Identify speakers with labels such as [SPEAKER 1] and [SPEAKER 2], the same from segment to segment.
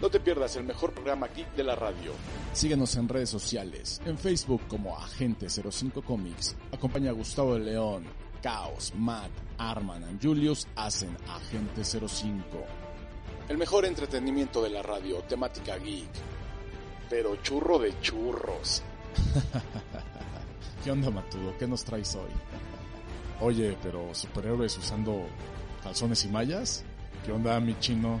[SPEAKER 1] No te pierdas el mejor programa geek de la radio. Síguenos en redes sociales, en Facebook como Agente 05 Comics. Acompaña a Gustavo de León, Caos, Matt, Arman and Julius hacen Agente 05. El mejor entretenimiento de la radio, temática geek. Pero churro de churros. ¿Qué onda, Matudo? ¿Qué nos traes hoy? Oye, pero superhéroes usando calzones y mallas? ¿Qué onda, mi chino?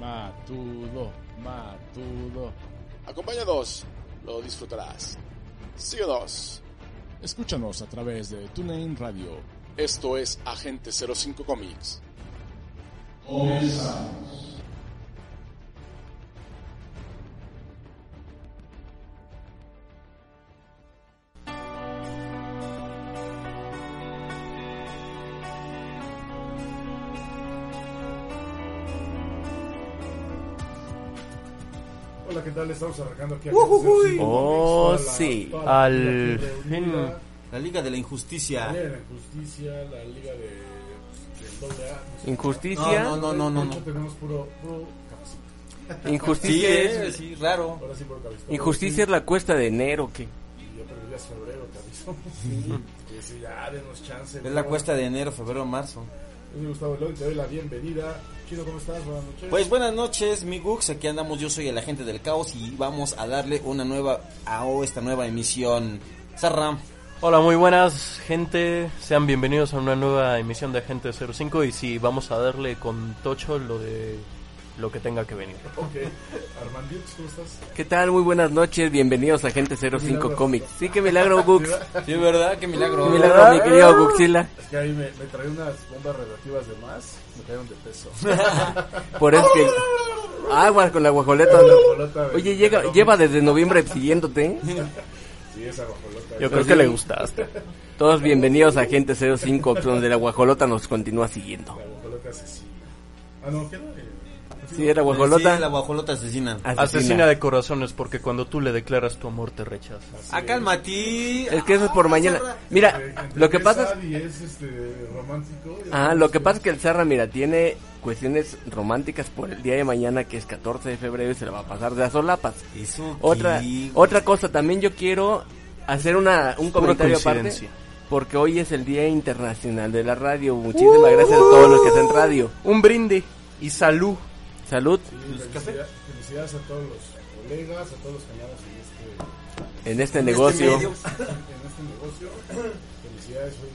[SPEAKER 1] matudo, matudo. Acompáñanos, lo disfrutarás. Síguenos. Escúchanos a través de TuneIn Radio. Esto es Agente 05 Comics.
[SPEAKER 2] Hola, ¿qué tal? Estamos arrancando aquí. a
[SPEAKER 3] Ujujuy.
[SPEAKER 2] Kansas City,
[SPEAKER 4] Oh,
[SPEAKER 2] toda la-
[SPEAKER 4] sí.
[SPEAKER 2] toda la
[SPEAKER 4] Al
[SPEAKER 2] Liga de
[SPEAKER 4] fin.
[SPEAKER 2] Unida,
[SPEAKER 3] La Liga de la
[SPEAKER 2] La
[SPEAKER 3] Injusticia.
[SPEAKER 2] Liga de la Injusticia, la Liga de. del doble A, no sé.
[SPEAKER 4] Injusticia.
[SPEAKER 3] No, no, no, no,
[SPEAKER 2] De hecho,
[SPEAKER 3] no.
[SPEAKER 2] tenemos puro, puro cabecito.
[SPEAKER 3] Sí,
[SPEAKER 4] Injusticia.
[SPEAKER 3] es,
[SPEAKER 4] es,
[SPEAKER 3] sí, raro.
[SPEAKER 2] Ahora sí, puro cabecito.
[SPEAKER 4] injusticia es la cuesta de enero, que
[SPEAKER 2] Y Ya pero ya es febrero, te aviso. Sí. Que sí, ya, denos chance.
[SPEAKER 3] Es la cuesta de enero, febrero, marzo.
[SPEAKER 2] Yo soy Gustavo Eloy, te doy la bienvenida. Chino, ¿cómo estás? Buenas noches.
[SPEAKER 3] Pues buenas noches, mi Gux. Aquí andamos, yo soy el agente del caos y vamos a darle una nueva a esta nueva emisión. Sarram.
[SPEAKER 5] Hola, muy buenas gente, sean bienvenidos a una nueva emisión de Agente 05 y sí, vamos a darle con Tocho lo de lo que tenga que venir.
[SPEAKER 2] Ok. Armandiux, ¿cómo estás?
[SPEAKER 4] ¿Qué tal? Muy buenas noches, bienvenidos a Gente
[SPEAKER 2] Milagro.
[SPEAKER 4] 05 Comics. Sí, que milagro, Gux.
[SPEAKER 3] Sí, ¿verdad? Qué milagro.
[SPEAKER 4] Qué milagro, mi querido Guxila.
[SPEAKER 2] Es que ahí me, me traí unas bombas relativas de más. Me cayeron de peso.
[SPEAKER 4] Por eso que... Aguas con la guajoleta.
[SPEAKER 2] Guajolota de-
[SPEAKER 4] Oye, llega, lleva desde noviembre siguiéndote. ¿eh?
[SPEAKER 2] Sí, esa guajolota.
[SPEAKER 4] Yo creo que le gustaste. Todos bienvenidos a Agente 05, donde la guajolota nos continúa siguiendo.
[SPEAKER 2] La guajolota asesina. Ah, no, ¿qué era? Eh,
[SPEAKER 4] Sí, era
[SPEAKER 3] Sí, la
[SPEAKER 4] guajolota.
[SPEAKER 3] guajolota asesina.
[SPEAKER 4] Asesina.
[SPEAKER 5] Asesina de corazones porque cuando tú le declaras tu amor te rechaza.
[SPEAKER 2] así
[SPEAKER 3] Ah, cálmate.
[SPEAKER 4] Es que eso es por mañana. Mira,
[SPEAKER 2] Eh, entre
[SPEAKER 4] lo que
[SPEAKER 2] es
[SPEAKER 4] pasa es...
[SPEAKER 2] sad Y es este, romántico. y este,
[SPEAKER 4] Ah, lo que
[SPEAKER 2] entonces-
[SPEAKER 4] pasa es que el Zarra, mira, tiene cuestiones románticas por el día de mañana, que es 14 de febrero, y se la va a pasar de a solapas.
[SPEAKER 3] Eso
[SPEAKER 4] Otra,
[SPEAKER 3] que-
[SPEAKER 4] otra cosa, también yo quiero hacer una, un
[SPEAKER 5] Pura
[SPEAKER 4] comentario aparte,
[SPEAKER 5] coincidencia.
[SPEAKER 4] porque hoy es el Día Internacional de la Radio. Muchísimas gracias a todos los que hacen radio.
[SPEAKER 5] Un brinde y salud.
[SPEAKER 4] Salud
[SPEAKER 2] Sí, felicidad- Felicidades a todos los colegas, a todos los que andamos en este,
[SPEAKER 4] en este
[SPEAKER 3] este
[SPEAKER 4] negocio.
[SPEAKER 3] medio.
[SPEAKER 2] en este negocio. Felicidades. hoy.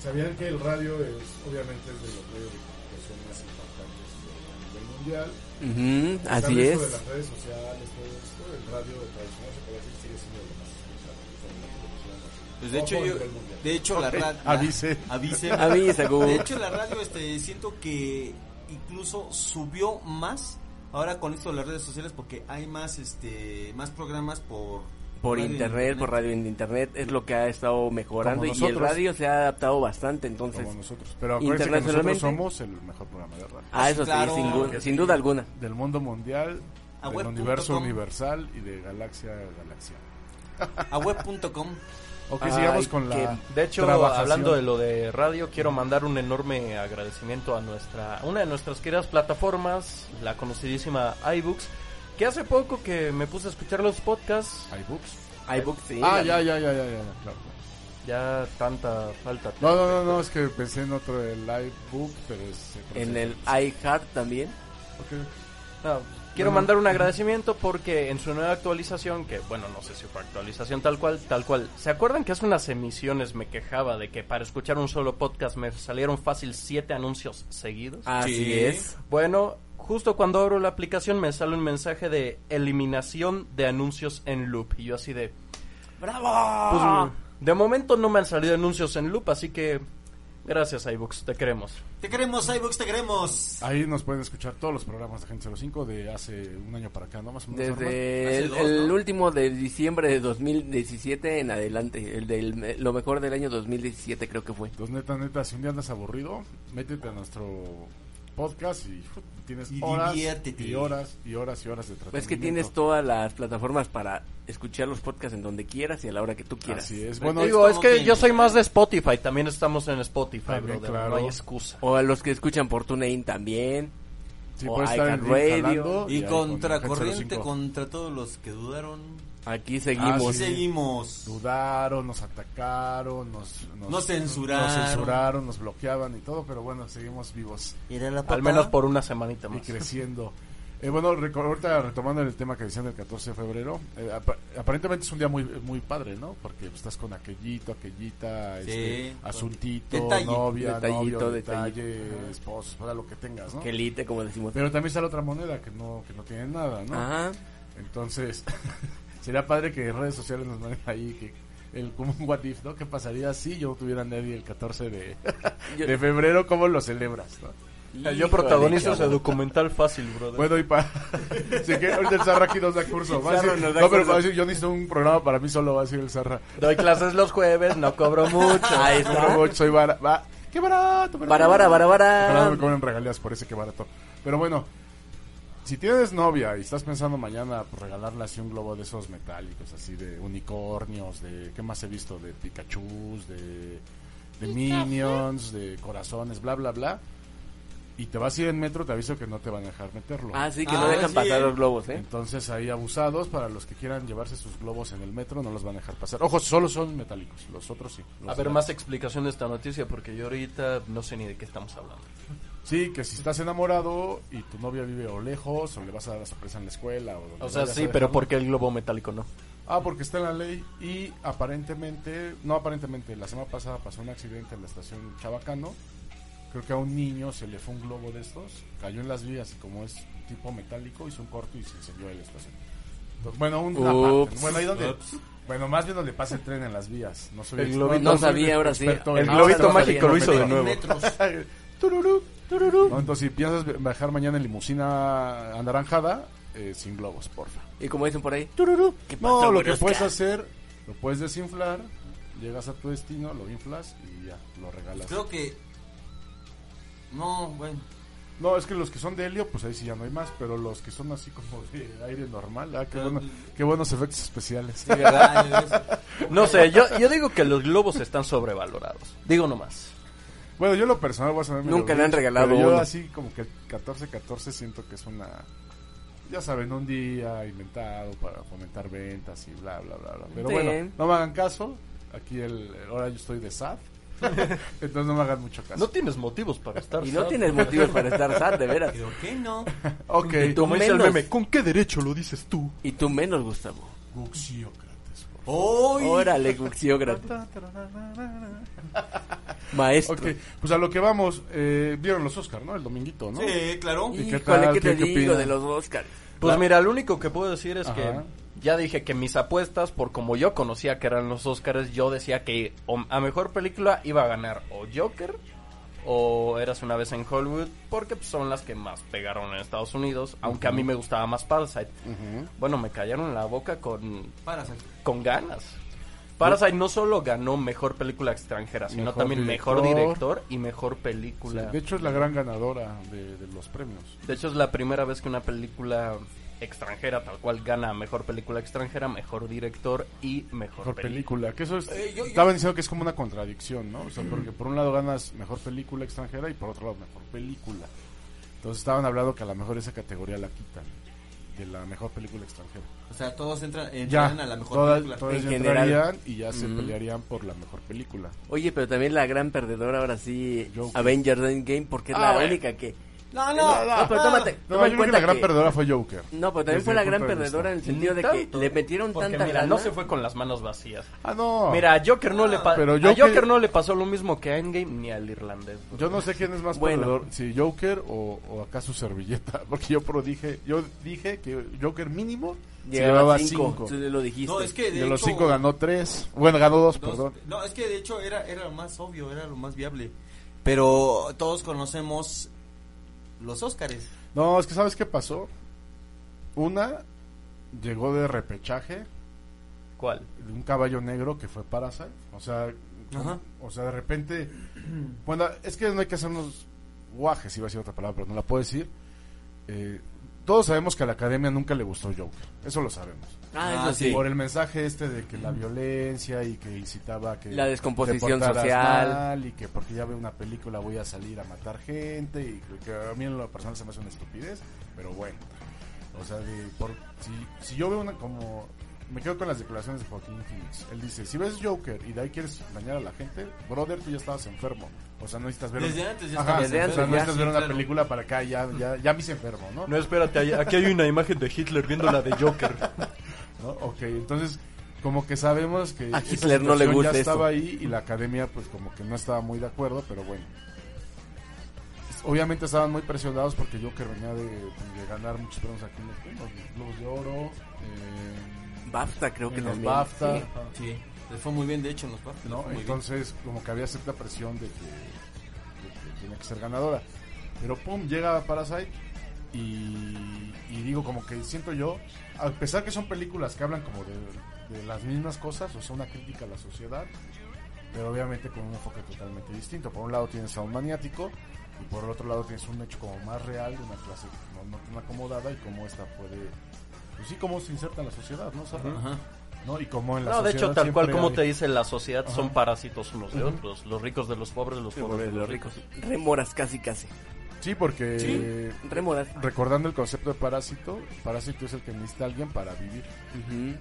[SPEAKER 2] ¿Sabían que el radio es, obviamente, es de los medios de comunicación más impactantes a nivel mundial?
[SPEAKER 4] Ujú, así
[SPEAKER 2] Saben
[SPEAKER 4] es.
[SPEAKER 2] esto de las redes sociales, todo esto, el radio tradicional se puede decir sigue siendo lo más escuchado, que son las televisiones.
[SPEAKER 3] Pues de hecho,
[SPEAKER 2] Ojo,
[SPEAKER 3] yo,
[SPEAKER 2] entre el mundial.
[SPEAKER 3] de hecho la radio...
[SPEAKER 1] avise.
[SPEAKER 3] Avise.
[SPEAKER 4] Avisa, Gus.
[SPEAKER 3] De hecho, la radio, este, siento que incluso subió más ahora con esto de las redes sociales porque hay más, este, más programas por...
[SPEAKER 4] Por
[SPEAKER 3] radio en
[SPEAKER 4] internet, por radio en internet, es lo que ha estado mejorando
[SPEAKER 1] Como
[SPEAKER 4] y el
[SPEAKER 1] nosotros.
[SPEAKER 4] radio se ha adaptado bastante, entonces.
[SPEAKER 1] Como nosotros. Pero acuérdense que nosotros
[SPEAKER 4] Internacionalmente.
[SPEAKER 1] somos el mejor programa de radio.
[SPEAKER 4] Ah, eso
[SPEAKER 3] Claro.
[SPEAKER 4] sí, sin, gu- sin duda alguna.
[SPEAKER 1] Del mundo mundial,
[SPEAKER 3] A
[SPEAKER 1] del
[SPEAKER 3] web punto
[SPEAKER 1] universo
[SPEAKER 3] com.
[SPEAKER 1] universal y de galaxia a galaxia.
[SPEAKER 3] A web.com.
[SPEAKER 1] Ok,
[SPEAKER 4] Ay,
[SPEAKER 1] sigamos con la.
[SPEAKER 4] qué-
[SPEAKER 5] De hecho,
[SPEAKER 1] trabajación.
[SPEAKER 5] hablando de lo de radio, quiero mandar un enorme agradecimiento a nuestra una de nuestras queridas plataformas, la conocidísima iBooks, que hace poco que me puse a escuchar los podcasts,
[SPEAKER 1] iBooks.
[SPEAKER 4] iBooks, sí.
[SPEAKER 1] Ah, ya,
[SPEAKER 4] la-
[SPEAKER 1] ya, ya, ya, ya. ya, claro.
[SPEAKER 5] ya tanta falta.
[SPEAKER 1] No, no, no, no, es que pensé en otro, el iBook, pero es. se
[SPEAKER 4] En
[SPEAKER 1] pronuncia-
[SPEAKER 4] el iHeart también.
[SPEAKER 1] Ok.
[SPEAKER 5] No, quiero mandar un agradecimiento porque en su nueva actualización, que bueno, no sé si fue actualización tal cual, tal cual. ¿Se acuerdan que hace unas emisiones me quejaba de que para escuchar un solo podcast me salieron fácil siete anuncios seguidos?
[SPEAKER 4] Así
[SPEAKER 3] Sí.
[SPEAKER 4] es.
[SPEAKER 5] Bueno, justo cuando abro la aplicación me sale un mensaje de eliminación de anuncios en loop. Y yo así de...
[SPEAKER 4] ¡Bravo!
[SPEAKER 5] pues, de momento no me han salido anuncios en loop, así que Gracias, iBooks, te queremos.
[SPEAKER 3] Te queremos, iBooks, te queremos.
[SPEAKER 2] Ahí nos pueden escuchar todos los programas de Gente 05 de hace un año para acá, ¿no? Más o menos. Armando.
[SPEAKER 4] Desde
[SPEAKER 3] Hace
[SPEAKER 4] el,
[SPEAKER 3] dos,
[SPEAKER 4] el
[SPEAKER 3] ¿no?
[SPEAKER 4] último de diciembre de 2017 en adelante, el del eh, lo mejor del año 2017 creo que fue.
[SPEAKER 2] Entonces, neta, neta, si un día andas aburrido, métete a nuestro podcast y uf, tienes
[SPEAKER 3] Y
[SPEAKER 2] horas
[SPEAKER 3] diviértete.
[SPEAKER 2] y horas y horas y horas de tratamiento.
[SPEAKER 4] Es que tienes todas las plataformas para escuchar los podcasts en donde quieras y a la hora que tú quieras.
[SPEAKER 2] Así es. Bueno,
[SPEAKER 5] Digo,
[SPEAKER 3] es
[SPEAKER 5] es
[SPEAKER 3] como
[SPEAKER 5] que
[SPEAKER 3] que-
[SPEAKER 5] yo soy más de Spotify, también estamos en Spotify,
[SPEAKER 2] También,
[SPEAKER 5] brother,
[SPEAKER 2] claro.
[SPEAKER 5] no hay excusa.
[SPEAKER 4] O a los que escuchan por TuneIn también.
[SPEAKER 2] sí,
[SPEAKER 4] o
[SPEAKER 2] puedes estar en
[SPEAKER 4] iCan
[SPEAKER 2] Ring
[SPEAKER 4] Radio.
[SPEAKER 2] jalando
[SPEAKER 3] Y
[SPEAKER 2] ahí
[SPEAKER 3] contracorriente
[SPEAKER 2] con Gente 05.
[SPEAKER 3] contra todos los que dudaron. Ah,
[SPEAKER 4] Aquí seguimos.
[SPEAKER 2] sí.
[SPEAKER 3] Seguimos.
[SPEAKER 2] Dudaron, nos atacaron, nos,
[SPEAKER 3] Nos censuraron.
[SPEAKER 2] nos censuraron, nos bloqueaban y todo, pero bueno, seguimos vivos
[SPEAKER 3] Era la
[SPEAKER 5] Al menos por una semanita
[SPEAKER 2] y
[SPEAKER 5] más.
[SPEAKER 2] creciendo. Eh, bueno, reco- ahorita retomando el tema que decían del 14 de febrero, eh, apa- aparentemente es un día muy muy padre, ¿no? Porque estás con aquellito, aquellita,
[SPEAKER 3] Sí.
[SPEAKER 2] este, asuntito,
[SPEAKER 3] Detallito.
[SPEAKER 2] novia,
[SPEAKER 4] Detallito,
[SPEAKER 2] novio,
[SPEAKER 4] detallito.
[SPEAKER 2] detalle, esposo, para lo que tengas, ¿no?
[SPEAKER 4] Que elite, como decimos.
[SPEAKER 2] Pero también está la otra moneda que no que no tiene nada, ¿no?
[SPEAKER 4] Ajá.
[SPEAKER 2] Entonces, sería padre que redes sociales nos manden ahí que el como un what if, ¿no? ¿Qué pasaría si yo tuviera Nelly el 14 de,
[SPEAKER 4] Yo-
[SPEAKER 2] de febrero? ¿Cómo lo celebras, no?
[SPEAKER 5] Yo
[SPEAKER 4] Híjole,
[SPEAKER 5] protagonizo ese
[SPEAKER 4] cabrón.
[SPEAKER 5] documental fácil, brother.
[SPEAKER 2] Bueno, y para... si que ahorita el Zarra aquí nos da curso. Va a
[SPEAKER 4] Zarra
[SPEAKER 2] decir-
[SPEAKER 4] nos da
[SPEAKER 2] no, pero
[SPEAKER 4] curso.
[SPEAKER 2] va a decir, yo necesito un programa para mí solo, va a decir el Zarra.
[SPEAKER 5] Doy clases los jueves, no cobro mucho.
[SPEAKER 4] Ahí
[SPEAKER 2] No,
[SPEAKER 4] está.
[SPEAKER 2] soy bara- va- ¡Qué barato! pero
[SPEAKER 4] Bara,
[SPEAKER 2] bueno.
[SPEAKER 4] bara, bara, bara.
[SPEAKER 2] Ojalá no me cobren regalías por ese que barato. Pero bueno, si tienes novia y estás pensando mañana pues, regalarle así un globo de esos metálicos, así de unicornios, de... ¿Qué más he visto? De Pikachu, de... De minions, de corazones, bla, bla, bla. Y te vas a ir en metro, te aviso que no te van a dejar meterlo.
[SPEAKER 4] Ah, sí, que
[SPEAKER 3] Ah,
[SPEAKER 4] no dejan
[SPEAKER 3] sí,
[SPEAKER 4] pasar
[SPEAKER 3] eh.
[SPEAKER 4] los globos, ¿eh?
[SPEAKER 2] Entonces ahí abusados, para los que quieran llevarse sus globos en el metro, no los van a dejar pasar. Ojo, solo son metálicos, los otros sí. Los
[SPEAKER 5] A ver,
[SPEAKER 2] de-
[SPEAKER 5] más explicación de esta noticia, porque yo ahorita no sé ni de qué estamos hablando.
[SPEAKER 2] Sí, que si estás enamorado y tu novia vive o lejos, o le vas a dar la sorpresa en la escuela. O, donde
[SPEAKER 5] O sea,
[SPEAKER 2] vayas a
[SPEAKER 5] sí, pero
[SPEAKER 2] dejarlo.
[SPEAKER 5] ¿por qué el globo metálico no?
[SPEAKER 2] Ah, porque está en la ley y aparentemente, no aparentemente, la semana pasada pasó un accidente en la estación Chabacano. Creo que a un niño se le fue un globo de estos, cayó en las vías y como es tipo metálico, hizo un corto y se incendió la estación. Entonces, bueno, un una parte,
[SPEAKER 4] Ups.
[SPEAKER 2] bueno, ahí donde, bueno, más bien donde pasa el tren en las vías. No soy
[SPEAKER 5] El
[SPEAKER 2] ex-
[SPEAKER 5] globito-
[SPEAKER 2] no soy
[SPEAKER 4] No sabía, ahora sí.
[SPEAKER 2] experto en-
[SPEAKER 5] El
[SPEAKER 4] Ahora
[SPEAKER 5] globito
[SPEAKER 4] no sabía.
[SPEAKER 5] mágico lo hizo de nuevo.
[SPEAKER 3] Metros.
[SPEAKER 2] Tururú, tururú. No, entonces, si piensas viajar mañana en limusina anaranjada, eh, sin globos, porfa.
[SPEAKER 4] Y como dicen por ahí, ¿Qué pasó,
[SPEAKER 2] No, lo que
[SPEAKER 4] Borosca?
[SPEAKER 2] puedes hacer, lo puedes desinflar, llegas a tu destino, lo inflas y ya, lo regalas.
[SPEAKER 3] Creo que. No, bueno.
[SPEAKER 2] No, es que los que son de helio, pues ahí sí ya no hay más, pero los que son así como de aire normal, ah, qué,
[SPEAKER 3] Pero-
[SPEAKER 2] bueno- qué buenos efectos especiales.
[SPEAKER 3] Ah,
[SPEAKER 5] No sé, yo, yo digo que los globos están sobrevalorados. Digo nomás.
[SPEAKER 2] Bueno, yo lo personal voy a saber. medio
[SPEAKER 4] Nunca le han
[SPEAKER 2] grinch,
[SPEAKER 4] regalado
[SPEAKER 2] pero Yo
[SPEAKER 4] uno.
[SPEAKER 2] así como que el 14-14 siento que es una... Ya saben, un día inventado para fomentar ventas y bla, bla, bla, bla. Pero
[SPEAKER 4] Sí.
[SPEAKER 2] bueno, no me hagan caso. Aquí el, ahora yo estoy de SAD. entonces no me hagan mucho caso.
[SPEAKER 5] No tienes motivos para estar.
[SPEAKER 4] Y no
[SPEAKER 5] sad.
[SPEAKER 4] tienes motivos para estar sad, de veras.
[SPEAKER 3] Creo que no.
[SPEAKER 2] Ok.
[SPEAKER 4] Y tú
[SPEAKER 5] Como dice el
[SPEAKER 4] menos.
[SPEAKER 5] meme, ¿con qué derecho lo dices tú?
[SPEAKER 4] Y tú menos, Gustavo.
[SPEAKER 2] Guxiócrates.
[SPEAKER 3] Hoy.
[SPEAKER 4] Órale, Guxiócrates. Maestro.
[SPEAKER 2] Ok, pues a lo que vamos, eh, vieron los Oscar, ¿no? El dominguito, ¿no?
[SPEAKER 3] Sí, claro.
[SPEAKER 2] ¿Y qué
[SPEAKER 4] Híjole,
[SPEAKER 2] tal?
[SPEAKER 4] ¿qué te
[SPEAKER 2] ¿Qué- qué
[SPEAKER 4] digo
[SPEAKER 2] opinas?
[SPEAKER 4] de los Oscars?
[SPEAKER 5] Pues mira, lo único que puedo decir es
[SPEAKER 2] Ajá.
[SPEAKER 5] que ya dije que mis apuestas, por como yo conocía que eran los Oscars, yo decía que o a mejor película iba a ganar o Joker o Eras una vez en Hollywood, porque pues, son las que más pegaron en Estados Unidos, aunque a mí me gustaba más Parasite. Bueno, me callaron la boca con,
[SPEAKER 3] Parasite.
[SPEAKER 5] con ganas. Parasite no solo ganó mejor película extranjera, sino
[SPEAKER 2] Mejor
[SPEAKER 5] también mejor
[SPEAKER 2] director.
[SPEAKER 5] director y mejor
[SPEAKER 2] Sí,
[SPEAKER 5] película.
[SPEAKER 2] de hecho es la gran ganadora de, de los premios.
[SPEAKER 5] De hecho, es la primera vez que una película extranjera, tal cual, gana mejor película extranjera, mejor director y mejor,
[SPEAKER 2] Mejor película,
[SPEAKER 5] película.
[SPEAKER 2] que eso es,
[SPEAKER 3] Eh, yo- yo-
[SPEAKER 2] estaban diciendo que es como una contradicción, ¿no? O sea, porque por un lado ganas mejor película extranjera y por otro lado mejor película. Entonces estaban hablando que a lo mejor esa categoría la quitan de la mejor película extranjera.
[SPEAKER 3] O sea, todos entran,
[SPEAKER 2] Ya,
[SPEAKER 3] entran a la mejor
[SPEAKER 2] todas,
[SPEAKER 3] película.
[SPEAKER 2] todas
[SPEAKER 4] En
[SPEAKER 2] ya
[SPEAKER 4] general.
[SPEAKER 2] entrarían y ya se
[SPEAKER 4] Ujú.
[SPEAKER 2] pelearían por la mejor película.
[SPEAKER 4] Oye, pero también la gran perdedora ahora sí,
[SPEAKER 2] Joker.
[SPEAKER 4] Avengers Endgame, porque es
[SPEAKER 2] Ah,
[SPEAKER 4] la
[SPEAKER 2] bueno. Ah,
[SPEAKER 4] única que...
[SPEAKER 3] No,
[SPEAKER 4] No,
[SPEAKER 3] no,
[SPEAKER 4] pero tómate,
[SPEAKER 2] No,
[SPEAKER 4] toma
[SPEAKER 2] yo creo
[SPEAKER 4] en
[SPEAKER 2] que la
[SPEAKER 4] cuenta
[SPEAKER 2] gran
[SPEAKER 4] que...
[SPEAKER 2] perdedora fue Joker.
[SPEAKER 4] No, pero
[SPEAKER 2] Desde
[SPEAKER 4] también fue la
[SPEAKER 2] mi
[SPEAKER 4] gran
[SPEAKER 2] punto de
[SPEAKER 4] perdedora en
[SPEAKER 2] vista.
[SPEAKER 4] el sentido de que
[SPEAKER 5] Tanto,
[SPEAKER 4] le metieron
[SPEAKER 5] porque
[SPEAKER 4] tanta
[SPEAKER 5] mira,
[SPEAKER 4] gana.
[SPEAKER 5] no se fue con las manos vacías.
[SPEAKER 2] Ah, no.
[SPEAKER 5] Mira, a Joker no le pa-
[SPEAKER 2] Pero
[SPEAKER 5] a
[SPEAKER 2] Joker-
[SPEAKER 5] Joker no le pasó lo mismo que a Endgame ni al irlandés. bro.
[SPEAKER 2] Yo no sé quién es más
[SPEAKER 4] Bueno.
[SPEAKER 2] perdedor, si Joker o, o acá su servilleta, porque yo pro dije, yo dije que Joker mínimo se
[SPEAKER 4] Llevaba
[SPEAKER 2] llevaba 5.
[SPEAKER 4] cinco, tú lo dijiste.
[SPEAKER 3] No, es que
[SPEAKER 2] Y
[SPEAKER 3] de
[SPEAKER 2] de los
[SPEAKER 3] hecho-
[SPEAKER 2] 5 ganó 3. Bueno, ganó 2,
[SPEAKER 3] Dos-
[SPEAKER 2] perdón.
[SPEAKER 3] no, es que de hecho era, era lo más obvio, era lo más viable. Pero todos conocemos los Óscares.
[SPEAKER 2] No, es que ¿sabes qué pasó? Una llegó de repechaje
[SPEAKER 5] ¿Cuál?
[SPEAKER 2] de un caballo negro que fue Parasite. O sea, como-
[SPEAKER 3] Ajá.
[SPEAKER 2] o sea, de repente. Bueno, es que no hay que hacernos guajes, iba a decir otra palabra, pero no la puedo decir. Eh, todos sabemos que a la academia nunca le gustó Joker. Eso lo sabemos.
[SPEAKER 3] Ah,
[SPEAKER 4] Ah, eso sí.
[SPEAKER 3] sí.
[SPEAKER 2] Por el mensaje este de que la violencia y que incitaba a que.
[SPEAKER 4] La descomposición
[SPEAKER 2] te portaras
[SPEAKER 4] social.
[SPEAKER 2] mal y que porque ya veo una película voy a salir a matar gente. Y que- que a mí en lo personal se me hace una estupidez, pero bueno. O sea, de- por- si, si yo veo una como. Me quedo con las declaraciones de Joaquín Phoenix. Él dice: Si ves Joker y de ahí quieres dañar a la gente, brother, tú ya estabas enfermo. O sea, no necesitas ver.
[SPEAKER 3] Desde
[SPEAKER 2] una-
[SPEAKER 3] antes ya
[SPEAKER 2] Ajá,
[SPEAKER 3] estabas
[SPEAKER 2] o sea,
[SPEAKER 4] enfermo.
[SPEAKER 2] no necesitas
[SPEAKER 4] Sí,
[SPEAKER 2] ver una
[SPEAKER 3] claro.
[SPEAKER 2] película para acá, ya, ya, ya me hice enfermo, ¿no?
[SPEAKER 5] No, espérate, hay- aquí hay una imagen de Hitler viendo la de Joker.
[SPEAKER 2] ¿no? Ok, entonces como que sabemos que
[SPEAKER 4] A
[SPEAKER 2] esa
[SPEAKER 4] Hitler no le
[SPEAKER 2] situación
[SPEAKER 4] gusta
[SPEAKER 2] ya
[SPEAKER 4] esto.
[SPEAKER 2] estaba ahí y la academia pues como que no estaba muy de acuerdo, pero bueno. Obviamente estaban muy presionados porque Joker venía de, de ganar muchos premios aquí en los- en los Globos de Oro, eh,
[SPEAKER 4] BAFTA creo que
[SPEAKER 2] en los
[SPEAKER 4] también.
[SPEAKER 2] BAFTA,
[SPEAKER 4] Sí.
[SPEAKER 2] ajá,
[SPEAKER 3] Sí, les fue muy bien, de hecho, en los partes.
[SPEAKER 2] ¿no?
[SPEAKER 3] muy bien.
[SPEAKER 2] Entonces como que había cierta presión de que, de que tenía que ser ganadora. Pero pum, llega Parasite y, y digo como que siento yo, a pesar que son películas que hablan como de, de las mismas cosas, o sea, una crítica a la sociedad, pero obviamente con un enfoque totalmente distinto. Por un lado tienes a un maniático y por el otro lado tienes un hecho como más real de una clase no, no tan acomodada y cómo esta puede... Pues sí, cómo se inserta en la sociedad, ¿no? O sea,
[SPEAKER 3] Ajá.
[SPEAKER 2] ¿no? Y cómo en la
[SPEAKER 5] No, de
[SPEAKER 2] sociedad
[SPEAKER 5] hecho, tal cual
[SPEAKER 2] siempre
[SPEAKER 5] como
[SPEAKER 2] hay-
[SPEAKER 5] te dice, la sociedad son
[SPEAKER 2] Ajá.
[SPEAKER 5] parásitos unos de otros. Los ricos de los pobres, los
[SPEAKER 4] Sí,
[SPEAKER 5] pobres de los ricos.
[SPEAKER 4] ricos. Remoras casi casi.
[SPEAKER 2] Sí, porque...
[SPEAKER 4] Sí. Remoras.
[SPEAKER 2] Recordando el concepto de parásito, parásito es el que necesita a alguien para vivir.
[SPEAKER 4] Ujú.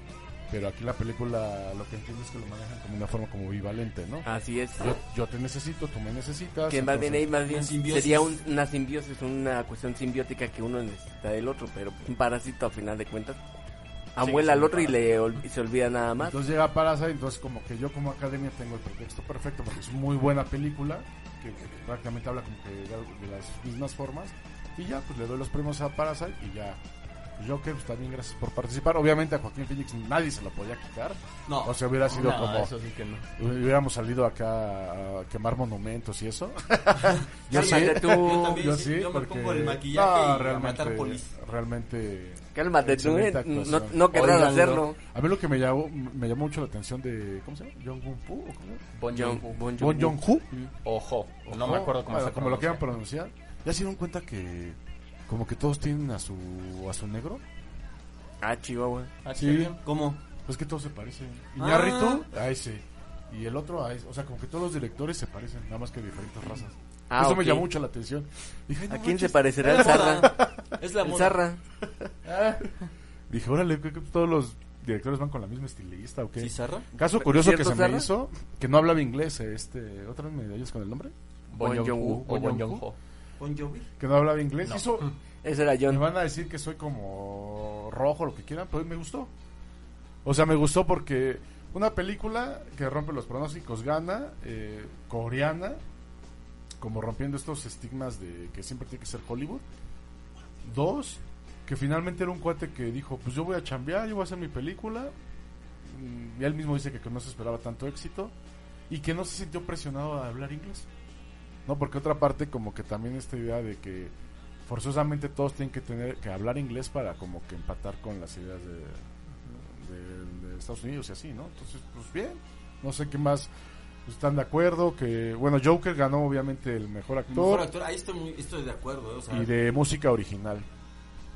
[SPEAKER 2] Pero aquí la película lo que entiendo es que lo manejan como una forma como bivalente, ¿no?
[SPEAKER 4] Así es.
[SPEAKER 2] Yo, yo te necesito, tú me necesitas.
[SPEAKER 4] Que más bien ahí,
[SPEAKER 2] entonces-
[SPEAKER 4] más bien
[SPEAKER 3] Una simbiosis.
[SPEAKER 4] sería un- una simbiosis, una cuestión simbiótica que uno necesita del otro, pero un parásito a final de cuentas amuela al
[SPEAKER 2] siendo
[SPEAKER 4] otro y le ol- y se olvida nada más.
[SPEAKER 2] Entonces llega Parasite, entonces como que yo como academia tengo el pretexto perfecto porque es muy buena película, que, que prácticamente habla como que de, algo- de las mismas formas. Y ya, pues le doy los premios a Parasite y ya. Joker, pues también gracias por participar. Obviamente a Joaquín Phoenix nadie se lo podía quitar.
[SPEAKER 3] No.
[SPEAKER 2] O sea, hubiera sido
[SPEAKER 5] No,
[SPEAKER 2] como...
[SPEAKER 5] eso sí que no.
[SPEAKER 2] Hubiéramos salido acá a quemar monumentos y eso. yo sí,
[SPEAKER 3] Yo
[SPEAKER 4] Cálmate tú,
[SPEAKER 3] también.
[SPEAKER 2] yo
[SPEAKER 3] sí,
[SPEAKER 2] sí,
[SPEAKER 3] yo me
[SPEAKER 2] porque
[SPEAKER 3] pongo el maquillaje y a matar polis.
[SPEAKER 2] realmente
[SPEAKER 4] cálmate tú,
[SPEAKER 2] excelente
[SPEAKER 4] eh, no,
[SPEAKER 2] actuación.
[SPEAKER 4] no querrás
[SPEAKER 5] Oigan,
[SPEAKER 4] hacerlo.
[SPEAKER 2] A mí lo que me llamó, me llamó mucho la atención de ¿cómo se llama? Jong Won Pu o cómo?
[SPEAKER 5] Bon Joon-ho.
[SPEAKER 4] Bon Joon-ho.
[SPEAKER 2] Bon Jong Hu.
[SPEAKER 5] Ojo, no me acuerdo cómo se
[SPEAKER 2] como lo quieran
[SPEAKER 5] pronuncia.
[SPEAKER 2] pronunciar. Ya se dieron cuenta que como que todos tienen a su a su negro.
[SPEAKER 4] Ah, Chihuahua.
[SPEAKER 5] Ah,
[SPEAKER 2] Sí.
[SPEAKER 5] bien.
[SPEAKER 3] ¿Cómo?
[SPEAKER 2] Es que todos se parecen. Iñárritu,
[SPEAKER 3] Ah.
[SPEAKER 2] a ese. Y el otro a ese. O sea, como que todos los directores se parecen, nada más que de diferentes razas.
[SPEAKER 4] Ah,
[SPEAKER 2] Eso
[SPEAKER 4] ok.
[SPEAKER 2] me llamó mucho la atención. Dije, ay, no
[SPEAKER 4] ¿A quién se
[SPEAKER 2] manches,
[SPEAKER 4] parecerá el Zarra?
[SPEAKER 3] Es la
[SPEAKER 4] El
[SPEAKER 3] moda.
[SPEAKER 4] Zarra.
[SPEAKER 2] Dije, órale, creo que todos los directores van con la misma estilista o qué.
[SPEAKER 3] ¿Sí, Zarra?
[SPEAKER 2] Caso curioso que
[SPEAKER 4] ¿Cierto,
[SPEAKER 2] se
[SPEAKER 4] Zarra?
[SPEAKER 2] me hizo, que no hablaba inglés, eh, este, otra vez me ayudas con el nombre,
[SPEAKER 5] Bon
[SPEAKER 4] Bon
[SPEAKER 5] Joon-ho
[SPEAKER 4] Joon-ho.
[SPEAKER 5] o Bon Joon-ho.
[SPEAKER 3] Bon Jovi.
[SPEAKER 2] que no hablaba inglés, hizo,
[SPEAKER 4] Ese era
[SPEAKER 2] me
[SPEAKER 4] John.
[SPEAKER 2] van a decir que soy como rojo, lo que quieran, pero me gustó. O sea, me gustó porque una película que rompe los pronósticos, gana, eh, coreana, como rompiendo estos estigmas de que siempre tiene que ser Hollywood. Dos, que finalmente era un cuate que dijo, pues yo voy a chambear, yo voy a hacer mi película. Mm, Y él mismo dice que, que no se esperaba tanto éxito y que no se sintió presionado a hablar inglés. No, porque otra parte como que también esta idea de que forzosamente todos tienen que tener que hablar inglés para como que empatar con las ideas de, de- de Estados Unidos y así, ¿no? Entonces, pues bien, no sé qué más están de acuerdo, que bueno, Joker ganó obviamente el mejor
[SPEAKER 3] El
[SPEAKER 2] actor,
[SPEAKER 3] Mejor actor. Ahí estoy, muy, estoy de acuerdo. eh, O sea,
[SPEAKER 2] y de música original.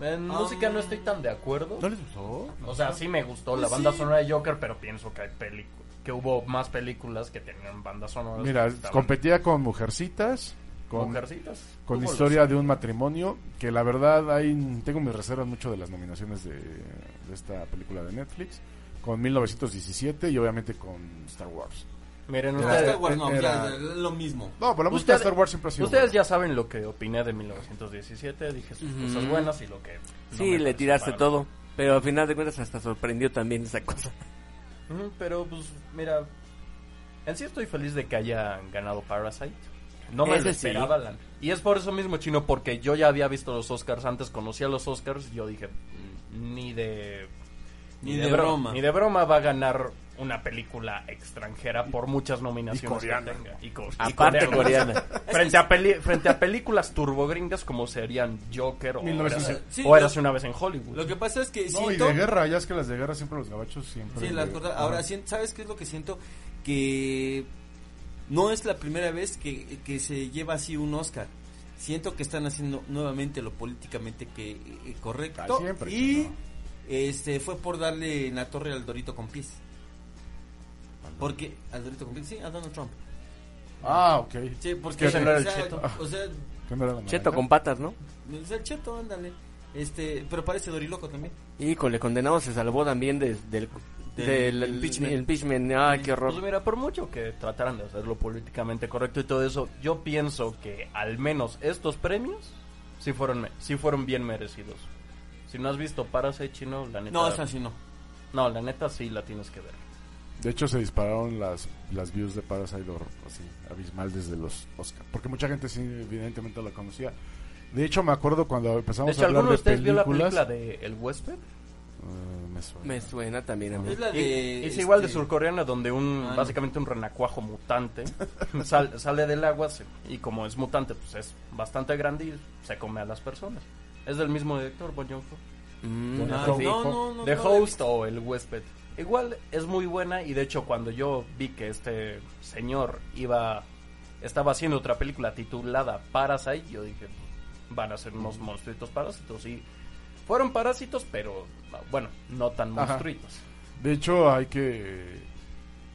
[SPEAKER 5] En
[SPEAKER 4] Ah.
[SPEAKER 5] música no estoy tan de acuerdo.
[SPEAKER 2] les gustó?
[SPEAKER 5] O sea, sí me gustó la
[SPEAKER 3] Pues
[SPEAKER 5] banda
[SPEAKER 3] sí.
[SPEAKER 5] sonora de Joker, pero pienso que hay películas. Que hubo más películas que tenían bandas sonoras.
[SPEAKER 2] Mira,
[SPEAKER 5] que estaban
[SPEAKER 2] competía con Mujercitas, con,
[SPEAKER 5] mujercitas.
[SPEAKER 2] con
[SPEAKER 5] Tuvo
[SPEAKER 2] Historia
[SPEAKER 5] los-
[SPEAKER 2] de un matrimonio, que la verdad ahí tengo mis reservas mucho de las nominaciones de, de esta película de Netflix, con 1917 y obviamente con Star Wars.
[SPEAKER 5] Miren
[SPEAKER 3] no,
[SPEAKER 5] ustedes.
[SPEAKER 3] Star Wars no,
[SPEAKER 2] era-
[SPEAKER 3] ya, ya, lo mismo.
[SPEAKER 2] No, pero la música
[SPEAKER 5] Ustedes-
[SPEAKER 2] de Star Wars siempre ha sido...
[SPEAKER 5] Ustedes
[SPEAKER 2] buena.
[SPEAKER 5] ya saben lo que opiné de 1917, dije sus cosas
[SPEAKER 4] Ujú.
[SPEAKER 5] buenas y lo que... no
[SPEAKER 4] Sí,
[SPEAKER 5] me
[SPEAKER 4] le
[SPEAKER 5] pareció
[SPEAKER 4] tiraste
[SPEAKER 5] padre.
[SPEAKER 4] todo. Pero al final de cuentas hasta sorprendió también esa cosa.
[SPEAKER 5] Ujú, Pero pues, mira, en sí estoy feliz de que haya ganado Parasite. No me lo
[SPEAKER 4] Ese sí.
[SPEAKER 5] esperaba, Alan. Y es por eso mismo, Chino, porque yo ya había visto los Oscars antes, conocía los Oscars, y yo dije, "Mm, ni de...
[SPEAKER 3] Ni de
[SPEAKER 5] bro-
[SPEAKER 3] broma.
[SPEAKER 5] Ni de broma va a ganar una película extranjera por muchas nominaciones
[SPEAKER 2] y coreana.
[SPEAKER 5] que tenga. Y co- y
[SPEAKER 4] Aparte
[SPEAKER 5] coreana.
[SPEAKER 4] coreana.
[SPEAKER 5] Frente a, peli- frente a películas turbogringas como serían Joker o,
[SPEAKER 2] 1900.
[SPEAKER 5] Érase-
[SPEAKER 3] Sí,
[SPEAKER 5] o
[SPEAKER 3] lo-
[SPEAKER 5] Érase una vez en Hollywood.
[SPEAKER 3] Lo que pasa es que
[SPEAKER 2] No, y
[SPEAKER 3] siento...
[SPEAKER 2] de guerra, ya es que las de guerra siempre los gabachos siempre.
[SPEAKER 3] Sí, las cortas. Ahora, sien- ¿sabes qué es lo que siento? Que no es la primera vez que, que se lleva así un Oscar. Siento que están haciendo nuevamente lo políticamente que, eh, correcto.
[SPEAKER 2] Ah, siempre,
[SPEAKER 3] y
[SPEAKER 2] sí, ¿no?
[SPEAKER 3] este fue por darle en la torre al Dorito con pies. Porque, al Dorito con pies, sí, a Donald Trump.
[SPEAKER 2] Ah, ok.
[SPEAKER 3] Sí, porque,
[SPEAKER 5] ese no era el
[SPEAKER 3] o sea,
[SPEAKER 5] cheto.
[SPEAKER 3] o sea,
[SPEAKER 2] ¿Qué no era la
[SPEAKER 4] Cheto
[SPEAKER 2] naranja?
[SPEAKER 4] con patas, ¿no?
[SPEAKER 3] o sea, el cheto, ándale. Este, pero parece Doriloco también.
[SPEAKER 4] Híjole, condenado se salvó también de- del,
[SPEAKER 3] Del
[SPEAKER 4] del
[SPEAKER 3] impeachment.
[SPEAKER 4] impeachment. Ah, qué horror.
[SPEAKER 5] Pues mira, por mucho que trataran de hacerlo políticamente correcto y todo eso, yo pienso que al menos estos premios sí fueron, me- sí fueron bien merecidos. Si no has visto Parasite Chino, la neta...
[SPEAKER 3] No, es así, no.
[SPEAKER 5] no, la neta sí la tienes que ver.
[SPEAKER 2] De hecho, se dispararon las, las views de Parasite or- así, abismal desde los Oscar. Porque mucha gente sí, evidentemente la conocía. De hecho, me acuerdo cuando
[SPEAKER 5] De
[SPEAKER 2] empezamos
[SPEAKER 5] hecho,
[SPEAKER 2] a hablar
[SPEAKER 5] ¿alguno de
[SPEAKER 2] de
[SPEAKER 5] ustedes
[SPEAKER 2] películas.
[SPEAKER 5] vio la película de El Huésped?
[SPEAKER 2] Eh, me suena.
[SPEAKER 4] Me suena también a mí.
[SPEAKER 3] Es la
[SPEAKER 5] Y-
[SPEAKER 3] de.
[SPEAKER 5] es igual de
[SPEAKER 3] este,
[SPEAKER 5] surcoreana donde un
[SPEAKER 3] Ah, no.
[SPEAKER 5] básicamente un renacuajo mutante sal- sale del agua se- y como es mutante pues es bastante grande y se come a las personas. Es del mismo director, Bong Joon-ho.
[SPEAKER 4] Mm,
[SPEAKER 3] Ah,
[SPEAKER 5] Con-
[SPEAKER 3] no, no, no,
[SPEAKER 5] The
[SPEAKER 3] no la he
[SPEAKER 5] Host o El Huésped. Igual es muy buena y de hecho cuando yo vi que este señor iba estaba haciendo otra película titulada Parasite, yo dije, van a ser unos monstruitos parásitos y fueron parásitos, pero bueno, no tan
[SPEAKER 2] Ajá.
[SPEAKER 5] monstruitos.
[SPEAKER 2] De hecho, hay que.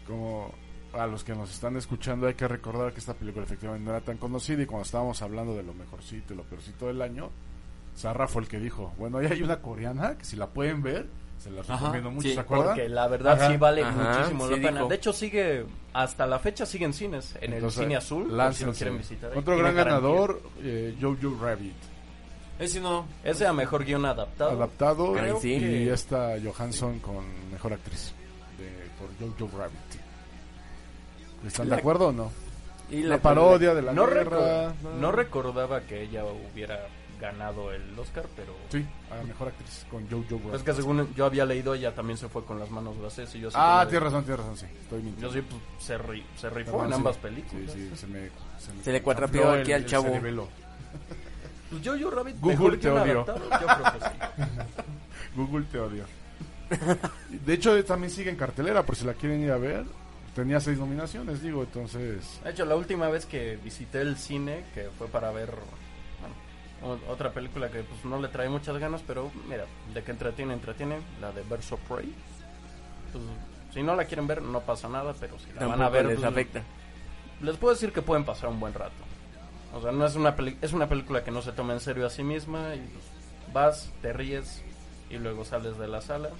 [SPEAKER 2] Como a los que nos están escuchando, hay que recordar que esta película efectivamente no era tan conocida. Y cuando estábamos hablando de lo mejorcito y lo peorcito del año, Sarra fue el que dijo: Bueno, ahí hay una coreana que si la pueden ver, se la
[SPEAKER 3] Ajá,
[SPEAKER 2] recomiendo mucho.
[SPEAKER 3] sí,
[SPEAKER 2] ¿Se acuerdan?
[SPEAKER 5] Porque la verdad
[SPEAKER 2] Ajá.
[SPEAKER 5] sí vale
[SPEAKER 4] Ajá,
[SPEAKER 5] muchísimo
[SPEAKER 4] sí
[SPEAKER 5] la pena.
[SPEAKER 4] dijo.
[SPEAKER 5] De hecho, sigue, hasta la fecha sigue en cines, en
[SPEAKER 2] Entonces,
[SPEAKER 5] el Cine Azul, por si lo
[SPEAKER 2] láncensela.
[SPEAKER 5] quieren visitar. ahí.
[SPEAKER 2] Otro
[SPEAKER 5] Tiene
[SPEAKER 2] gran
[SPEAKER 5] garantía.
[SPEAKER 2] ganador, eh, Jojo Rabbit.
[SPEAKER 3] Ese no.
[SPEAKER 5] Ese a mejor guión adaptado.
[SPEAKER 2] Adaptado
[SPEAKER 4] Ay,
[SPEAKER 2] creo
[SPEAKER 4] sí.
[SPEAKER 2] que- y esta Johansson con mejor actriz de- por Jojo Rabbit. ¿Están de acuerdo o no?
[SPEAKER 4] y
[SPEAKER 2] La parodia de la
[SPEAKER 5] no,
[SPEAKER 2] guerra.
[SPEAKER 5] recu- no recordaba que ella hubiera ganado el Oscar, pero...
[SPEAKER 2] Sí, a la mejor actriz con Jojo Rabbit.
[SPEAKER 5] Es que según yo había leído, ella también se fue con las manos vacías y yo... así
[SPEAKER 2] ah,
[SPEAKER 5] como de-
[SPEAKER 2] tienes razón, tienes razón, sí. Estoy mintiendo.
[SPEAKER 5] Yo sí, pues, se, ri- se rifó
[SPEAKER 2] Perdón,
[SPEAKER 5] en
[SPEAKER 2] sí.
[SPEAKER 5] ambas películas.
[SPEAKER 2] Sí, sí, se me... Se, me
[SPEAKER 4] Se le cuatrapeó
[SPEAKER 2] cambió
[SPEAKER 4] aquí al chavo.
[SPEAKER 2] cerebelo.
[SPEAKER 5] Pues yo, yo, Rabbit,
[SPEAKER 2] Google
[SPEAKER 5] mejor
[SPEAKER 2] te
[SPEAKER 5] guión
[SPEAKER 2] odio.
[SPEAKER 5] adaptado, yo creo que sí.
[SPEAKER 2] Google te odio. De hecho, eh, también sigue en cartelera, por si la quieren ir a ver. Tenía seis nominaciones, digo, entonces...
[SPEAKER 5] De hecho, la última vez que visité el cine, que fue para ver bueno, o- otra película que pues no le trae muchas ganas, pero mira, de que entretiene, entretiene, la de Verso Prey. Pues, si no la quieren ver, no pasa nada, pero si la
[SPEAKER 4] Tampoco
[SPEAKER 5] van a ver,
[SPEAKER 4] les
[SPEAKER 5] pues,
[SPEAKER 4] afecta.
[SPEAKER 5] les puedo decir que pueden pasar un buen rato. O sea, no es una, peli- es una película que no se toma en serio a sí misma y pues, vas, te ríes y luego sales de la sala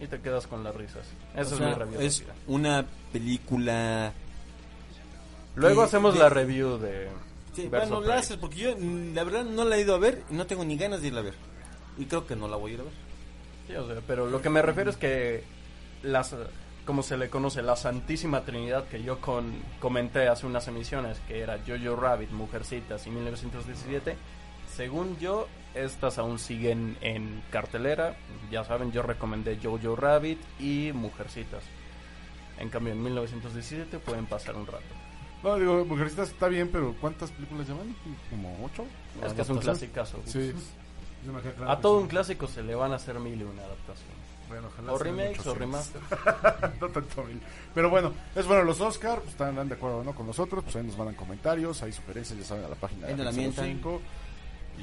[SPEAKER 5] y te quedas con las risas.
[SPEAKER 3] O
[SPEAKER 5] Esa es
[SPEAKER 3] sea,
[SPEAKER 5] mi review.
[SPEAKER 3] es
[SPEAKER 5] Akira.
[SPEAKER 3] una película
[SPEAKER 5] Luego
[SPEAKER 3] Y-
[SPEAKER 5] hacemos
[SPEAKER 3] de-
[SPEAKER 5] la review de.
[SPEAKER 3] Sí,
[SPEAKER 5] Birds
[SPEAKER 3] bueno,
[SPEAKER 5] of
[SPEAKER 3] la
[SPEAKER 5] Prey.
[SPEAKER 3] haces porque yo mm, la verdad no la he ido a ver y no tengo ni ganas de irla a ver. Y creo que no la voy a ir a ver.
[SPEAKER 5] Sí, o sea, pero lo que me refiero es que las como se le conoce la Santísima Trinidad que yo con, comenté hace unas emisiones que era Jojo Rabbit, Mujercitas y 1917, según yo estas aún siguen en cartelera, ya saben, yo recomendé Jojo Rabbit y Mujercitas. En cambio en 1917 pueden pasar un rato.
[SPEAKER 2] No, digo, Mujercitas está bien, pero ¿cuántas películas llevan? ¿Como ocho?
[SPEAKER 5] es que es un clasicazo.
[SPEAKER 2] Sí.
[SPEAKER 5] A todo un clásico se le van a hacer mil y una adaptación.
[SPEAKER 2] Bueno, ojalá
[SPEAKER 5] O
[SPEAKER 2] sean
[SPEAKER 5] remakes o
[SPEAKER 2] 800.
[SPEAKER 5] remasters.
[SPEAKER 2] No tanto mil. Pero bueno, es bueno los Oscar, pues, están de acuerdo no con nosotros, pues ahí nos mandan comentarios, hay sugerencias, ya saben, a la página
[SPEAKER 3] Ahí no la mientan.
[SPEAKER 2] 5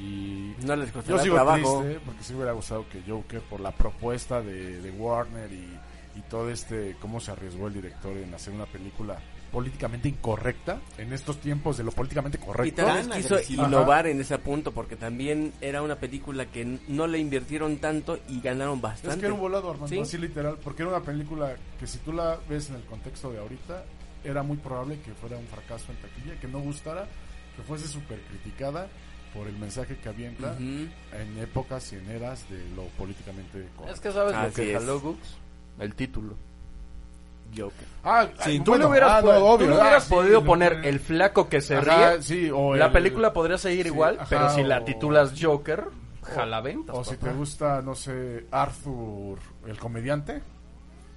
[SPEAKER 2] Y
[SPEAKER 4] No les
[SPEAKER 2] yo
[SPEAKER 4] costará
[SPEAKER 2] sigo
[SPEAKER 4] trabajo.
[SPEAKER 2] triste, ¿eh? porque sí me hubiera gustado que Joker, por la propuesta de, de Warner y, y todo este, cómo se arriesgó el director en hacer una película políticamente incorrecta, en estos tiempos de lo políticamente
[SPEAKER 4] Y
[SPEAKER 2] correcto.
[SPEAKER 4] tal vez
[SPEAKER 3] Tan
[SPEAKER 4] quiso
[SPEAKER 3] agresivo.
[SPEAKER 4] innovar en ese punto porque también era una película que n- no le invirtieron tanto y ganaron bastante.
[SPEAKER 2] Es que era un volado, Armando,
[SPEAKER 4] Sí.
[SPEAKER 2] así literal, porque era una película que si tú la ves en el contexto de ahorita, era muy probable que fuera un fracaso en taquilla, que no gustara, que fuese súper criticada por el mensaje que avienta
[SPEAKER 4] Ujú.
[SPEAKER 2] en épocas y en eras de lo políticamente correcto.
[SPEAKER 5] Es que sabes lo
[SPEAKER 4] Así
[SPEAKER 5] que
[SPEAKER 4] es.
[SPEAKER 5] jaló Gux, el título.
[SPEAKER 4] Joker.
[SPEAKER 2] Ah,
[SPEAKER 3] Sí,
[SPEAKER 5] Tú le hubieras,
[SPEAKER 2] ah, no,
[SPEAKER 5] pod- tú
[SPEAKER 2] obvio,
[SPEAKER 5] le
[SPEAKER 2] ah,
[SPEAKER 5] hubieras
[SPEAKER 2] sí,
[SPEAKER 5] podido
[SPEAKER 2] lo-
[SPEAKER 5] poner el flaco que se
[SPEAKER 2] Ajá,
[SPEAKER 5] ríe.
[SPEAKER 2] sí, o
[SPEAKER 5] la
[SPEAKER 2] el-
[SPEAKER 5] película podría seguir
[SPEAKER 2] sí,
[SPEAKER 5] igual,
[SPEAKER 2] ajá,
[SPEAKER 5] pero si
[SPEAKER 2] o-
[SPEAKER 5] la titulas Joker, jalaventas.
[SPEAKER 2] O si
[SPEAKER 5] papá.
[SPEAKER 2] te gusta, no sé, Arthur, el comediante,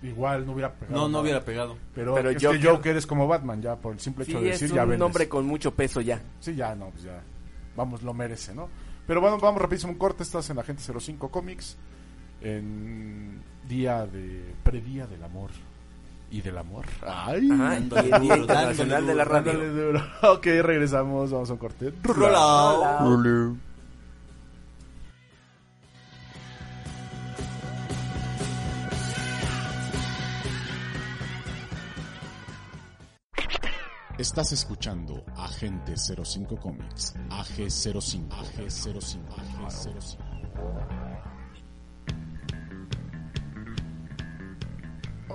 [SPEAKER 2] igual no hubiera pegado.
[SPEAKER 3] No, no
[SPEAKER 2] nada.
[SPEAKER 3] hubiera pegado.
[SPEAKER 2] Pero,
[SPEAKER 4] Pero
[SPEAKER 2] es que
[SPEAKER 4] Joker-
[SPEAKER 2] Joker es como Batman, ya, por el simple hecho
[SPEAKER 4] Sí,
[SPEAKER 2] de
[SPEAKER 4] es
[SPEAKER 2] decir,
[SPEAKER 4] un
[SPEAKER 2] ya vendes.
[SPEAKER 4] nombre con mucho peso ya.
[SPEAKER 2] Sí, ya, no, pues ya. Vamos, lo merece, ¿no? Pero bueno, vamos rapidísimo un corte. Estás en Agente 05 Comics. En día de. Predía del amor. Y del amor. Ah, ¡Ay!
[SPEAKER 4] Ajá, y
[SPEAKER 3] Dándole
[SPEAKER 4] el Día
[SPEAKER 3] duro,
[SPEAKER 4] Internacional
[SPEAKER 3] dándole
[SPEAKER 4] de la
[SPEAKER 3] duro,
[SPEAKER 2] Mm, Dale
[SPEAKER 4] Radio.
[SPEAKER 2] duro. Ok, regresamos. Vamos a un corte.
[SPEAKER 3] Rolao.
[SPEAKER 1] Estás escuchando Agente 05 Comics. AG05. AG05. AG05.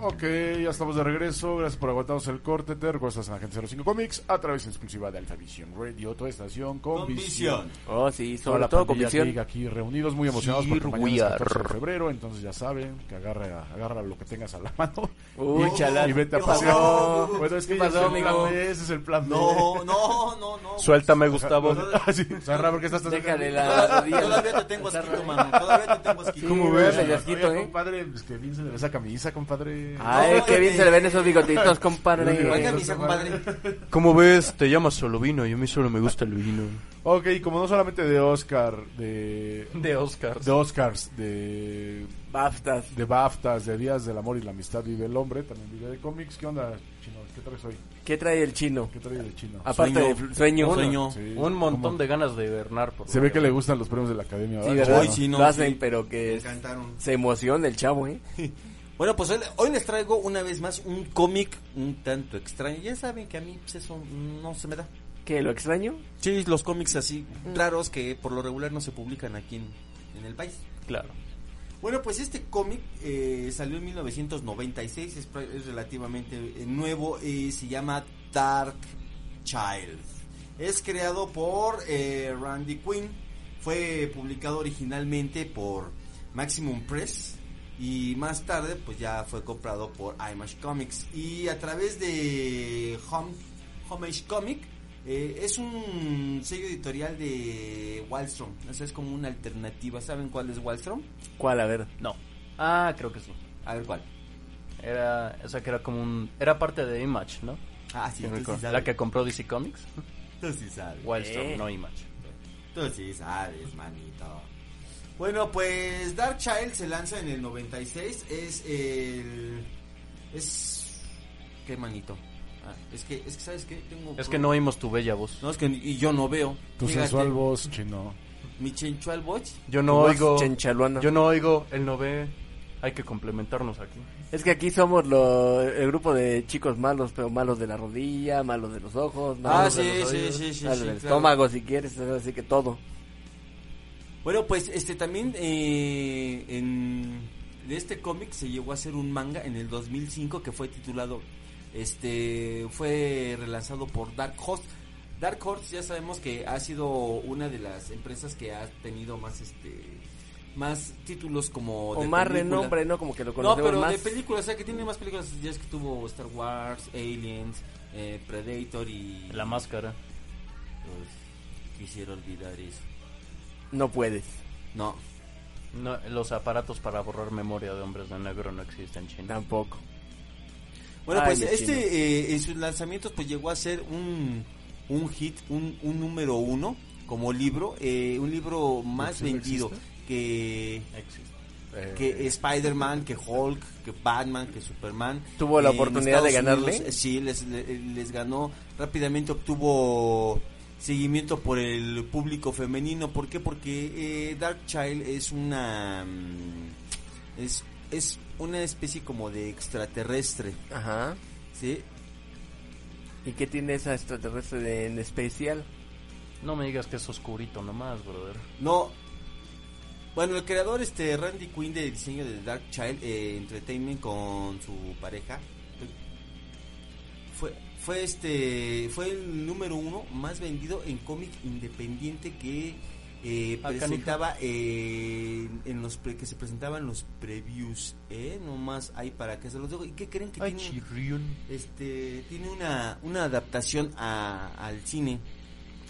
[SPEAKER 2] Ok, ya estamos de regreso. Gracias por aguantarnos el corte. Te recuerdo, estás en Agente 05 Comics a través exclusiva de Alpha Vision Radio, toda estación con,
[SPEAKER 3] Con
[SPEAKER 2] visión.
[SPEAKER 3] visión.
[SPEAKER 4] Oh, sí,
[SPEAKER 2] Toda
[SPEAKER 4] sobre
[SPEAKER 2] la
[SPEAKER 4] todo con
[SPEAKER 2] pandilla
[SPEAKER 4] visión.
[SPEAKER 2] geek aquí reunidos, muy emocionados
[SPEAKER 5] Sí,
[SPEAKER 2] porque mañana es
[SPEAKER 5] we are.
[SPEAKER 2] 14 de febrero, entonces ya saben que agarra, agarra lo que tengas a la mano
[SPEAKER 4] Uy,
[SPEAKER 2] y,
[SPEAKER 4] chalán.
[SPEAKER 2] y vete a
[SPEAKER 3] ¿Qué
[SPEAKER 2] pasear.
[SPEAKER 3] pasó?
[SPEAKER 2] Bueno, es que
[SPEAKER 4] ¿Qué
[SPEAKER 2] ese
[SPEAKER 4] Uh, pasó,
[SPEAKER 2] es el plan
[SPEAKER 4] amigo?
[SPEAKER 2] B, ese es el plan B.
[SPEAKER 3] No, no, no, no.
[SPEAKER 5] Suéltame, Gustavo.
[SPEAKER 2] Ah, sí, Sarra, ¿por qué estás tan cerca de
[SPEAKER 4] Déjale
[SPEAKER 2] mí?
[SPEAKER 4] la rodilla.
[SPEAKER 3] Todavía te tengo asquito, mano. Todavía te tengo asquito.
[SPEAKER 4] ¿Cómo
[SPEAKER 2] Oye,
[SPEAKER 4] ves? el asquito,
[SPEAKER 2] oye,
[SPEAKER 4] ¿eh? Ah.
[SPEAKER 2] compadre, pues que bien se le ve esa camisa, compadre.
[SPEAKER 4] Ay,
[SPEAKER 3] No,
[SPEAKER 4] qué bien
[SPEAKER 3] eh,
[SPEAKER 4] se le ven esos bigotitos,
[SPEAKER 3] ¿Cuál
[SPEAKER 2] Oigan,
[SPEAKER 4] compadre.
[SPEAKER 3] camisa, compadre?
[SPEAKER 5] ¿Cómo ves? Pues, Te llamas solo vino y a mí solo me gusta el vino.
[SPEAKER 2] Ok, como no solamente de Oscar, de,
[SPEAKER 5] De Oscar.
[SPEAKER 2] de Oscars, de,
[SPEAKER 4] Bastas.
[SPEAKER 2] de BAFTAs, de Días del Amor y la Amistad vive el hombre, también vive de cómics. ¿Qué onda, chino? ¿Qué traes hoy?
[SPEAKER 4] ¿Qué trae el chino?
[SPEAKER 2] ¿Qué traes de chino?
[SPEAKER 4] Aparte
[SPEAKER 3] Sueño.
[SPEAKER 4] de sueño.
[SPEAKER 5] Un
[SPEAKER 3] Sueño.
[SPEAKER 2] Sí,
[SPEAKER 5] Un montón
[SPEAKER 2] ¿cómo?
[SPEAKER 5] de ganas de hibernar. por
[SPEAKER 2] Se
[SPEAKER 5] lo
[SPEAKER 2] ve que le gustan los premios de la academia.
[SPEAKER 4] Sí,
[SPEAKER 2] ¿verdad?
[SPEAKER 4] ¿verdad?
[SPEAKER 3] Hoy sí, no,
[SPEAKER 4] Lo hacen,
[SPEAKER 3] sí.
[SPEAKER 4] pero que es-
[SPEAKER 3] encantaron.
[SPEAKER 4] se emociona el chavo, ¿eh?
[SPEAKER 3] Bueno, pues hoy, hoy les traigo una vez más un cómic un tanto extraño. Ya saben que a mí pues, eso no se me da.
[SPEAKER 4] ¿Qué, lo extraño?
[SPEAKER 3] Sí, los cómics así raros que por lo regular no se publican aquí en, en el país.
[SPEAKER 5] Claro.
[SPEAKER 3] Bueno, pues este cómic eh, salió en 1996, es, pra- es relativamente eh, nuevo y se llama Dark Child. Es creado por eh, Randy Quinn, fue publicado originalmente por Maximum Press y más tarde pues ya fue comprado por Image Comics y a través de Home, Homage Comic eh, es un sello editorial de Wallstrom, o sea, es como una alternativa, ¿saben cuál es Wallstrom?
[SPEAKER 4] ¿Cuál? A ver.
[SPEAKER 5] No. Ah, creo que sí.
[SPEAKER 3] A ver cuál.
[SPEAKER 5] Era, esa que era como un... Era parte de Image, ¿no?
[SPEAKER 3] Ah, sí, tú sí
[SPEAKER 5] la
[SPEAKER 3] sabes.
[SPEAKER 5] que compró DC Comics.
[SPEAKER 3] Tú sí sabes.
[SPEAKER 5] Wildstorm,
[SPEAKER 4] Eh.
[SPEAKER 5] no Image.
[SPEAKER 3] Tú sí sabes, manito. Bueno, pues Dark Child se lanza en el 96. Es el. Es. ¿Qué manito? Ah, es que, es que, ¿sabes qué? Tengo.
[SPEAKER 5] Es que no oímos tu bella voz.
[SPEAKER 3] No, es que y yo no veo.
[SPEAKER 2] Tu
[SPEAKER 3] Fíjate,
[SPEAKER 2] sensual voz, chino.
[SPEAKER 3] Mi chenchual botch.
[SPEAKER 5] Yo
[SPEAKER 4] Tu
[SPEAKER 5] no
[SPEAKER 4] voz
[SPEAKER 5] oigo...
[SPEAKER 4] chenchaluana.
[SPEAKER 5] Yo no oigo, él no ve. Hay que complementarnos aquí.
[SPEAKER 4] Es que aquí somos lo- el grupo de chicos malos, pero malos de la rodilla, malos de los ojos, malos
[SPEAKER 3] Ah,
[SPEAKER 4] de los
[SPEAKER 3] sí,
[SPEAKER 4] oídos,
[SPEAKER 3] sí, sí, sí.
[SPEAKER 4] malos
[SPEAKER 3] sí,
[SPEAKER 4] del
[SPEAKER 3] claro.
[SPEAKER 4] estómago, si quieres, así que todo.
[SPEAKER 3] Bueno, pues este también eh, en de este cómic se llegó a hacer un manga en el 2005 que fue titulado este fue relanzado por Dark Horse. Dark Horse ya sabemos que ha sido una de las empresas que ha tenido más este más títulos como
[SPEAKER 4] O
[SPEAKER 3] de
[SPEAKER 4] más
[SPEAKER 3] película.
[SPEAKER 4] renombre, ¿no? Como que lo
[SPEAKER 3] No,
[SPEAKER 4] conocemos
[SPEAKER 3] pero
[SPEAKER 4] más.
[SPEAKER 3] de películas, o sea, que tiene más películas, ya es que tuvo Star Wars, Aliens, eh, Predator y
[SPEAKER 5] La máscara.
[SPEAKER 3] Uf, quisiera olvidar eso.
[SPEAKER 4] No puedes.
[SPEAKER 3] No,
[SPEAKER 5] No, los aparatos para borrar memoria de hombres de negro no existen en China.
[SPEAKER 4] Tampoco.
[SPEAKER 3] Bueno,
[SPEAKER 4] Ay,
[SPEAKER 3] pues
[SPEAKER 4] mi
[SPEAKER 3] este
[SPEAKER 4] chino.
[SPEAKER 3] eh, en sus lanzamientos pues llegó a ser un, un hit, un, un número uno como libro, eh, un libro más
[SPEAKER 2] ¿Existe?
[SPEAKER 3] vendido que,
[SPEAKER 5] Existe.
[SPEAKER 2] Eh,
[SPEAKER 3] que Spider-Man, que Hulk, que Batman, que Superman.
[SPEAKER 4] ¿Tuvo la
[SPEAKER 3] Eh, en
[SPEAKER 4] oportunidad de
[SPEAKER 3] Estados
[SPEAKER 4] ganarle?
[SPEAKER 3] Unidos, eh, sí, les, le- les, ganó, rápidamente obtuvo seguimiento por el público femenino. ¿Por qué? Porque eh, Dark Child es una... mm, Es, es una especie como de extraterrestre,
[SPEAKER 4] Ajá.
[SPEAKER 3] ¿sí?
[SPEAKER 4] ¿Y qué tiene esa extraterrestre de- en especial?
[SPEAKER 5] No me digas que es oscurito nomás, brother.
[SPEAKER 3] No. Bueno, el creador este Randy Quinn de diseño de Dark Child eh, Entertainment con su pareja fue fue este fue el número uno más vendido en cómic independiente que eh,
[SPEAKER 5] Ah, canijo.
[SPEAKER 3] presentaba eh, en los pre- que se presentaban los previews eh nomás hay para que se los digo y qué creen que tiene este tiene una una adaptación a- al cine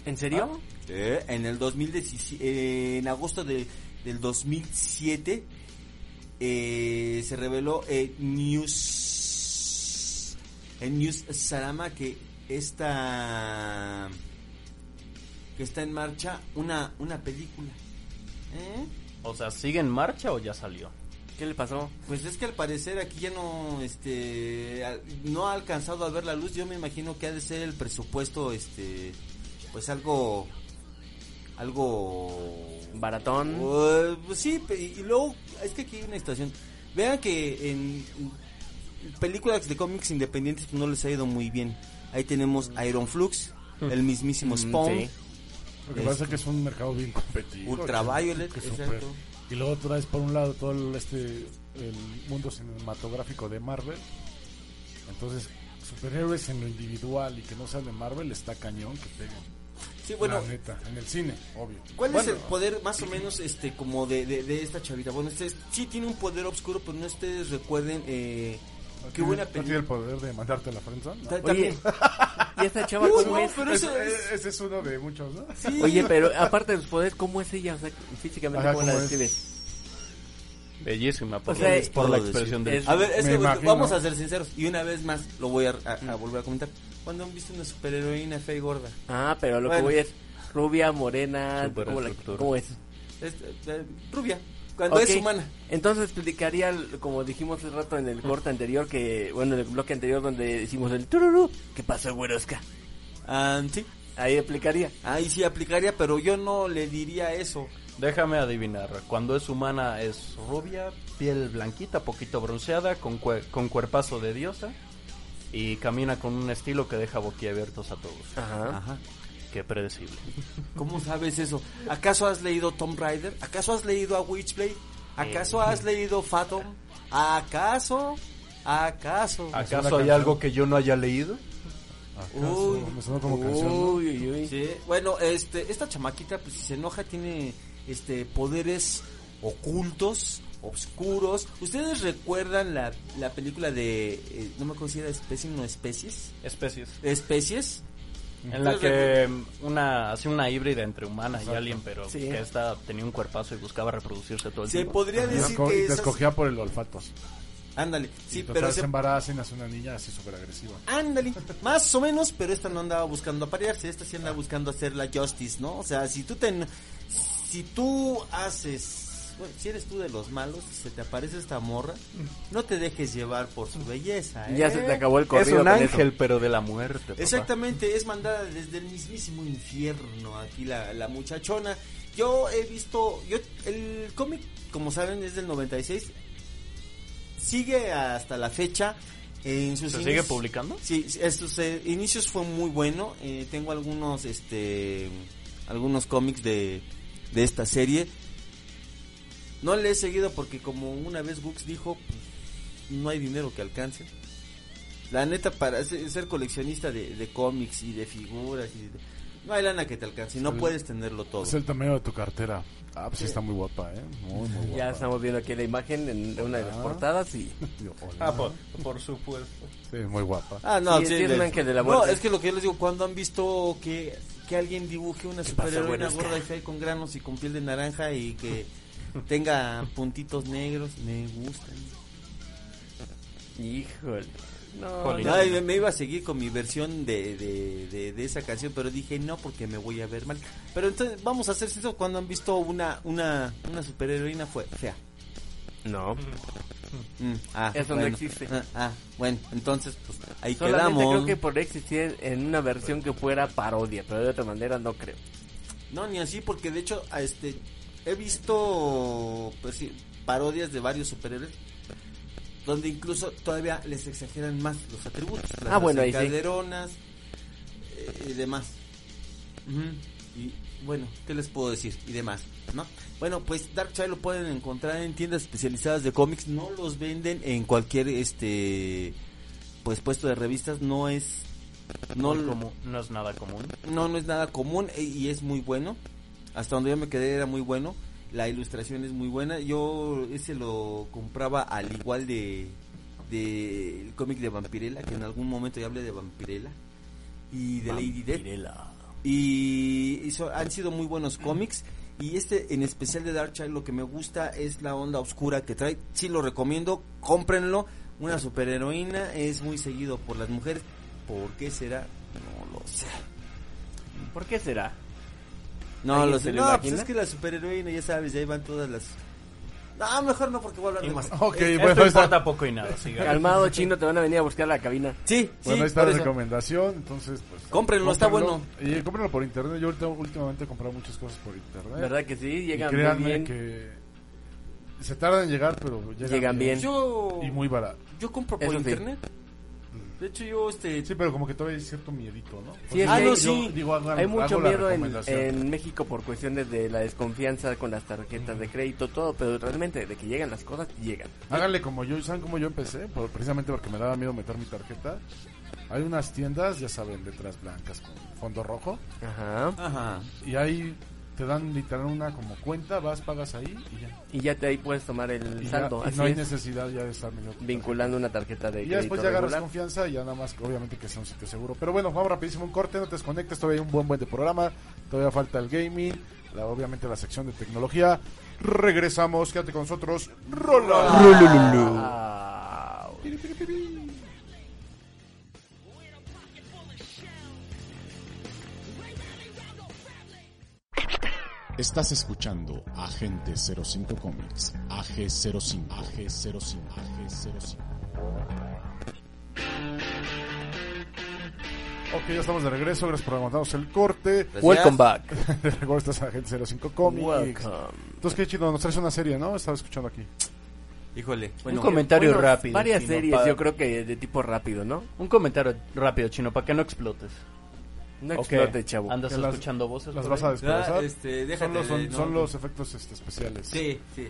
[SPEAKER 4] ¿En serio?
[SPEAKER 3] Eh, En el 2017, eh, en agosto de- del 2007, eh, se reveló en News, en News Sarama que esta, que está en marcha una, una película. ¿Eh?
[SPEAKER 5] O sea, ¿sigue en marcha o ya salió?
[SPEAKER 4] ¿Qué le pasó?
[SPEAKER 3] Pues es que al parecer aquí ya no, este, al- no ha alcanzado a ver la luz. Yo me imagino que ha de ser el presupuesto, este, pues algo, algo
[SPEAKER 4] Baratón.
[SPEAKER 3] Eh, pues sí, pe- y luego es que aquí hay una situación. Vean que en películas de cómics independientes pues, no les ha ido muy bien. Ahí tenemos a Iron Flux, el mismísimo
[SPEAKER 4] Mm,
[SPEAKER 3] Spawn,
[SPEAKER 4] sí.
[SPEAKER 2] Lo que pasa es que es un mercado bien competitivo.
[SPEAKER 3] Ultraviolet,
[SPEAKER 2] que es
[SPEAKER 3] exacto.
[SPEAKER 2] súper- Y luego traes por un lado todo el, este, el mundo cinematográfico de Marvel. Entonces, superhéroes en lo individual y que no sean de Marvel está cañón que peguen.
[SPEAKER 3] Sí, bueno,
[SPEAKER 2] La neta, en el cine, obvio.
[SPEAKER 3] ¿Cuál
[SPEAKER 2] Bueno,
[SPEAKER 3] es el poder más o menos este como de, de, de esta chavita? Bueno, ustedes sí tiene un poder oscuro, pero no ustedes recuerden eh,
[SPEAKER 2] ¿no
[SPEAKER 3] qué
[SPEAKER 2] tiene-
[SPEAKER 3] buena
[SPEAKER 2] ¿No tiene
[SPEAKER 3] película.
[SPEAKER 2] el poder de mandarte a la prensa? No.
[SPEAKER 3] Ta-
[SPEAKER 4] Oye,
[SPEAKER 3] también-
[SPEAKER 4] ¿y esta chava
[SPEAKER 3] Uy,
[SPEAKER 4] cómo
[SPEAKER 3] no,
[SPEAKER 4] es?
[SPEAKER 3] pero
[SPEAKER 2] Es-
[SPEAKER 3] eso es-
[SPEAKER 2] es- ese es uno de muchos, ¿no?
[SPEAKER 3] sí.
[SPEAKER 4] Oye, pero aparte de los poderes, ¿cómo es ella? O sea, físicamente,
[SPEAKER 2] Ajá,
[SPEAKER 4] ¿cómo la
[SPEAKER 2] ¿cómo es?
[SPEAKER 4] describes?
[SPEAKER 5] Bellísima, por,
[SPEAKER 4] O sea,
[SPEAKER 5] la-
[SPEAKER 4] es-
[SPEAKER 5] por la
[SPEAKER 3] puedo
[SPEAKER 5] expresión de...
[SPEAKER 4] decir,
[SPEAKER 3] A ver, es
[SPEAKER 2] Me
[SPEAKER 3] que
[SPEAKER 2] imagino.
[SPEAKER 3] vamos a ser sinceros. Y una vez más lo voy a, a- a volver a comentar. ¿Cuándo han visto una superheroína fea y gorda?
[SPEAKER 4] Ah, pero lo
[SPEAKER 3] Bueno.
[SPEAKER 4] que voy es rubia, morena, ¿cómo, la-
[SPEAKER 5] Superestructura.
[SPEAKER 4] cómo es?
[SPEAKER 3] Es, eh, rubia, cuando
[SPEAKER 4] Ok.
[SPEAKER 3] es humana.
[SPEAKER 4] Entonces explicaría, el- como dijimos hace rato en el corte anterior, que bueno, en el bloque anterior donde hicimos el tururú, ¿qué pasó, güerosca?
[SPEAKER 3] Ah, sí,
[SPEAKER 4] Ahí explicaría.
[SPEAKER 3] ahí sí aplicaría, pero yo no le diría eso.
[SPEAKER 5] Déjame adivinar, cuando es humana es rubia, piel blanquita, poquito bronceada, con, cue- con cuerpazo de diosa y camina con un estilo que deja boquiabiertos a todos.
[SPEAKER 4] Ajá.
[SPEAKER 3] Ajá.
[SPEAKER 5] Qué predecible.
[SPEAKER 3] ¿Cómo sabes eso? ¿Acaso has leído Tomb Raider? ¿Acaso has leído a Witchblade?
[SPEAKER 2] Eh,
[SPEAKER 3] ¿Acaso has leído Fathom? ¿Acaso? ¿Acaso?
[SPEAKER 2] Ah,
[SPEAKER 5] ¿Acaso hay algo que yo no haya leído?
[SPEAKER 2] ¿Acaso?
[SPEAKER 3] Uy.
[SPEAKER 2] Me sonó como canción. ¿no?
[SPEAKER 4] Uy, uy, uy.
[SPEAKER 3] Sí, bueno, este, esta chamaquita, pues si se enoja, tiene este poderes ocultos, obscuros. ¿Ustedes recuerdan la, la película de, eh, no me acuerdo si era Especie, no Especies?
[SPEAKER 5] Especies.
[SPEAKER 3] Especies,
[SPEAKER 5] En la que una hace una híbrida entre humana y alien, pero
[SPEAKER 4] Sí.
[SPEAKER 5] que esta tenía un cuerpazo y buscaba reproducirse todo el
[SPEAKER 3] se
[SPEAKER 5] tiempo.
[SPEAKER 3] podría
[SPEAKER 2] Y
[SPEAKER 3] decir
[SPEAKER 2] esco- y
[SPEAKER 3] que
[SPEAKER 2] te
[SPEAKER 3] esas...
[SPEAKER 2] escogía por el olfato. así.
[SPEAKER 3] Ándale,
[SPEAKER 2] Y
[SPEAKER 3] sí,
[SPEAKER 2] total,
[SPEAKER 3] pero
[SPEAKER 2] se
[SPEAKER 3] se...
[SPEAKER 2] embarazan y nace una niña así súper agresiva.
[SPEAKER 3] Ándale, más o menos, pero esta no andaba buscando aparearse, esta sí andaba buscando hacer la justice, ¿no? O sea, si tú te... en- Si tú haces... Bueno, si eres tú de los malos y se te aparece esta morra, no te dejes llevar por su belleza, ¿eh?
[SPEAKER 4] Mm. Ya se te acabó el
[SPEAKER 5] Es
[SPEAKER 4] corrido.
[SPEAKER 5] un
[SPEAKER 4] con eso.
[SPEAKER 5] ángel, pero de la muerte. papá.
[SPEAKER 3] Exactamente, es mandada desde el mismísimo infierno aquí la, la muchachona. Yo he visto, yo el cómic, como saben, es del 96. Sigue hasta la fecha en sus
[SPEAKER 5] ¿Se
[SPEAKER 3] inicios-
[SPEAKER 5] sigue publicando?
[SPEAKER 3] Sí, sí, en sus eh, inicios fue muy bueno. eh, tengo algunos este algunos cómics de de esta serie. No le he seguido porque como una vez Gux dijo, pues, no hay dinero que alcance. La neta, para se- ser coleccionista de, de cómics y de figuras, y de- no hay lana que te alcance y no
[SPEAKER 2] Sí.
[SPEAKER 3] puedes tenererlo todo.
[SPEAKER 2] Es el tamaño de tu cartera. Ah, pues sí está muy guapa, ¿eh? Muy, muy guapa.
[SPEAKER 4] Ya estamos viendo aquí la imagen en de una de las
[SPEAKER 2] Ah.
[SPEAKER 4] portadas y...
[SPEAKER 2] Yo, hola.
[SPEAKER 5] Ah, por, por supuesto.
[SPEAKER 2] Sí, muy guapa.
[SPEAKER 3] Ah, no,
[SPEAKER 4] Sí, sí, es
[SPEAKER 3] le-
[SPEAKER 4] un ángel de la
[SPEAKER 3] No,
[SPEAKER 4] muerte.
[SPEAKER 3] es que lo que yo les digo, cuando han visto que, que alguien dibuje una
[SPEAKER 4] pasó,
[SPEAKER 3] superheroína
[SPEAKER 4] buenas
[SPEAKER 3] gorda y
[SPEAKER 4] caras?
[SPEAKER 3] fea y con granos y con piel de naranja y que tenga puntitos negros? Me gustan.
[SPEAKER 4] Híjole. No,
[SPEAKER 5] Jolín.
[SPEAKER 4] no.
[SPEAKER 3] Ay, me, me iba a seguir con mi versión de, de, de- de esa canción, pero dije no porque me voy a ver mal. Pero entonces, vamos a hacer eso cuando han visto una, una, una superheroína fue fea.
[SPEAKER 4] No.
[SPEAKER 3] Mm, ah,
[SPEAKER 4] Eso no
[SPEAKER 3] bueno.
[SPEAKER 4] existe.
[SPEAKER 3] Ah, ah, bueno, entonces pues, ahí
[SPEAKER 4] Solamente
[SPEAKER 3] quedamos.
[SPEAKER 4] creo que podría existir en una versión que fuera parodia, pero de otra manera no creo.
[SPEAKER 3] No, ni así, porque de hecho, a este, he visto pues, sí, parodias de varios superhéroes donde incluso todavía les exageran más los atributos. Las
[SPEAKER 4] Ah, bueno, ahí sí.
[SPEAKER 3] caderonas eh, y demás. Ujú. Y bueno, ¿qué les puedo decir? Y demás, ¿no? Bueno, pues Dark Child lo pueden encontrar en tiendas especializadas de cómics, no los venden en cualquier este pues puesto de revistas, no es no,
[SPEAKER 5] No,
[SPEAKER 3] lo-
[SPEAKER 5] no es nada común.
[SPEAKER 3] no, no es nada común e- y es muy bueno. Hasta donde yo me quedé era muy bueno. La ilustración es muy buena. Yo ese lo compraba al igual de de el cómic de Vampirella, que en algún momento ya hablé de Vampirella y de Lady Death. y, y so- han sido muy buenos cómics. Y este en especial de Dark Child lo que me gusta es la onda oscura que trae. Sí lo recomiendo, cómprenlo. Una superheroína es muy seguido por las mujeres. ¿Por qué será? No lo sé.
[SPEAKER 4] ¿Por qué será?
[SPEAKER 3] No
[SPEAKER 4] ¿Alguien
[SPEAKER 3] lo
[SPEAKER 4] se
[SPEAKER 3] sé.
[SPEAKER 4] lo
[SPEAKER 3] No, pues
[SPEAKER 4] imagina?
[SPEAKER 3] es que la superheroína, ya sabes, ahí van todas las... No, mejor no porque voy a hablar de más. Eh,
[SPEAKER 2] Ok, bueno,
[SPEAKER 5] Esto
[SPEAKER 2] ahí está.
[SPEAKER 5] importa poco y nada, siga.
[SPEAKER 4] Calmado, chino, te van a venir a buscar a la cabina.
[SPEAKER 3] Sí,
[SPEAKER 2] Bueno,
[SPEAKER 3] sí,
[SPEAKER 2] ahí está
[SPEAKER 3] por
[SPEAKER 2] la
[SPEAKER 3] eso.
[SPEAKER 2] recomendación, entonces pues...
[SPEAKER 3] Cómprenlo, está bueno.
[SPEAKER 2] Y cómprenlo por internet, yo ahorita- últimamente he comprado muchas cosas por internet.
[SPEAKER 4] ¿Verdad que sí?
[SPEAKER 2] Y
[SPEAKER 4] Llegan muy
[SPEAKER 2] créanme
[SPEAKER 4] bien.
[SPEAKER 2] que se tardan en llegar, pero llegan,
[SPEAKER 4] Llegan bien.
[SPEAKER 3] Yo,
[SPEAKER 2] Y muy barato.
[SPEAKER 3] yo compro por
[SPEAKER 4] Eso sí.
[SPEAKER 3] internet. De hecho, yo este...
[SPEAKER 2] Sí, pero como que todavía hay cierto miedito, ¿no?
[SPEAKER 4] Sí, es
[SPEAKER 2] Porque
[SPEAKER 4] que-
[SPEAKER 2] yo
[SPEAKER 4] Ah, no,
[SPEAKER 3] sí.
[SPEAKER 2] digo, hagan-
[SPEAKER 4] Hay mucho
[SPEAKER 2] hago la
[SPEAKER 4] miedo en,
[SPEAKER 2] recomendación.
[SPEAKER 4] en México por cuestiones de la desconfianza con las tarjetas de crédito, todo, pero realmente de que llegan las cosas, llegan.
[SPEAKER 2] Háganle como yo, ¿saben cómo yo empecé? Por- precisamente porque me daba miedo meter mi tarjeta. Hay unas tiendas, ya saben, letras blancas con fondo rojo.
[SPEAKER 4] Ajá.
[SPEAKER 3] Ajá.
[SPEAKER 2] Y ahí te dan literal una como cuenta, vas, pagas ahí y ya.
[SPEAKER 4] Y ya te ahí puedes tomar el
[SPEAKER 2] Y ya-
[SPEAKER 4] saldo,
[SPEAKER 2] y
[SPEAKER 4] así
[SPEAKER 2] no hay
[SPEAKER 4] es,
[SPEAKER 2] necesidad ya de estar medio...
[SPEAKER 4] vinculando una tarjeta
[SPEAKER 2] Y
[SPEAKER 4] de
[SPEAKER 2] ya
[SPEAKER 4] crédito.
[SPEAKER 2] después ya agarras
[SPEAKER 4] regular.
[SPEAKER 2] confianza y ya nada más, obviamente que sea un sitio seguro. Pero bueno, vamos rapidísimo un corte, no te desconectes, todavía hay un buen buen de programa, todavía falta el gaming, la, obviamente la sección de tecnología. Regresamos, quédate con nosotros. Rola.
[SPEAKER 4] Ah,
[SPEAKER 1] Estás escuchando Agente 05 Comics, AG05, AG05, AG05.
[SPEAKER 2] Ok, ya estamos de regreso, gracias por aguantarnos el corte.
[SPEAKER 4] Welcome back.
[SPEAKER 2] De regreso estás en Agente 05 Comics.
[SPEAKER 4] Welcome.
[SPEAKER 2] Entonces, qué chido, nos traes una serie, ¿no? Estaba escuchando aquí.
[SPEAKER 3] Híjole.
[SPEAKER 5] Un comentario
[SPEAKER 4] Bueno,
[SPEAKER 5] rápido.
[SPEAKER 4] Varias
[SPEAKER 5] Chino,
[SPEAKER 4] series,
[SPEAKER 5] pa-
[SPEAKER 4] yo creo que de tipo rápido, ¿no?
[SPEAKER 5] Un comentario rápido, chino, para que no explotes.
[SPEAKER 4] No
[SPEAKER 5] Ok.
[SPEAKER 4] explote, chavo.
[SPEAKER 5] Andas
[SPEAKER 2] Que las-
[SPEAKER 5] escuchando voces.
[SPEAKER 2] Las
[SPEAKER 5] por
[SPEAKER 2] vas
[SPEAKER 5] ahí?
[SPEAKER 2] a
[SPEAKER 3] Ah,
[SPEAKER 2] desplazar.
[SPEAKER 3] este,
[SPEAKER 2] son
[SPEAKER 3] déjate
[SPEAKER 2] los, son,
[SPEAKER 3] de-
[SPEAKER 2] son
[SPEAKER 3] no,
[SPEAKER 2] los efectos este, especiales.
[SPEAKER 3] Sí, sí.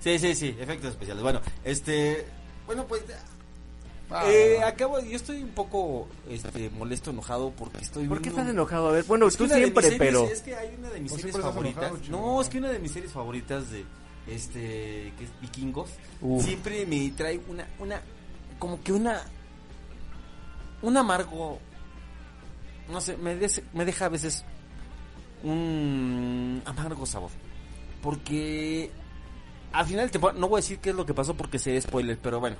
[SPEAKER 3] sí, sí, sí, efectos especiales. Bueno, este, bueno, pues
[SPEAKER 2] Ah,
[SPEAKER 3] eh, acabo, yo estoy un poco este molesto, enojado porque estoy
[SPEAKER 4] ¿Por qué
[SPEAKER 3] viendo-
[SPEAKER 4] estás enojado? A ver, bueno,
[SPEAKER 3] Es que
[SPEAKER 4] tú
[SPEAKER 3] una de mis
[SPEAKER 4] siempre,
[SPEAKER 3] series-
[SPEAKER 4] pero...
[SPEAKER 3] es que hay una de mis
[SPEAKER 2] Pues
[SPEAKER 3] series
[SPEAKER 2] siempre estás
[SPEAKER 3] favoritas.
[SPEAKER 2] enojado, chico.
[SPEAKER 3] no, es que una de mis series favoritas de este que es Vikingos
[SPEAKER 4] Uf.
[SPEAKER 3] siempre me trae una una como que una un amargo no sé, me, des- me deja a veces un amargo sabor. Porque al final de temporada, no voy a decir qué es lo que pasó porque sé spoiler, pero bueno.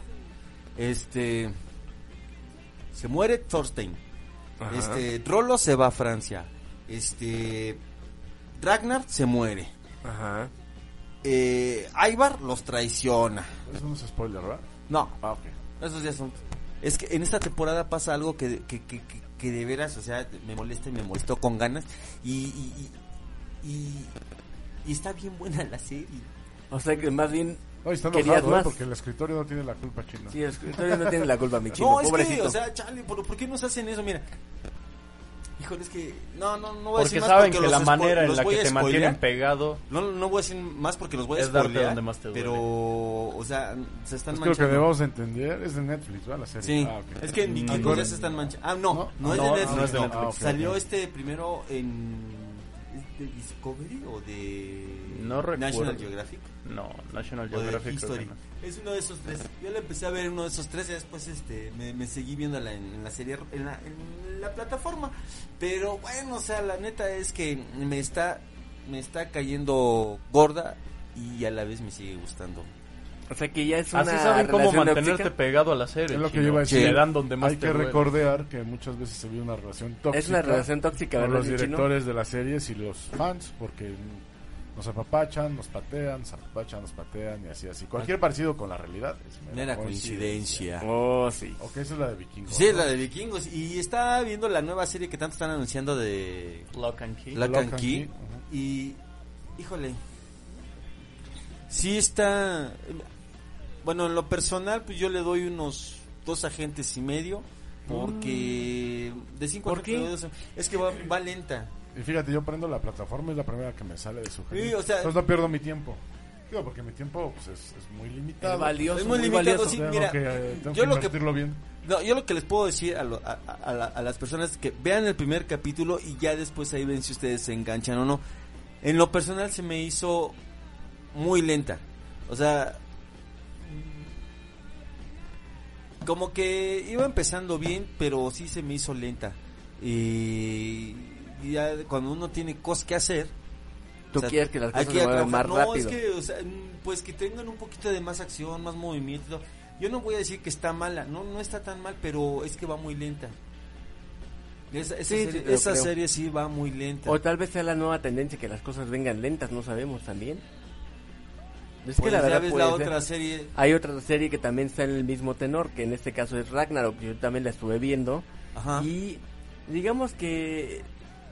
[SPEAKER 3] Este se muere Thorstein.
[SPEAKER 4] Ajá.
[SPEAKER 3] Este Rolo se va a Francia. Este Ragnar se muere.
[SPEAKER 4] Ajá.
[SPEAKER 3] Eh, Ivar los traiciona.
[SPEAKER 2] Eso no es spoiler, ¿verdad?
[SPEAKER 3] No,
[SPEAKER 2] Ah, ok.
[SPEAKER 3] esos días son. Es que en esta temporada pasa algo que, que, que, que- que de veras, o sea, me molesta y me molestó con ganas. Y, y, y- y- y está bien buena la serie.
[SPEAKER 4] O sea que más bien...
[SPEAKER 2] No, y está
[SPEAKER 4] Querías
[SPEAKER 2] enojado, ¿eh?
[SPEAKER 4] más.
[SPEAKER 2] porque el escritorio no tiene la culpa, chino.
[SPEAKER 4] Sí, el escritorio no tiene la culpa, mi chico,
[SPEAKER 3] no, es
[SPEAKER 4] pobrecito.
[SPEAKER 3] que, o sea, Charlie, ¿por, por qué nos hacen eso? Mira. Híjole, es que. No, no, no voy a
[SPEAKER 5] Porque
[SPEAKER 3] decir más
[SPEAKER 5] saben
[SPEAKER 3] porque
[SPEAKER 5] que
[SPEAKER 3] los
[SPEAKER 5] la
[SPEAKER 3] spo-
[SPEAKER 5] manera en
[SPEAKER 3] los
[SPEAKER 5] la
[SPEAKER 3] voy
[SPEAKER 5] que
[SPEAKER 3] a
[SPEAKER 5] te mantienen
[SPEAKER 3] spoilear.
[SPEAKER 5] pegado.
[SPEAKER 3] No, no voy a decir más porque los voy a
[SPEAKER 5] Es darte
[SPEAKER 3] spoilear,
[SPEAKER 5] donde más te duele.
[SPEAKER 3] Pero, o sea, se están
[SPEAKER 2] Es Pues que lo que
[SPEAKER 3] manchando.
[SPEAKER 2] debemos de entender es de Netflix, ¿verdad? La serie.
[SPEAKER 3] Sí,
[SPEAKER 2] Ah, ok.
[SPEAKER 3] es que en
[SPEAKER 5] No,
[SPEAKER 3] Vikingos ya se están manchando. Ah, no, no, es de
[SPEAKER 5] no,
[SPEAKER 3] Netflix.
[SPEAKER 5] no es de
[SPEAKER 3] no.
[SPEAKER 5] Netflix.
[SPEAKER 2] Ah, ok,
[SPEAKER 3] Salió
[SPEAKER 2] ok.
[SPEAKER 3] este primero en. ¿es de Discovery o de.
[SPEAKER 5] No recuerdo.
[SPEAKER 3] National Geographic?
[SPEAKER 5] No, National
[SPEAKER 3] O de
[SPEAKER 5] Geographic. creo que
[SPEAKER 3] History.
[SPEAKER 5] no.
[SPEAKER 3] Es uno de esos tres. Yo la empecé a ver en uno de esos tres y después este, me, me seguí viéndola en, en la serie, en la, en la plataforma. Pero bueno, o sea, la neta es que me está, me está cayendo gorda y a la vez me sigue gustando.
[SPEAKER 4] O sea que ya es una
[SPEAKER 5] Así saben cómo
[SPEAKER 4] relación
[SPEAKER 5] mantenerte
[SPEAKER 4] tóxica.
[SPEAKER 5] pegado a la serie.
[SPEAKER 2] Es lo que
[SPEAKER 5] chino.
[SPEAKER 2] yo iba a decir.
[SPEAKER 5] Te dan donde más
[SPEAKER 2] Hay
[SPEAKER 5] te
[SPEAKER 2] que
[SPEAKER 5] duele.
[SPEAKER 2] recordar que muchas veces se vive una relación tóxica.
[SPEAKER 4] Es una relación tóxica,
[SPEAKER 2] con
[SPEAKER 4] ¿verdad,
[SPEAKER 2] los
[SPEAKER 4] mi chino?
[SPEAKER 2] directores de las series y los fans, porque nos apapachan, nos patean, nos apapachan, nos patean y así, así. Cualquier parecido con la realidad es
[SPEAKER 3] Mera coincidencia.
[SPEAKER 4] Oh, sí.
[SPEAKER 2] Ok, esa es la de vikingos.
[SPEAKER 3] Sí,
[SPEAKER 2] ¿no?
[SPEAKER 3] la de vikingos. Y está viendo la nueva serie que tanto están anunciando de
[SPEAKER 5] Lock and key.
[SPEAKER 3] Black,
[SPEAKER 2] Lock
[SPEAKER 3] and
[SPEAKER 2] and
[SPEAKER 3] Key.
[SPEAKER 2] Key, ajá.
[SPEAKER 3] Y, híjole, sí está... Bueno, en lo personal, pues yo le doy unos dos agentes y medio. Porque de cinco
[SPEAKER 4] ¿Por
[SPEAKER 3] agentes
[SPEAKER 4] qué?
[SPEAKER 3] le doy dos- es que va, va lenta.
[SPEAKER 2] Y fíjate, yo prendo la plataforma, es la primera que me sale de su
[SPEAKER 3] Sí, o sea-
[SPEAKER 2] Entonces no pierdo mi tiempo. Digo, porque mi tiempo pues, es, es muy limitado.
[SPEAKER 4] Es valioso,
[SPEAKER 3] Es muy
[SPEAKER 4] muy,
[SPEAKER 3] limitado,
[SPEAKER 4] valioso.
[SPEAKER 3] sí.
[SPEAKER 2] Tengo
[SPEAKER 3] mira,
[SPEAKER 2] que, eh, tengo
[SPEAKER 3] yo
[SPEAKER 2] que
[SPEAKER 3] lo que-
[SPEAKER 2] invertirlo bien.
[SPEAKER 3] No, yo lo que les puedo decir a, lo- a- a- a la- a las personas es que vean el primer capítulo y ya después ahí ven si ustedes se enganchan o no. En lo personal se me hizo muy lenta. O sea, como que iba empezando bien, pero sí se me hizo lenta. Y ya cuando uno tiene cosas que hacer,
[SPEAKER 4] Tú
[SPEAKER 3] o sea,
[SPEAKER 4] quieres que las
[SPEAKER 3] hay
[SPEAKER 4] cosas
[SPEAKER 3] que
[SPEAKER 4] se muevan más
[SPEAKER 3] trabajar. no,
[SPEAKER 4] rápido.
[SPEAKER 3] es que, o sea, mm, pues que tengan un poquito de más acción, más movimiento. Yo no voy a decir que está mala, no, no está tan mal, pero es que va muy lenta. Esa, esa
[SPEAKER 4] Sí, sí,
[SPEAKER 3] serie,
[SPEAKER 4] te lo
[SPEAKER 3] esa
[SPEAKER 4] creo.
[SPEAKER 3] serie sí va muy lenta.
[SPEAKER 4] O tal vez sea la nueva tendencia que las cosas vengan lentas, no sabemos también.
[SPEAKER 3] Pues
[SPEAKER 4] Es que la
[SPEAKER 3] ya
[SPEAKER 4] verdad
[SPEAKER 3] ves
[SPEAKER 4] puede
[SPEAKER 3] la
[SPEAKER 4] ser.
[SPEAKER 3] otra serie,
[SPEAKER 4] Hay otra serie que también está en el mismo tenor, que en este caso es Ragnarok, yo también la estuve viendo.
[SPEAKER 3] ajá,
[SPEAKER 4] Y digamos que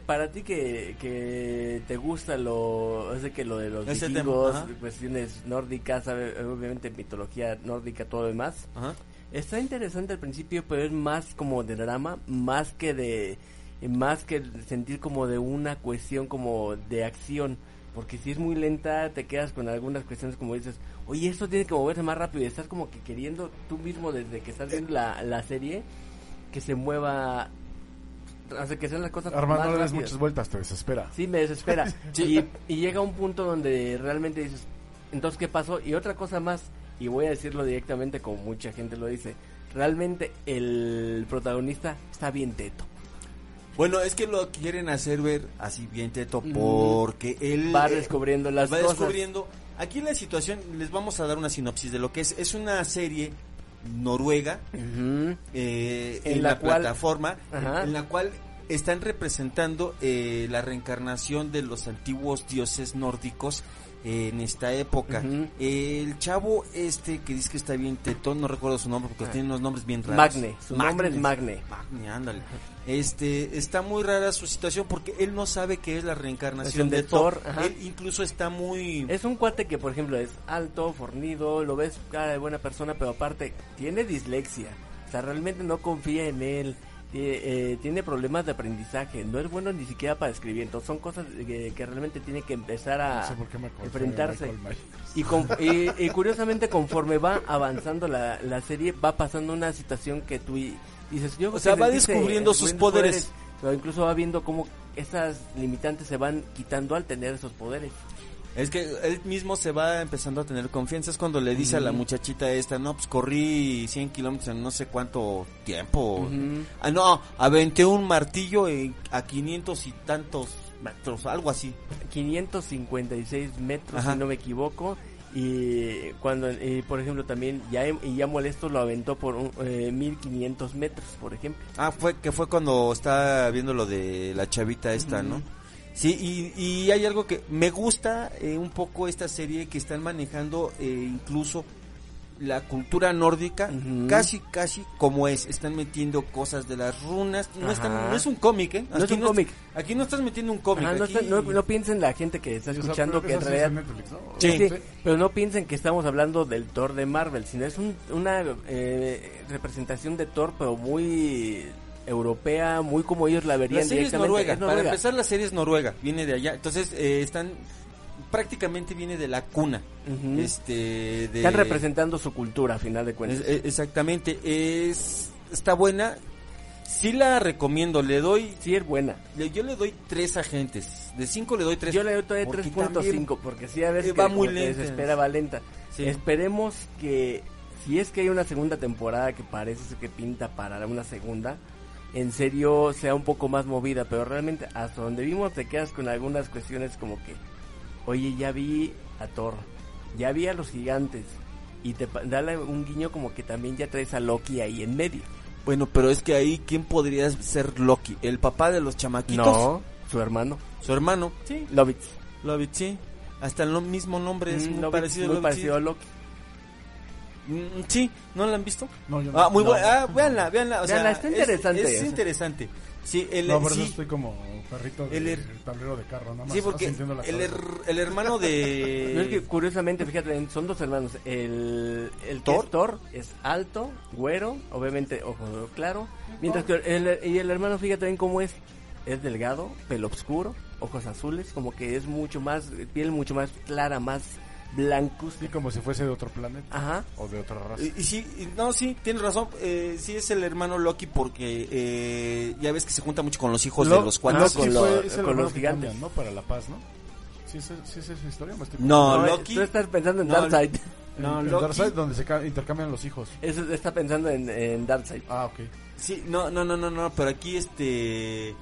[SPEAKER 4] para ti que, que te gusta lo, o sea, que lo de los
[SPEAKER 3] Ese tema,
[SPEAKER 4] vikingos,
[SPEAKER 3] ajá.
[SPEAKER 4] cuestiones nórdicas, sabe, obviamente mitología nórdica, todo lo demás,
[SPEAKER 3] ajá.
[SPEAKER 4] Está interesante al principio, pero es más como de drama, más que de más que sentir como de una cuestión como de acción, porque si es muy lenta te quedas con algunas cuestiones como dices, "Oye, esto tiene que moverse más rápido", y estás como que queriendo tú mismo desde que estás viendo la, la serie que se mueva hace que sean las cosas
[SPEAKER 2] Armando,
[SPEAKER 4] más
[SPEAKER 2] no le das
[SPEAKER 4] rápidas.
[SPEAKER 2] muchas vueltas, te desespera.
[SPEAKER 4] Sí, me desespera. y, y llega un punto donde realmente dices, entonces, ¿qué pasó? Y otra cosa más, y voy a decirlo directamente como mucha gente lo dice, realmente el protagonista está bien teto.
[SPEAKER 3] Bueno, es que lo quieren hacer ver así bien teto porque él
[SPEAKER 4] Mm. Va
[SPEAKER 3] eh,
[SPEAKER 4] descubriendo las
[SPEAKER 3] va
[SPEAKER 4] cosas.
[SPEAKER 3] descubriendo. Aquí la situación, les vamos a dar una sinopsis de lo que es. Es una serie noruega
[SPEAKER 4] Ujú.
[SPEAKER 3] eh, en,
[SPEAKER 4] En
[SPEAKER 3] la,
[SPEAKER 4] la cual-
[SPEAKER 3] plataforma
[SPEAKER 4] Ajá.
[SPEAKER 3] en la cual están representando eh, la reencarnación de los antiguos dioses nórdicos eh, en esta época.
[SPEAKER 4] Ujú.
[SPEAKER 3] El chavo este que dice que está bien tetón, no recuerdo su nombre porque
[SPEAKER 4] Ah.
[SPEAKER 3] tiene unos nombres bien raros.
[SPEAKER 4] Magne, su nombre es Magne.
[SPEAKER 3] Magne, ándale. Este, está muy rara su situación porque él no sabe qué es la reencarnación
[SPEAKER 4] Es el
[SPEAKER 3] de
[SPEAKER 4] de
[SPEAKER 3] Thor.
[SPEAKER 4] Thor, ajá.
[SPEAKER 3] Él incluso está muy...
[SPEAKER 4] Es un cuate que, por ejemplo, es alto, fornido, lo ves cara de buena persona, pero aparte tiene dislexia. O sea, realmente no confía en él. Tiene, eh, tiene problemas de aprendizaje. No es bueno ni siquiera para escribir. Entonces son cosas que, que realmente tiene que empezar a
[SPEAKER 2] No sé por qué me acordé de
[SPEAKER 4] enfrentarse.
[SPEAKER 2] Michael Myers.
[SPEAKER 4] Y, con- y- y curiosamente, conforme va avanzando la, la serie, va pasando una situación que tú y- dices, yo
[SPEAKER 3] O
[SPEAKER 4] creo
[SPEAKER 3] sea,
[SPEAKER 4] que
[SPEAKER 3] va
[SPEAKER 4] les dice,
[SPEAKER 3] descubriendo
[SPEAKER 4] eh,
[SPEAKER 3] sus poderes.
[SPEAKER 4] Pero incluso va viendo cómo esas limitantes se van quitando al tener esos poderes.
[SPEAKER 3] Es que él mismo se va empezando a tener confianza. Es cuando le dice a la muchachita esta, no, pues corrí 100 kilómetros en no sé cuánto tiempo.
[SPEAKER 4] Ujú.
[SPEAKER 3] Ah, no, aventé un martillo en- a 500 y tantos metros, algo así.
[SPEAKER 4] 556 metros,
[SPEAKER 3] Ajá.
[SPEAKER 4] si no me equivoco. Y cuando, eh, por ejemplo, también ya, y ya molesto lo aventó por un, eh, 1500 metros, por ejemplo.
[SPEAKER 3] Ah, fue que fue cuando está viendo lo de la chavita esta, ¿no? Sí, y, y hay algo que me gusta eh, un poco esta serie que están manejando eh, incluso la cultura nórdica,
[SPEAKER 4] Ujú.
[SPEAKER 3] casi, casi como es. Están metiendo cosas de las runas. No, están-
[SPEAKER 4] Ajá.
[SPEAKER 3] no es un cómic, ¿eh?
[SPEAKER 4] No es un cómic.
[SPEAKER 3] Aquí no estás metiendo un cómic.
[SPEAKER 4] Ajá, no,
[SPEAKER 3] aquí-
[SPEAKER 4] está- no- no piensen la gente que está
[SPEAKER 2] Sí, o sea,
[SPEAKER 4] escuchando
[SPEAKER 2] creo
[SPEAKER 4] que en
[SPEAKER 2] esa sí
[SPEAKER 4] realidad
[SPEAKER 2] es de Netflix, ¿no?
[SPEAKER 3] Sí.
[SPEAKER 4] Sí, pero no piensen que estamos hablando del Thor de Marvel, sino es un- una eh, representación de Thor, pero muy europea, muy como ellos la verían
[SPEAKER 3] La serie es
[SPEAKER 4] directamente.
[SPEAKER 3] noruega.
[SPEAKER 4] Es
[SPEAKER 3] Para
[SPEAKER 4] noruega.
[SPEAKER 3] empezar, la serie es noruega. Viene de allá. Entonces, eh, están. Prácticamente viene de la cuna.
[SPEAKER 4] Ujú.
[SPEAKER 3] Este. De,
[SPEAKER 4] Están representando su cultura, a final de cuentas.
[SPEAKER 3] Es- es- exactamente. Es. Está buena. Sí la recomiendo. Le doy.
[SPEAKER 4] sí, es buena.
[SPEAKER 3] le- yo le doy tres agentes. De cinco le doy tres.
[SPEAKER 4] Yo le doy todavía
[SPEAKER 3] Porque
[SPEAKER 4] 3.5 porque sí a
[SPEAKER 3] Eh,
[SPEAKER 4] veces
[SPEAKER 3] va
[SPEAKER 4] que
[SPEAKER 3] muy
[SPEAKER 4] como te
[SPEAKER 3] lenta.
[SPEAKER 4] desespera va lenta.
[SPEAKER 3] Sí.
[SPEAKER 4] Esperemos que si es que hay una segunda temporada que parece ser que pinta para una segunda, en serio sea un poco más movida, pero realmente hasta donde vimos te quedas con algunas cuestiones como que, oye, ya vi a Thor, ya vi a los gigantes y te pa- da la- un guiño como que también ya traes a Loki ahí en medio.
[SPEAKER 3] Bueno, pero es que ahí, ¿quién podría ser Loki? ¿El papá de los chamaquitos?
[SPEAKER 4] No, su hermano,
[SPEAKER 3] Su hermano. Sí.
[SPEAKER 4] Lovitz.
[SPEAKER 3] Lovitz, sí. Hasta el no- mismo nombre es
[SPEAKER 4] Mm,
[SPEAKER 3] muy
[SPEAKER 4] Lovitz,
[SPEAKER 3] parecido. a
[SPEAKER 4] muy
[SPEAKER 3] Lovitz,
[SPEAKER 4] parecido a Loki.
[SPEAKER 3] Mm, sí, ¿no la han visto?
[SPEAKER 2] No, yo no.
[SPEAKER 3] Ah, muy
[SPEAKER 2] No.
[SPEAKER 3] buena. Ah, véanla, véanla. O sea,
[SPEAKER 4] Véanla, está
[SPEAKER 3] es-
[SPEAKER 4] interesante.
[SPEAKER 3] Es, interesante. Sí, el,
[SPEAKER 2] No, por
[SPEAKER 3] sí,
[SPEAKER 2] eso estoy como perrito
[SPEAKER 3] El
[SPEAKER 2] del
[SPEAKER 3] her-
[SPEAKER 2] tablero de carro, nada más.
[SPEAKER 3] sí, porque
[SPEAKER 2] sintiendo la
[SPEAKER 3] el, er-
[SPEAKER 2] cabeza.
[SPEAKER 3] her- el hermano de...
[SPEAKER 4] No, es que curiosamente, fíjate, son dos hermanos. El, el que
[SPEAKER 3] ¿Thor?
[SPEAKER 4] es Thor es alto, güero, obviamente ojo claro. Mientras que el, y el hermano, fíjate bien cómo es. Es delgado, pelo oscuro, ojos azules, como que es mucho más, piel mucho más clara, más blancos.
[SPEAKER 2] Sí, como si fuese de otro planeta
[SPEAKER 4] Ajá.
[SPEAKER 2] o de otra raza.
[SPEAKER 3] Y, y sí, y no, sí, tienes razón. Eh, sí es el hermano Loki porque eh, ya ves que se junta mucho con los hijos Pues de
[SPEAKER 4] Lo-
[SPEAKER 3] los
[SPEAKER 2] Loki
[SPEAKER 3] cuantos.
[SPEAKER 4] con
[SPEAKER 2] fue-
[SPEAKER 4] lo-
[SPEAKER 2] es el
[SPEAKER 4] con
[SPEAKER 2] hermano
[SPEAKER 4] los
[SPEAKER 2] que
[SPEAKER 4] gigantes.
[SPEAKER 2] cambian, ¿no? Para la paz, ¿no? Sí, esa sí, esa es la historia. Me estoy
[SPEAKER 3] No,
[SPEAKER 4] eh,
[SPEAKER 3] Loki-
[SPEAKER 4] Tú estás pensando en
[SPEAKER 3] no,
[SPEAKER 4] Darkseid.
[SPEAKER 3] No,
[SPEAKER 2] en
[SPEAKER 3] Loki-
[SPEAKER 2] Darkseid donde se ca- intercambian los hijos.
[SPEAKER 4] Eso está pensando en, en Darkseid.
[SPEAKER 2] Ah, ok.
[SPEAKER 3] Sí, no, no, no, no, no, pero aquí este...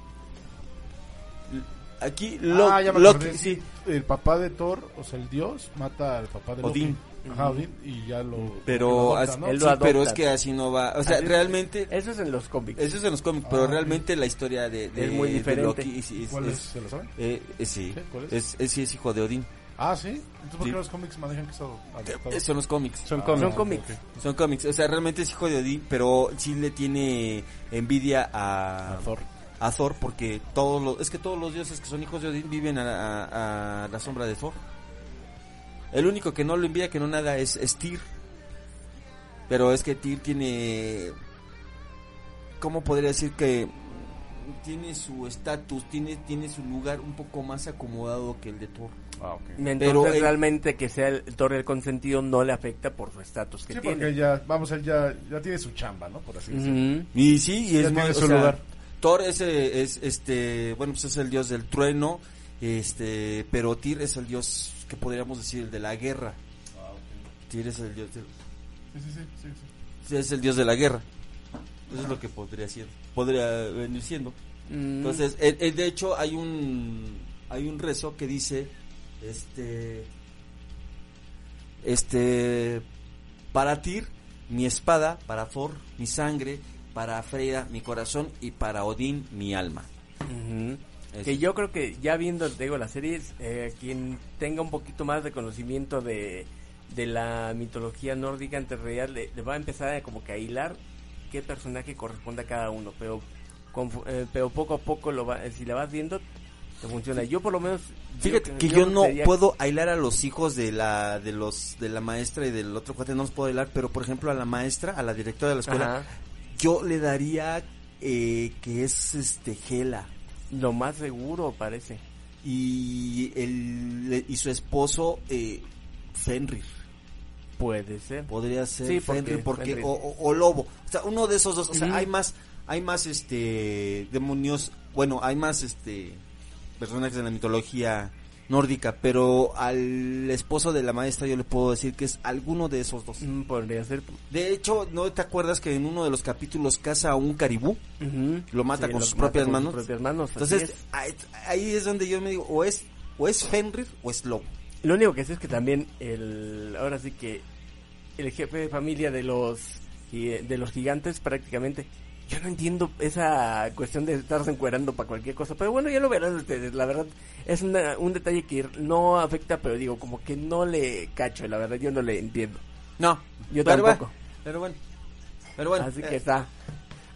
[SPEAKER 3] Aquí Lo-
[SPEAKER 2] ah, ya me
[SPEAKER 3] Loki,
[SPEAKER 2] acordé.
[SPEAKER 3] sí.
[SPEAKER 2] El papá de Thor, o sea, el dios, mata al papá de Loki.
[SPEAKER 3] Odín.
[SPEAKER 2] Ajá, Odín, y ya lo...
[SPEAKER 3] Pero,
[SPEAKER 2] lo adopta,
[SPEAKER 3] as-
[SPEAKER 2] ¿no?
[SPEAKER 4] él
[SPEAKER 3] sí,
[SPEAKER 4] lo adopta.
[SPEAKER 3] pero es que así no va. O sea,
[SPEAKER 4] Así-
[SPEAKER 3] realmente,
[SPEAKER 4] Eso es en los cómics.
[SPEAKER 3] eso es en los cómics, pero
[SPEAKER 2] Ah,
[SPEAKER 3] realmente la historia de, de-
[SPEAKER 4] Es muy
[SPEAKER 3] de
[SPEAKER 4] diferente.
[SPEAKER 3] Loki es, es-
[SPEAKER 2] ¿Cuál es?
[SPEAKER 3] es-
[SPEAKER 2] ¿Se lo saben?
[SPEAKER 3] eh, eh, sí,
[SPEAKER 2] ¿Sí? ¿Cuál es?
[SPEAKER 3] es? es- sí, es hijo de Odín.
[SPEAKER 2] Ah, ¿sí? Entonces, ¿por qué
[SPEAKER 3] Sí.
[SPEAKER 2] los cómics manejan que eso adoptado?
[SPEAKER 3] Eh, Son los cómics.
[SPEAKER 5] Son
[SPEAKER 2] Ah,
[SPEAKER 5] cómics.
[SPEAKER 4] Son cómics.
[SPEAKER 2] ok.
[SPEAKER 3] Son cómics, o sea, realmente es hijo de Odín, pero sí le tiene envidia a,
[SPEAKER 2] A Thor.
[SPEAKER 3] a Ah, Thor porque todos los, es que todos los dioses que son hijos de Odín viven a, a- a la sombra de Thor. El único que no lo envía, que no nada, es, es Tyr. Pero es que Tyr tiene, ¿cómo podría decir que tiene su estatus, tiene, tiene su lugar un poco más acomodado que el de Thor?
[SPEAKER 2] Ah, ok.
[SPEAKER 4] Entonces
[SPEAKER 3] Pero él-
[SPEAKER 4] realmente que sea el Thor el consentido no le afecta por su estatus que
[SPEAKER 2] Sí, porque
[SPEAKER 4] tiene.
[SPEAKER 2] ya, vamos, él ya, ya tiene su chamba, ¿no? Por así decirlo.
[SPEAKER 4] Ujú.
[SPEAKER 3] Y sí, y
[SPEAKER 2] Ya
[SPEAKER 3] es muy,
[SPEAKER 2] tiene
[SPEAKER 3] o
[SPEAKER 2] su
[SPEAKER 3] sea,
[SPEAKER 2] lugar.
[SPEAKER 3] Thor es, eh, es, este, bueno, pues es el dios del trueno, este, pero Tyr es el dios que podríamos decir el de la guerra. Tyr es el dios del-
[SPEAKER 2] Sí, sí, sí, sí, sí.
[SPEAKER 3] es el dios de la guerra. Eso es lo que podría ser, podría venir siendo.
[SPEAKER 4] Mm.
[SPEAKER 3] Entonces, eh, eh, de hecho hay un hay un rezo que dice este este para Tyr mi espada, para Thor mi sangre, para Freya mi corazón y para Odín mi alma.
[SPEAKER 4] Ujú.
[SPEAKER 3] Eso.
[SPEAKER 4] Que yo creo que ya viendo, te digo, las series, eh, quien tenga un poquito más de conocimiento de, de la mitología nórdica en realidad le, le va a empezar a como que a hilar qué personaje corresponde a cada uno, pero confu- eh, pero poco a poco lo va, eh, si la vas viendo te funciona. Yo por lo menos
[SPEAKER 3] Fíjate que yo no
[SPEAKER 4] sería-
[SPEAKER 3] puedo aislar a los hijos de la de los de la maestra y del otro cuate no los puedo aislar, pero por ejemplo a la maestra, a la directora de la escuela,
[SPEAKER 4] Ajá.
[SPEAKER 3] yo le daría eh, que es este Gela.
[SPEAKER 4] lo más seguro parece.
[SPEAKER 3] y el y su esposo eh, Fenrir
[SPEAKER 4] Puede ser.
[SPEAKER 3] podría ser
[SPEAKER 4] Sí, porque
[SPEAKER 3] Fenrir porque
[SPEAKER 4] Fenrir.
[SPEAKER 3] O, o- o lobo o sea uno de esos dos o sea
[SPEAKER 4] Ujú.
[SPEAKER 3] hay más hay más este demonios bueno hay más este personajes de la mitología nórdica pero al esposo de la maestra yo le puedo decir que es alguno de esos dos
[SPEAKER 4] Mm, podría ser.
[SPEAKER 3] de hecho no te acuerdas que en uno de los capítulos caza a un caribú
[SPEAKER 4] Ujú.
[SPEAKER 3] Lo mata con sus propias manos.
[SPEAKER 4] propias manos, así
[SPEAKER 3] entonces
[SPEAKER 4] es.
[SPEAKER 3] ahí- ahí es donde yo me digo o es o es Fenrir o es lobo
[SPEAKER 4] Lo único que sé es que también el ahora sí que el jefe de familia de los gi- de los gigantes prácticamente yo no entiendo esa cuestión de estarse encuerando para cualquier cosa, pero bueno, ya lo verán ustedes, la verdad es una- un detalle que no afecta, pero digo, como que no le cacho, la verdad yo no le entiendo.
[SPEAKER 3] No,
[SPEAKER 4] Yo
[SPEAKER 3] pero
[SPEAKER 4] tampoco.
[SPEAKER 3] bueno, pero bueno. Pero bueno.
[SPEAKER 4] Así
[SPEAKER 3] eh,
[SPEAKER 4] que está.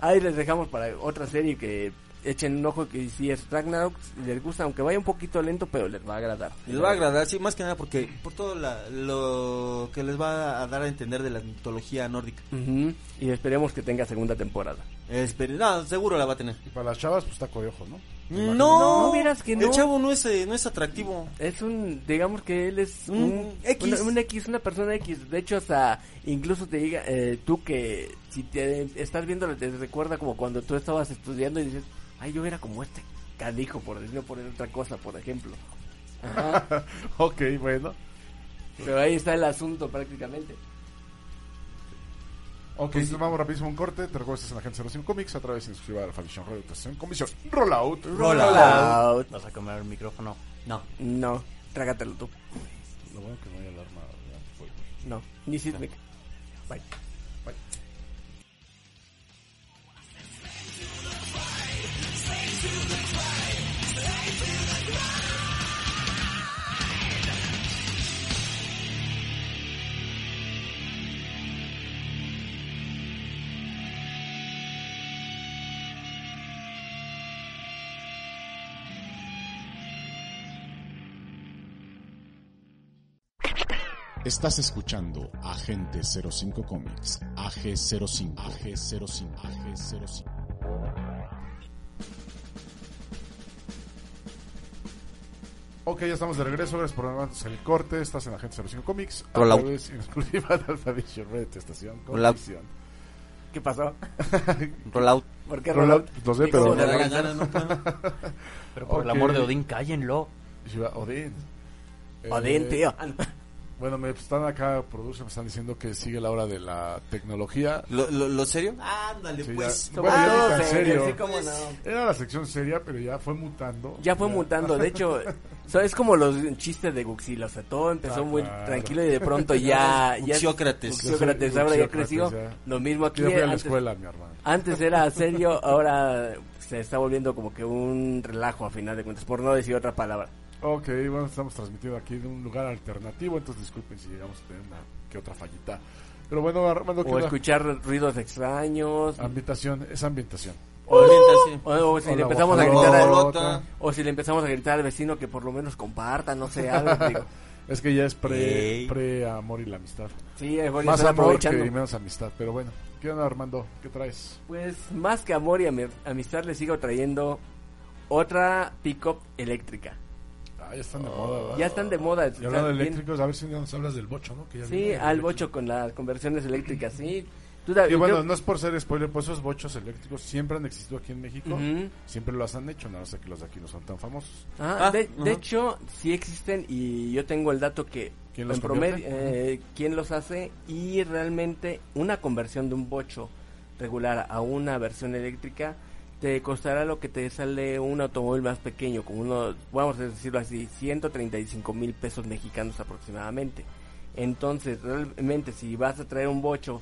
[SPEAKER 4] Ahí les dejamos para otra serie que echen un ojo que si es Ragnarok les gusta, aunque vaya un poquito lento, pero les va a agradar.
[SPEAKER 3] les va a agradar, sí, más que nada porque por todo la- lo que les va a dar a entender de la mitología nórdica.
[SPEAKER 4] Ujú, Y esperemos que tenga segunda temporada.
[SPEAKER 3] Espere, no, seguro la va a tener.
[SPEAKER 2] Y para las chavas, pues taco de ojo, ¿no?
[SPEAKER 3] No,
[SPEAKER 4] No, vieras que no.
[SPEAKER 3] El chavo no es, eh, no es atractivo.
[SPEAKER 4] Es un, digamos que él es
[SPEAKER 3] Un
[SPEAKER 4] un,
[SPEAKER 3] X.
[SPEAKER 4] una- un X, una persona X. De hecho, hasta incluso te diga, eh, tú que si te estás viendo, te recuerda como cuando tú estabas estudiando y dices, ay, yo era como este canijo, por decirlo, por otra cosa, por ejemplo. Ajá.
[SPEAKER 2] ok, bueno.
[SPEAKER 4] Pero ahí está el asunto prácticamente.
[SPEAKER 2] Ok, entonces vamos rapidísimo a un corte. Te recuerdo que estás en la gente 05 Comics a través de inscribir a la Fabichon Radio Estación Comisión Rollout.
[SPEAKER 3] Rollout.
[SPEAKER 4] Rollout.
[SPEAKER 5] Vas a comer el micrófono.
[SPEAKER 3] No.
[SPEAKER 4] No, trágatelo tú.
[SPEAKER 2] Lo bueno que no hay alarma. ya fue.
[SPEAKER 4] No, ni Sismic. Bye.
[SPEAKER 2] Bye.
[SPEAKER 1] Estás escuchando Agente 05 Comics, AG05, AG05, AG05.
[SPEAKER 2] Ok, ya estamos de regreso. Gracias por darnos el corte. Estás en la gente 05 Comics a
[SPEAKER 3] Rollout.
[SPEAKER 2] través exclusiva de la Fabichon Radio Estación
[SPEAKER 3] Rollout.
[SPEAKER 2] Comisión.
[SPEAKER 4] ¿Qué pasó?
[SPEAKER 3] Rollout.
[SPEAKER 4] ¿Por qué
[SPEAKER 2] Rollout,
[SPEAKER 4] Rollout?
[SPEAKER 2] pues no sé,
[SPEAKER 4] Dijo,
[SPEAKER 2] pero-
[SPEAKER 4] "Se la regañaron".
[SPEAKER 5] Pero por
[SPEAKER 2] Ok.
[SPEAKER 5] el amor de Odín, cállenlo.
[SPEAKER 2] Shiva Odín.
[SPEAKER 4] Odín,
[SPEAKER 2] Eh,
[SPEAKER 4] tío. Ah, no.
[SPEAKER 2] Bueno, me están acá, produce, me están diciendo que sigue la hora de la tecnología.
[SPEAKER 6] ¿Lo, lo, lo serio?
[SPEAKER 3] Ándale,
[SPEAKER 2] Sí, ya.
[SPEAKER 3] pues.
[SPEAKER 2] Bueno, ya
[SPEAKER 4] todo
[SPEAKER 2] ni tan
[SPEAKER 4] serio,
[SPEAKER 2] serio.
[SPEAKER 4] sí, cómo no.
[SPEAKER 2] Era la sección seria, pero ya fue mutando.
[SPEAKER 4] Ya fue mutando, de hecho, so- es como los chistes de Guxil, o sea, todo empezó
[SPEAKER 2] Ah,
[SPEAKER 4] muy
[SPEAKER 2] claro.
[SPEAKER 4] tranquilo y de pronto ya... ya
[SPEAKER 6] Guxiócrates.
[SPEAKER 4] Guxiócrates, ahora ya
[SPEAKER 2] Guxiócrates,
[SPEAKER 4] creció,
[SPEAKER 2] ya.
[SPEAKER 4] lo mismo aquí.
[SPEAKER 2] Yo fui a la
[SPEAKER 4] antes-
[SPEAKER 2] escuela, mi hermano.
[SPEAKER 4] Antes era serio, ahora se está volviendo como que un relajo a final de cuentas, por no decir otra palabra.
[SPEAKER 2] Ok, bueno, estamos transmitiendo aquí de un lugar alternativo, entonces disculpen si llegamos a tener una que otra fallita. Pero bueno, Armando, ¿qué
[SPEAKER 4] O
[SPEAKER 2] onda?
[SPEAKER 4] escuchar ruidos extraños.
[SPEAKER 2] Ambientación, es ambientación.
[SPEAKER 3] Orientación.
[SPEAKER 4] O, o si
[SPEAKER 2] Hola,
[SPEAKER 4] le empezamos a
[SPEAKER 2] guajolota.
[SPEAKER 4] gritar al,
[SPEAKER 6] Hola.
[SPEAKER 4] o si le empezamos a gritar al vecino que por lo menos comparta, no sé, algo. digo.
[SPEAKER 2] Es que ya es pre,
[SPEAKER 6] Ey.
[SPEAKER 2] pre amor y la amistad.
[SPEAKER 4] Sí, a lo mejor ya
[SPEAKER 2] Más
[SPEAKER 4] están
[SPEAKER 2] amor que
[SPEAKER 4] aprovechando.
[SPEAKER 2] menos amistad, pero bueno. ¿Qué onda, Armando? ¿Qué traes?
[SPEAKER 4] Pues más que amor y ami- amistad le sigo trayendo otra pickup eléctrica.
[SPEAKER 2] Ah, ya están de moda, ¿verdad?
[SPEAKER 4] Ya están de moda.
[SPEAKER 2] Y hablando de
[SPEAKER 4] están bien-
[SPEAKER 2] eléctricos, a ver si nos hablas del bocho, ¿no? Que ya
[SPEAKER 4] Sí,
[SPEAKER 2] viene el
[SPEAKER 4] al
[SPEAKER 2] eléctrico.
[SPEAKER 4] bocho con las conversiones eléctricas, sí. Tú, David,
[SPEAKER 2] Y bueno,
[SPEAKER 4] yo-
[SPEAKER 2] no es por ser spoiler, pues esos bochos eléctricos siempre han existido aquí en México.
[SPEAKER 4] Ujú.
[SPEAKER 2] Siempre los han hecho, nada más que los de aquí no son tan famosos.
[SPEAKER 4] Ah,
[SPEAKER 3] Ah,
[SPEAKER 4] de,
[SPEAKER 3] ajá.
[SPEAKER 4] de hecho, sí existen y yo tengo el dato que
[SPEAKER 2] ¿Quién los
[SPEAKER 4] en promedio,
[SPEAKER 2] convierte?
[SPEAKER 4] eh, quién los hace y realmente una conversión de un bocho regular a una versión eléctrica te costará lo que te sale un automóvil más pequeño, como uno, vamos a decirlo así, 135 mil pesos mexicanos aproximadamente. Entonces, realmente si vas a traer un bocho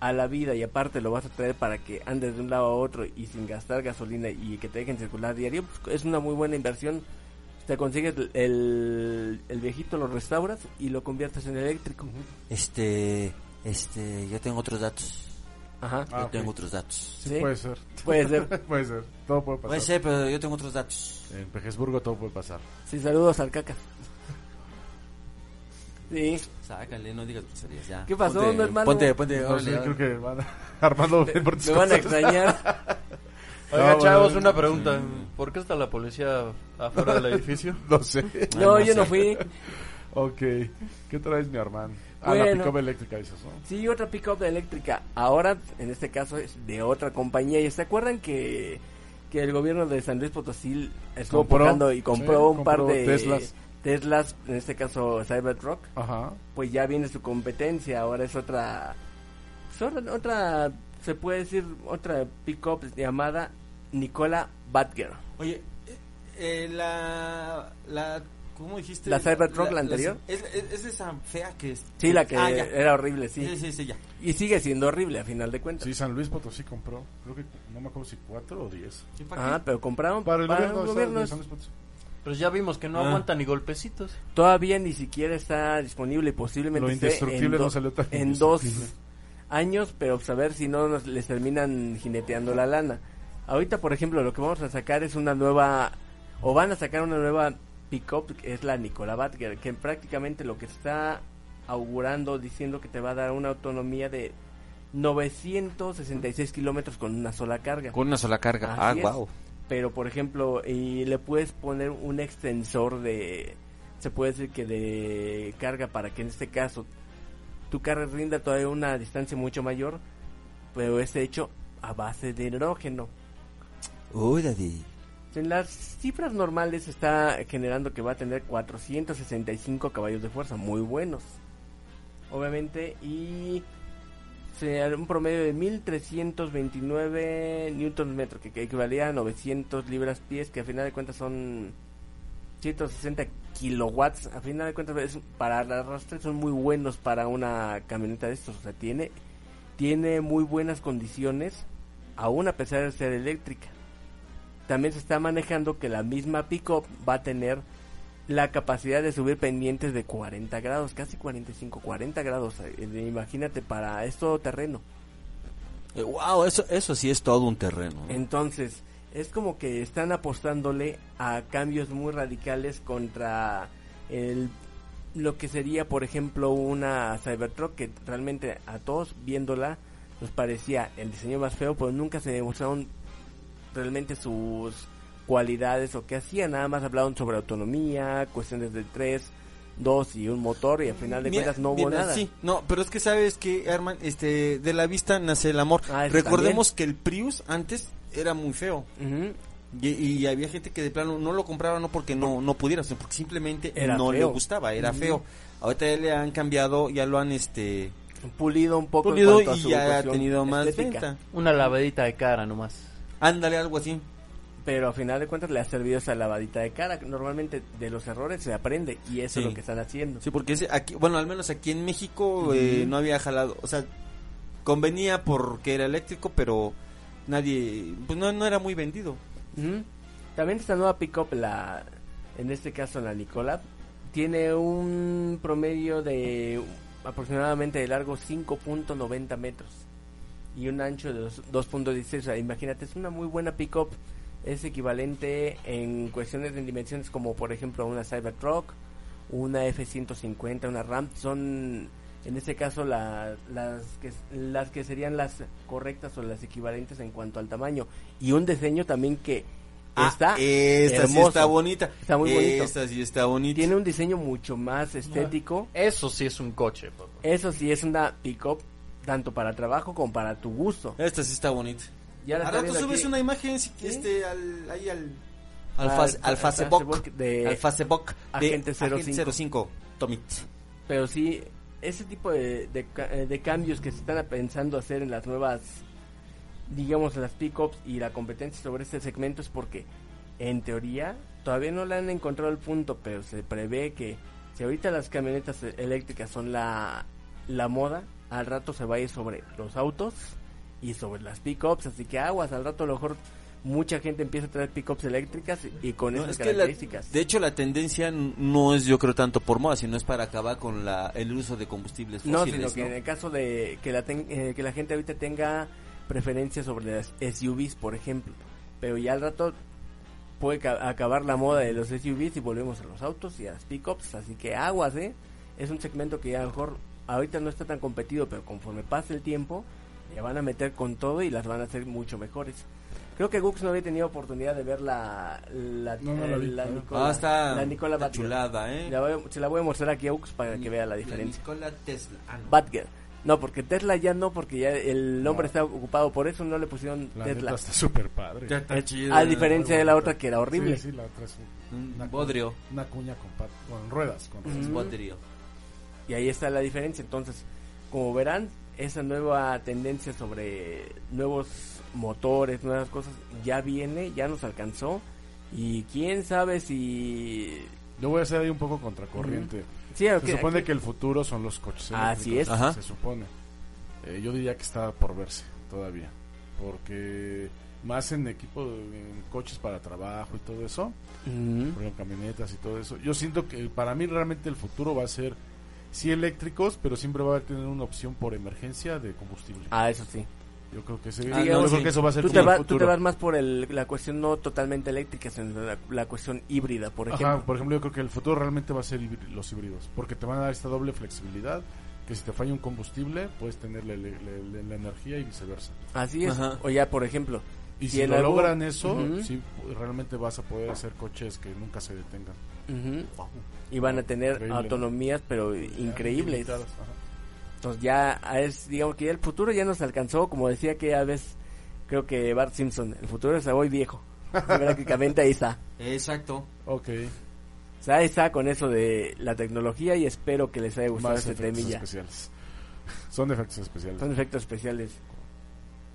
[SPEAKER 4] a la vida y aparte lo vas a traer para que andes de un lado a otro y sin gastar gasolina y que te dejen circular diario, pues, es una muy buena inversión. Te consigues el, el viejito, lo restauras y lo conviertes en eléctrico.
[SPEAKER 6] Este, este, yo tengo otros datos.
[SPEAKER 4] Ajá.
[SPEAKER 2] Ah,
[SPEAKER 6] yo
[SPEAKER 2] ok.
[SPEAKER 6] tengo otros datos.
[SPEAKER 2] Sí, pues.
[SPEAKER 4] Sí.
[SPEAKER 2] puede ser.
[SPEAKER 4] Puede ser.
[SPEAKER 2] puede ser. Todo puede pasar.
[SPEAKER 6] Puede ser, pero yo tengo otros datos.
[SPEAKER 2] En Pejesburgo todo puede pasar.
[SPEAKER 4] Sí, saludos al caca. Sí.
[SPEAKER 6] Sácale, no digas pizzerías ya.
[SPEAKER 4] ¿Qué pasó,
[SPEAKER 6] Ponte,
[SPEAKER 4] no es malo?
[SPEAKER 6] Ponte, ponte,
[SPEAKER 2] No
[SPEAKER 6] órale,
[SPEAKER 2] sé,
[SPEAKER 6] órale.
[SPEAKER 2] creo que van a- Armando ven por tus
[SPEAKER 4] Me van a
[SPEAKER 2] cosas.
[SPEAKER 4] extrañar.
[SPEAKER 5] Oiga,
[SPEAKER 2] No,
[SPEAKER 5] chavos,
[SPEAKER 2] Ah, bueno,
[SPEAKER 5] una pregunta. ¿Por qué está la policía afuera del edificio?
[SPEAKER 2] No sé.
[SPEAKER 4] No,
[SPEAKER 6] no
[SPEAKER 4] yo no
[SPEAKER 6] sé.
[SPEAKER 4] fui.
[SPEAKER 2] ok. ¿Qué traes, mi hermano? Ah, la
[SPEAKER 4] Bueno.
[SPEAKER 2] pick eléctrica dices, ¿no?
[SPEAKER 4] Sí, otra pick-up eléctrica. Ahora, en este caso, es de otra compañía. ¿Y se acuerdan que, que el gobierno de San Luis Potosí estuvo
[SPEAKER 2] Compró,
[SPEAKER 4] empujando y compró
[SPEAKER 2] sí,
[SPEAKER 4] un par
[SPEAKER 2] compró
[SPEAKER 4] de
[SPEAKER 2] Teslas.
[SPEAKER 4] Teslas, en este caso Cybertruck?
[SPEAKER 2] Ajá.
[SPEAKER 4] Pues ya viene su competencia. Ahora es otra. es otra, otra- se puede decir, otra pick-up llamada Nicola Badger.
[SPEAKER 3] Oye, eh, eh, la, la. ¿Cómo dijiste?
[SPEAKER 4] ¿La Cybertruck, la anterior?
[SPEAKER 3] es, es- es esa fea que es.
[SPEAKER 4] Sí, la que
[SPEAKER 3] Ah, ya.
[SPEAKER 4] era horrible,
[SPEAKER 3] Sí.
[SPEAKER 4] sí.
[SPEAKER 3] sí, sí, ya.
[SPEAKER 4] Y sigue siendo horrible, a final de cuentas.
[SPEAKER 2] Sí, San Luis Potosí compró. Creo que no me acuerdo si cuatro o diez.
[SPEAKER 3] ¿Qué pa'
[SPEAKER 4] Ah, pero compraron
[SPEAKER 2] Para el gobierno, de San-
[SPEAKER 4] gobierno
[SPEAKER 2] de
[SPEAKER 4] es-
[SPEAKER 2] San Luis Potosí.
[SPEAKER 5] Pues ya vimos que no
[SPEAKER 3] Ah.
[SPEAKER 5] aguanta ni golpecitos.
[SPEAKER 4] todavía ni siquiera está disponible y posiblemente
[SPEAKER 2] Lo
[SPEAKER 4] esté
[SPEAKER 2] indestructible
[SPEAKER 4] en,
[SPEAKER 2] no salió tan
[SPEAKER 4] en dos
[SPEAKER 2] indestructible.
[SPEAKER 4] años, pero pues, a ver si no nos, les terminan jineteando la lana. Ahorita, por ejemplo, lo que vamos a sacar es una nueva, o van a sacar una nueva pick-up, que es la Nicola Badger, que prácticamente lo que está augurando, diciendo que te va a dar una autonomía de 966 kilómetros con una sola carga.
[SPEAKER 6] Con una sola carga.
[SPEAKER 4] Así
[SPEAKER 6] ah,
[SPEAKER 4] es.
[SPEAKER 6] wow.
[SPEAKER 4] Pero, por ejemplo, y le puedes poner un extensor de, se puede decir que de carga para que en este caso tu carga rinda todavía una distancia mucho mayor, pero es hecho a base de hidrógeno.
[SPEAKER 6] Uy, Daddy.
[SPEAKER 4] En las cifras normales está generando que va a tener 465 caballos de fuerza, muy buenos. Obviamente, y se hará un promedio de 1329 newtons metro, que, que equivalía a 900 libras pies, que a final de cuentas son 160 kilowatts. A final de cuentas, es- para el arrastre son muy buenos para una camioneta de estos. O sea, tiene, tiene muy buenas condiciones, aún a pesar de ser eléctrica también se está manejando que la misma pick-up va a tener la capacidad de subir pendientes de 40 grados, casi 45, 40 grados, eh, imagínate, para esto terreno.
[SPEAKER 6] wow, Eh, eso, eso sí es todo un terreno. ¿no?
[SPEAKER 4] Entonces, es como que están apostándole a cambios muy radicales contra el lo que sería, por ejemplo, una Cybertruck que realmente a todos viéndola nos parecía el diseño más feo, pero nunca se demostraron realmente sus cualidades o qué hacía, nada más hablaron sobre autonomía, cuestiones de 3, 2 y un motor y al final de
[SPEAKER 3] Mira,
[SPEAKER 4] cuentas no hubo
[SPEAKER 3] mira,
[SPEAKER 4] nada.
[SPEAKER 3] Sí, no, pero es que sabes que, Herman, este, de la vista nace el amor.
[SPEAKER 4] Ah, eso
[SPEAKER 3] Recordemos que el Prius antes era muy feo.
[SPEAKER 4] Ujú.
[SPEAKER 3] Y, y había gente que de plano no lo compraba no porque no, no pudiera, sino porque simplemente
[SPEAKER 4] Era
[SPEAKER 3] no le
[SPEAKER 4] feo.
[SPEAKER 3] gustaba, era
[SPEAKER 4] Ujú.
[SPEAKER 3] feo. Ahorita ya le han cambiado, ya lo han este
[SPEAKER 4] Pulido un poco en
[SPEAKER 3] pulido
[SPEAKER 4] cuanto a
[SPEAKER 3] y
[SPEAKER 4] su
[SPEAKER 3] ya ha
[SPEAKER 4] cuestión
[SPEAKER 3] tenido más
[SPEAKER 4] estética.
[SPEAKER 3] venta.
[SPEAKER 5] Una lavadita de cara nomás.
[SPEAKER 3] Ándale, algo así.
[SPEAKER 4] Pero a final de cuentas le ha servido esa lavadita de cara. Normalmente de los errores se aprende y eso es
[SPEAKER 3] Sí.
[SPEAKER 4] lo que están haciendo.
[SPEAKER 3] Sí, porque ese- aquí, bueno, al menos aquí en México eh, no había jalado, o sea, convenía porque era eléctrico, pero nadie, pues no, no era muy vendido.
[SPEAKER 4] Ujú. También esta nueva pickup, la, en este caso la Nicolab, tiene un promedio de aproximadamente de largo 5.90 metros y un ancho de dos- 2.16. O sea, imagínate, es una muy buena pickup. Es equivalente en cuestiones de dimensiones como por ejemplo una Cybertruck, una F-150, una Ram. Son en este caso la- las, que, las que serían las correctas o las equivalentes en cuanto al tamaño. Y un diseño también que está
[SPEAKER 3] Ah, esta sí
[SPEAKER 4] hermoso.
[SPEAKER 3] está bonita.
[SPEAKER 4] Está muy bonito.
[SPEAKER 3] Esta sí está bonita.
[SPEAKER 4] Tiene un diseño mucho más estético.
[SPEAKER 5] Eso sí es un coche, papá.
[SPEAKER 4] Eso sí es una pick-up tanto para trabajo como para tu gusto.
[SPEAKER 3] Esta sí está bonita.
[SPEAKER 4] Ya la
[SPEAKER 3] Ahora
[SPEAKER 4] está
[SPEAKER 3] tú
[SPEAKER 4] viendo
[SPEAKER 3] subes
[SPEAKER 4] aquí.
[SPEAKER 3] una imagen si-
[SPEAKER 4] ¿Sí?
[SPEAKER 3] este, al, ahí al...
[SPEAKER 4] Al-
[SPEAKER 3] Al, face- al
[SPEAKER 4] al
[SPEAKER 3] Facebook
[SPEAKER 4] Facebook de-
[SPEAKER 3] al Facebook de
[SPEAKER 4] Agente 05.
[SPEAKER 3] 05, Tomit.
[SPEAKER 4] Pero sí, ese tipo de, de ca- eh, de cambios que se están pensando hacer en las nuevas, digamos, en las pick-ups y la competencia sobre este segmento es porque, en teoría, todavía no le han encontrado el punto, pero se prevé que si ahorita las camionetas e- eléctricas son la, la moda, al rato se va a ir sobre los autos y sobre las pick-ups, así que aguas, al rato a lo mejor mucha gente empieza a traer pick-ups eléctricas y con
[SPEAKER 3] No,
[SPEAKER 4] esas
[SPEAKER 3] es que la-
[SPEAKER 4] características.
[SPEAKER 3] de hecho, la tendencia n- no es, yo creo, tanto por moda, sino es para acabar con la, el uso de combustibles
[SPEAKER 4] No,
[SPEAKER 3] fósiles.
[SPEAKER 4] sino que en el caso de que la, ten- eh, que la gente ahorita tenga preferencia sobre las SUVs, por ejemplo. Pero ya al rato puede ca- acabar la moda de los SUVs y volvemos a los autos y a las pickups. Así que aguas, ¿eh? Es un segmento que ya a lo mejor ahorita no está tan competido, pero conforme pase el tiempo, le van a meter con todo y las van a hacer mucho mejores. Creo que Gux no había tenido oportunidad de ver la, la,
[SPEAKER 2] No, no la vi, no.
[SPEAKER 4] Nicola,
[SPEAKER 3] Ah, está,
[SPEAKER 4] la Nicola
[SPEAKER 3] está
[SPEAKER 4] Badger.
[SPEAKER 3] chulada, Mm, ¿eh?
[SPEAKER 4] La voy a- se la voy a mostrar aquí a Gux para que vea la diferencia.
[SPEAKER 3] Nicola Tesla. Ah, no.
[SPEAKER 4] Batgirl. No, porque Tesla ya no, porque ya el nombre está ocupado por eso, no le pusieron
[SPEAKER 2] La neta
[SPEAKER 4] Tesla.
[SPEAKER 2] está súper padre.
[SPEAKER 3] Ya está
[SPEAKER 4] Es-
[SPEAKER 3] chida.
[SPEAKER 4] a diferencia de la
[SPEAKER 2] Muy
[SPEAKER 4] otra que era horrible.
[SPEAKER 2] Sí, sí, la otra es un-
[SPEAKER 3] Un Bodrio.
[SPEAKER 2] una cuña con, pat- con ruedas. Con ruedas.
[SPEAKER 4] Mm.
[SPEAKER 3] Es bodrio.
[SPEAKER 4] Y ahí está la diferencia. Entonces, como verán, esa nueva tendencia sobre nuevos motores, nuevas cosas, ya viene, ya nos alcanzó. Y quién sabe si...
[SPEAKER 2] Yo voy a ser ahí un poco contracorriente.
[SPEAKER 4] Sí,
[SPEAKER 2] Se supone que el futuro son los coches eléctricos.
[SPEAKER 4] Así es.
[SPEAKER 3] Ajá.
[SPEAKER 2] Se supone. Eh, yo diría que está por verse todavía. Porque más en equipo, en coches para trabajo y todo eso, por ejemplo, camionetas y todo eso. Yo siento que para mí realmente el futuro va a ser, sí eléctricos, pero siempre va a tener una opción por emergencia de combustible.
[SPEAKER 4] Ah, eso sí.
[SPEAKER 2] Yo creo que, ese-
[SPEAKER 4] Ah,
[SPEAKER 2] yo
[SPEAKER 4] no,
[SPEAKER 2] creo
[SPEAKER 4] sí.
[SPEAKER 2] que eso va a ser
[SPEAKER 4] Tú
[SPEAKER 2] como
[SPEAKER 4] te,
[SPEAKER 2] el
[SPEAKER 4] vas- tú
[SPEAKER 2] futuro.
[SPEAKER 4] te vas más por el- la cuestión no totalmente eléctrica, sino la, la cuestión híbrida, por ejemplo.
[SPEAKER 2] Ajá, por ejemplo, yo creo que el futuro realmente va a ser híbri- los híbridos, porque te van a dar esta doble flexibilidad, que si te falla un combustible, puedes tener la, la- la- la energía y viceversa.
[SPEAKER 4] Así es.
[SPEAKER 3] Ajá.
[SPEAKER 4] O ya, por ejemplo.
[SPEAKER 2] Y
[SPEAKER 4] si
[SPEAKER 2] si
[SPEAKER 4] en
[SPEAKER 2] lo
[SPEAKER 4] algún-
[SPEAKER 2] logran eso,
[SPEAKER 4] Ujú.
[SPEAKER 2] sí, pu- realmente vas a poder hacer coches que nunca se detengan.
[SPEAKER 4] Ujú. Y van a tener
[SPEAKER 2] Increíble.
[SPEAKER 4] autonomías, pero increíbles.
[SPEAKER 2] Ilimitadas, ajá.
[SPEAKER 4] Entonces ya es, digamos que ya el futuro ya nos alcanzó, como decía que a veces creo que Bart Simpson, el futuro es a hoy viejo. Prácticamente ahí está.
[SPEAKER 3] Exacto.
[SPEAKER 2] Ok,
[SPEAKER 4] O sea, ahí está con eso de la tecnología y espero que les haya gustado
[SPEAKER 2] más
[SPEAKER 4] este
[SPEAKER 2] efectos
[SPEAKER 4] temilla.
[SPEAKER 2] especiales. Son efectos especiales.
[SPEAKER 4] Son efectos especiales.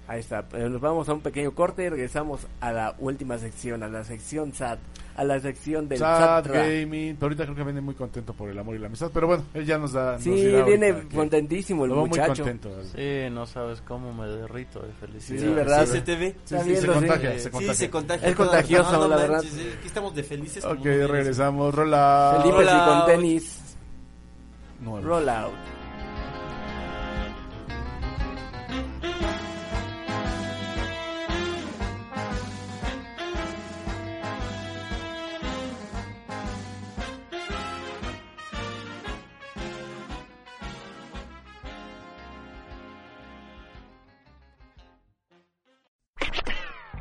[SPEAKER 4] Ahí está. Pero nos vamos a un pequeño corte y regresamos a la última sección, a la sección SAT, a la sección del
[SPEAKER 2] Sad
[SPEAKER 4] Satra.
[SPEAKER 2] Gaming, pero ahorita creo que viene muy contento por el amor y la amistad, pero bueno, él ya nos da... nos
[SPEAKER 4] Sí,
[SPEAKER 2] dirá
[SPEAKER 4] viene
[SPEAKER 2] ahorita que-
[SPEAKER 4] contentísimo el
[SPEAKER 2] lo veo muy
[SPEAKER 4] muchacho.
[SPEAKER 2] contento.
[SPEAKER 5] Sí, no sabes cómo me derrito de
[SPEAKER 4] Sí,
[SPEAKER 5] felicidad.
[SPEAKER 4] ¿verdad?
[SPEAKER 3] Sí, se te ve.
[SPEAKER 4] Está
[SPEAKER 2] Sí, sí, se
[SPEAKER 4] viendo, sí.
[SPEAKER 2] contagia,
[SPEAKER 5] Sí,
[SPEAKER 2] se
[SPEAKER 3] Sí,
[SPEAKER 2] contagia.
[SPEAKER 3] se contagia.
[SPEAKER 4] Es
[SPEAKER 3] todo.
[SPEAKER 4] contagioso,
[SPEAKER 3] No, no
[SPEAKER 4] la
[SPEAKER 3] manches,
[SPEAKER 4] verdad.
[SPEAKER 3] eh, Aquí estamos de felices. como
[SPEAKER 2] Ok,
[SPEAKER 3] no tienes-
[SPEAKER 2] regresamos. Rola.
[SPEAKER 4] Felipe
[SPEAKER 3] Roll
[SPEAKER 4] y con
[SPEAKER 3] out.
[SPEAKER 4] tenis.
[SPEAKER 2] Nueve.
[SPEAKER 4] Rollout.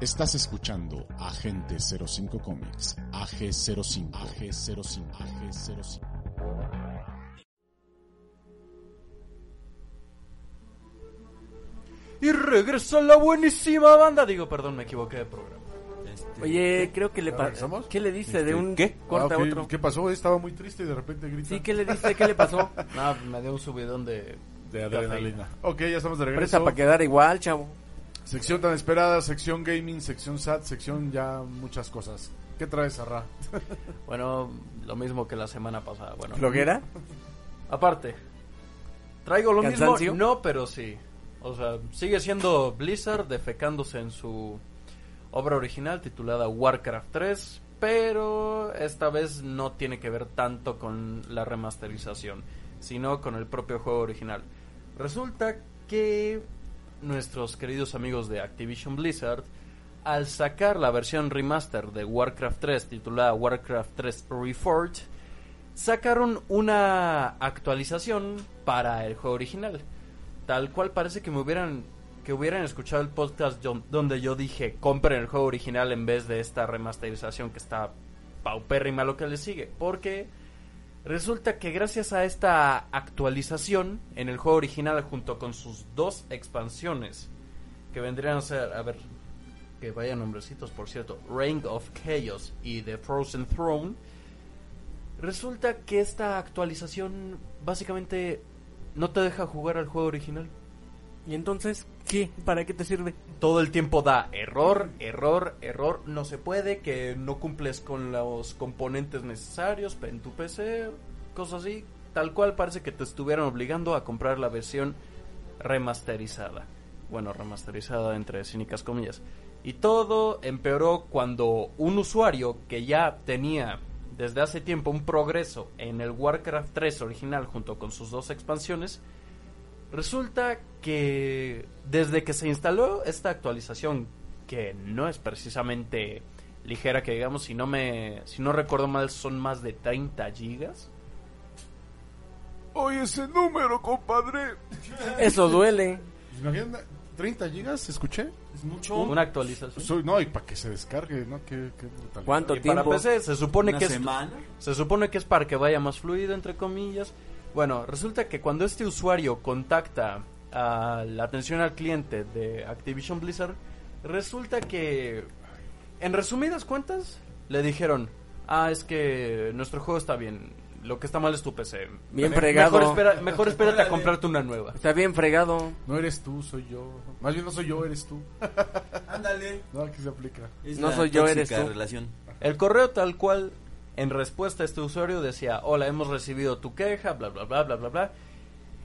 [SPEAKER 1] Estás escuchando Agente 05 Comics, AG05, AG05, AG05.
[SPEAKER 5] Y regresa la buenísima banda. Digo, perdón, me equivoqué de programa.
[SPEAKER 3] Este,
[SPEAKER 4] Oye, creo que le
[SPEAKER 2] ¿Ya
[SPEAKER 4] pasa.
[SPEAKER 2] regresamos?
[SPEAKER 4] ¿Qué le dice de
[SPEAKER 6] Este,
[SPEAKER 4] un
[SPEAKER 6] ¿qué?
[SPEAKER 4] corta
[SPEAKER 2] Ah, ok.
[SPEAKER 4] otro?
[SPEAKER 2] ¿Qué pasó? Estaba muy triste y de repente grita.
[SPEAKER 4] Sí, ¿qué le dice? ¿Qué le pasó?
[SPEAKER 5] No, me dio un subidón de...
[SPEAKER 2] De adrenalina. Ok, ya estamos de
[SPEAKER 4] Presa
[SPEAKER 2] regreso.
[SPEAKER 4] para quedar igual, chavo.
[SPEAKER 2] Sección tan esperada, sección gaming, sección SAT, sección ya muchas cosas. ¿Qué traes, Arra?
[SPEAKER 5] Bueno, lo mismo que la semana pasada.
[SPEAKER 2] Ah.
[SPEAKER 5] Bueno,
[SPEAKER 4] ¿Floguera?
[SPEAKER 5] Aparte, traigo lo
[SPEAKER 4] ¿Cansancio?
[SPEAKER 5] mismo, no, pero sí. O sea, sigue siendo Blizzard defecándose en su obra original titulada Warcraft 3, pero esta vez no tiene que ver tanto con la remasterización, sino con el propio juego original. Resulta que nuestros queridos amigos de Activision Blizzard al sacar la versión remaster de Warcraft 3 titulada Warcraft 3 Reforged, sacaron una actualización para el juego original. Tal cual parece que me hubieran que hubieran escuchado el podcast yo- donde yo dije, compren el juego original en vez de esta remasterización que está paupérrima lo que le sigue, porque Resulta que gracias a esta actualización en el juego original junto con sus dos expansiones que vendrían a ser, a ver, que vayan nombrecitos por cierto, Reign of Chaos y The Frozen Throne, resulta que esta actualización básicamente no te deja jugar al juego original.
[SPEAKER 4] ¿Y entonces qué? ¿Para qué te sirve?
[SPEAKER 5] Todo el tiempo da error, error, error, no se puede, que no cumples con los componentes necesarios en tu PC, cosas así. Tal cual parece que te estuvieran obligando a comprar la versión remasterizada. Bueno, remasterizada entre cínicas comillas. Y todo empeoró cuando un usuario que ya tenía desde hace tiempo un progreso en el Warcraft 3 original junto con sus dos expansiones, Resulta que desde que se instaló esta actualización, que no es precisamente ligera, que digamos, si no me, si no recuerdo mal, son más de 30 gigas.
[SPEAKER 2] Oye, ese número, compadre.
[SPEAKER 4] Eso duele.
[SPEAKER 2] Imagina, 30 gigas, escuché.
[SPEAKER 3] Es mucho.
[SPEAKER 5] Una actualización.
[SPEAKER 2] Soy- no, y para que se descargue, ¿no? Qué, qué brutalidad.
[SPEAKER 4] ¿Cuánto
[SPEAKER 5] Y para
[SPEAKER 4] tiempo?
[SPEAKER 5] PC se supone
[SPEAKER 6] Una
[SPEAKER 5] que es,
[SPEAKER 6] semana.
[SPEAKER 5] se supone que es para que vaya más fluido entre comillas. Bueno, resulta que cuando este usuario contacta a la atención al cliente de Activision Blizzard, resulta que en resumidas cuentas le dijeron, "Ah, es que nuestro juego está bien, lo que está mal es tu PC."
[SPEAKER 4] Bien
[SPEAKER 5] Mejor
[SPEAKER 4] fregado.
[SPEAKER 5] espera- mejor espérate a comprarte una nueva.
[SPEAKER 4] Está bien fregado.
[SPEAKER 2] No eres tú, soy yo. Más bien no soy yo, eres tú.
[SPEAKER 3] Ándale.
[SPEAKER 2] No, aquí se aplica.
[SPEAKER 4] No soy yo, eres tú.
[SPEAKER 6] relación.
[SPEAKER 5] El correo tal cual, en respuesta a este usuario, decía, hola, hemos recibido tu queja, bla, bla, bla, bla, bla, bla.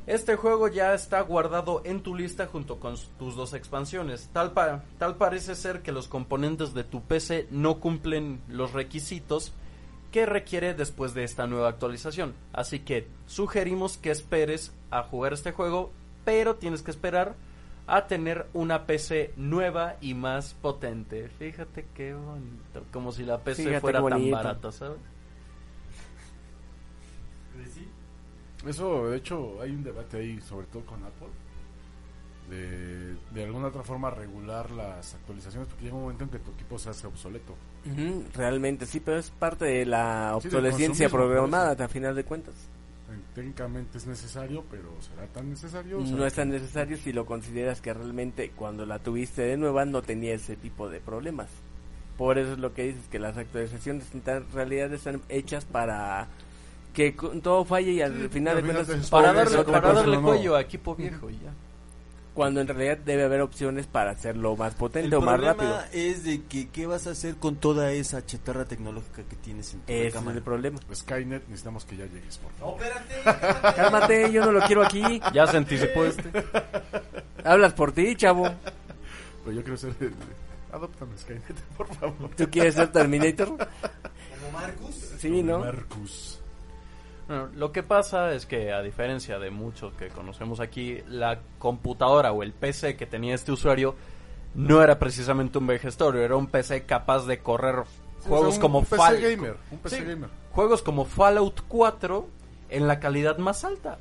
[SPEAKER 5] Este juego ya está guardado en tu lista junto con s- tus dos expansiones. Tal, pa- tal parece ser que los componentes de tu PC no cumplen los requisitos que requiere después de esta nueva actualización. Así que sugerimos que esperes a jugar este juego, pero tienes que esperar a tener una PC nueva y más potente. Fíjate qué bonito, como si la PC
[SPEAKER 4] Fíjate
[SPEAKER 5] fuera
[SPEAKER 4] qué
[SPEAKER 5] tan
[SPEAKER 4] bonito.
[SPEAKER 5] barata, ¿sabes?
[SPEAKER 2] Eso, de hecho, hay un debate ahí, sobre todo con Apple, de, de alguna otra forma regular las actualizaciones, porque llega un momento en que tu equipo se hace obsoleto.
[SPEAKER 4] Ujú, realmente sí, pero es parte de la
[SPEAKER 2] Sí, del
[SPEAKER 4] obsolescencia
[SPEAKER 2] consumismo, por
[SPEAKER 4] programada, a final de cuentas.
[SPEAKER 2] En- Técnicamente es necesario, pero ¿será tan necesario? O sea,
[SPEAKER 4] No es tan necesario si lo consideras que realmente cuando la tuviste de nueva no tenía ese tipo de problemas. Por eso es lo que dices, que las actualizaciones en tan- realidad están hechas para que cu- todo falle y al
[SPEAKER 2] Sí, al
[SPEAKER 4] final
[SPEAKER 2] final
[SPEAKER 4] de cuentas...
[SPEAKER 2] te desesperas.
[SPEAKER 5] Para
[SPEAKER 2] Pobre,
[SPEAKER 4] pones
[SPEAKER 5] darle,
[SPEAKER 4] otra
[SPEAKER 2] no
[SPEAKER 5] para
[SPEAKER 4] cosa.
[SPEAKER 5] darle
[SPEAKER 2] no, no.
[SPEAKER 5] cuello a equipo viejo y ya.
[SPEAKER 4] Cuando en realidad debe haber opciones para hacerlo más
[SPEAKER 6] El
[SPEAKER 4] potente o más
[SPEAKER 6] problema
[SPEAKER 4] rápido.
[SPEAKER 6] es de que qué vas a hacer con toda esa chatarra tecnológica que tienes en tu
[SPEAKER 4] Ese es
[SPEAKER 6] recámara?
[SPEAKER 4] el problema.
[SPEAKER 2] Skynet, necesitamos que ya llegues, por favor.
[SPEAKER 4] Cálmate, yo no lo quiero aquí.
[SPEAKER 5] Ya se anticipó este.
[SPEAKER 4] Hablas por ti, chavo.
[SPEAKER 2] Pero yo quiero ser... el- Adóptame, Skynet, por favor.
[SPEAKER 4] ¿Tú quieres ser Terminator? ¿Como Marcus? Sí, ¿no?
[SPEAKER 2] Marcus.
[SPEAKER 5] Bueno, lo que pasa es que a diferencia de muchos que conocemos aquí, la computadora o el PC que tenía este usuario no era precisamente un vejestorio, era un PC capaz de correr juegos
[SPEAKER 2] O sea, un-
[SPEAKER 5] como
[SPEAKER 2] un PC
[SPEAKER 5] Fall-
[SPEAKER 2] gamer, un PC
[SPEAKER 5] Sí,
[SPEAKER 2] gamer.
[SPEAKER 5] Juegos como Fallout 4 en la calidad más alta.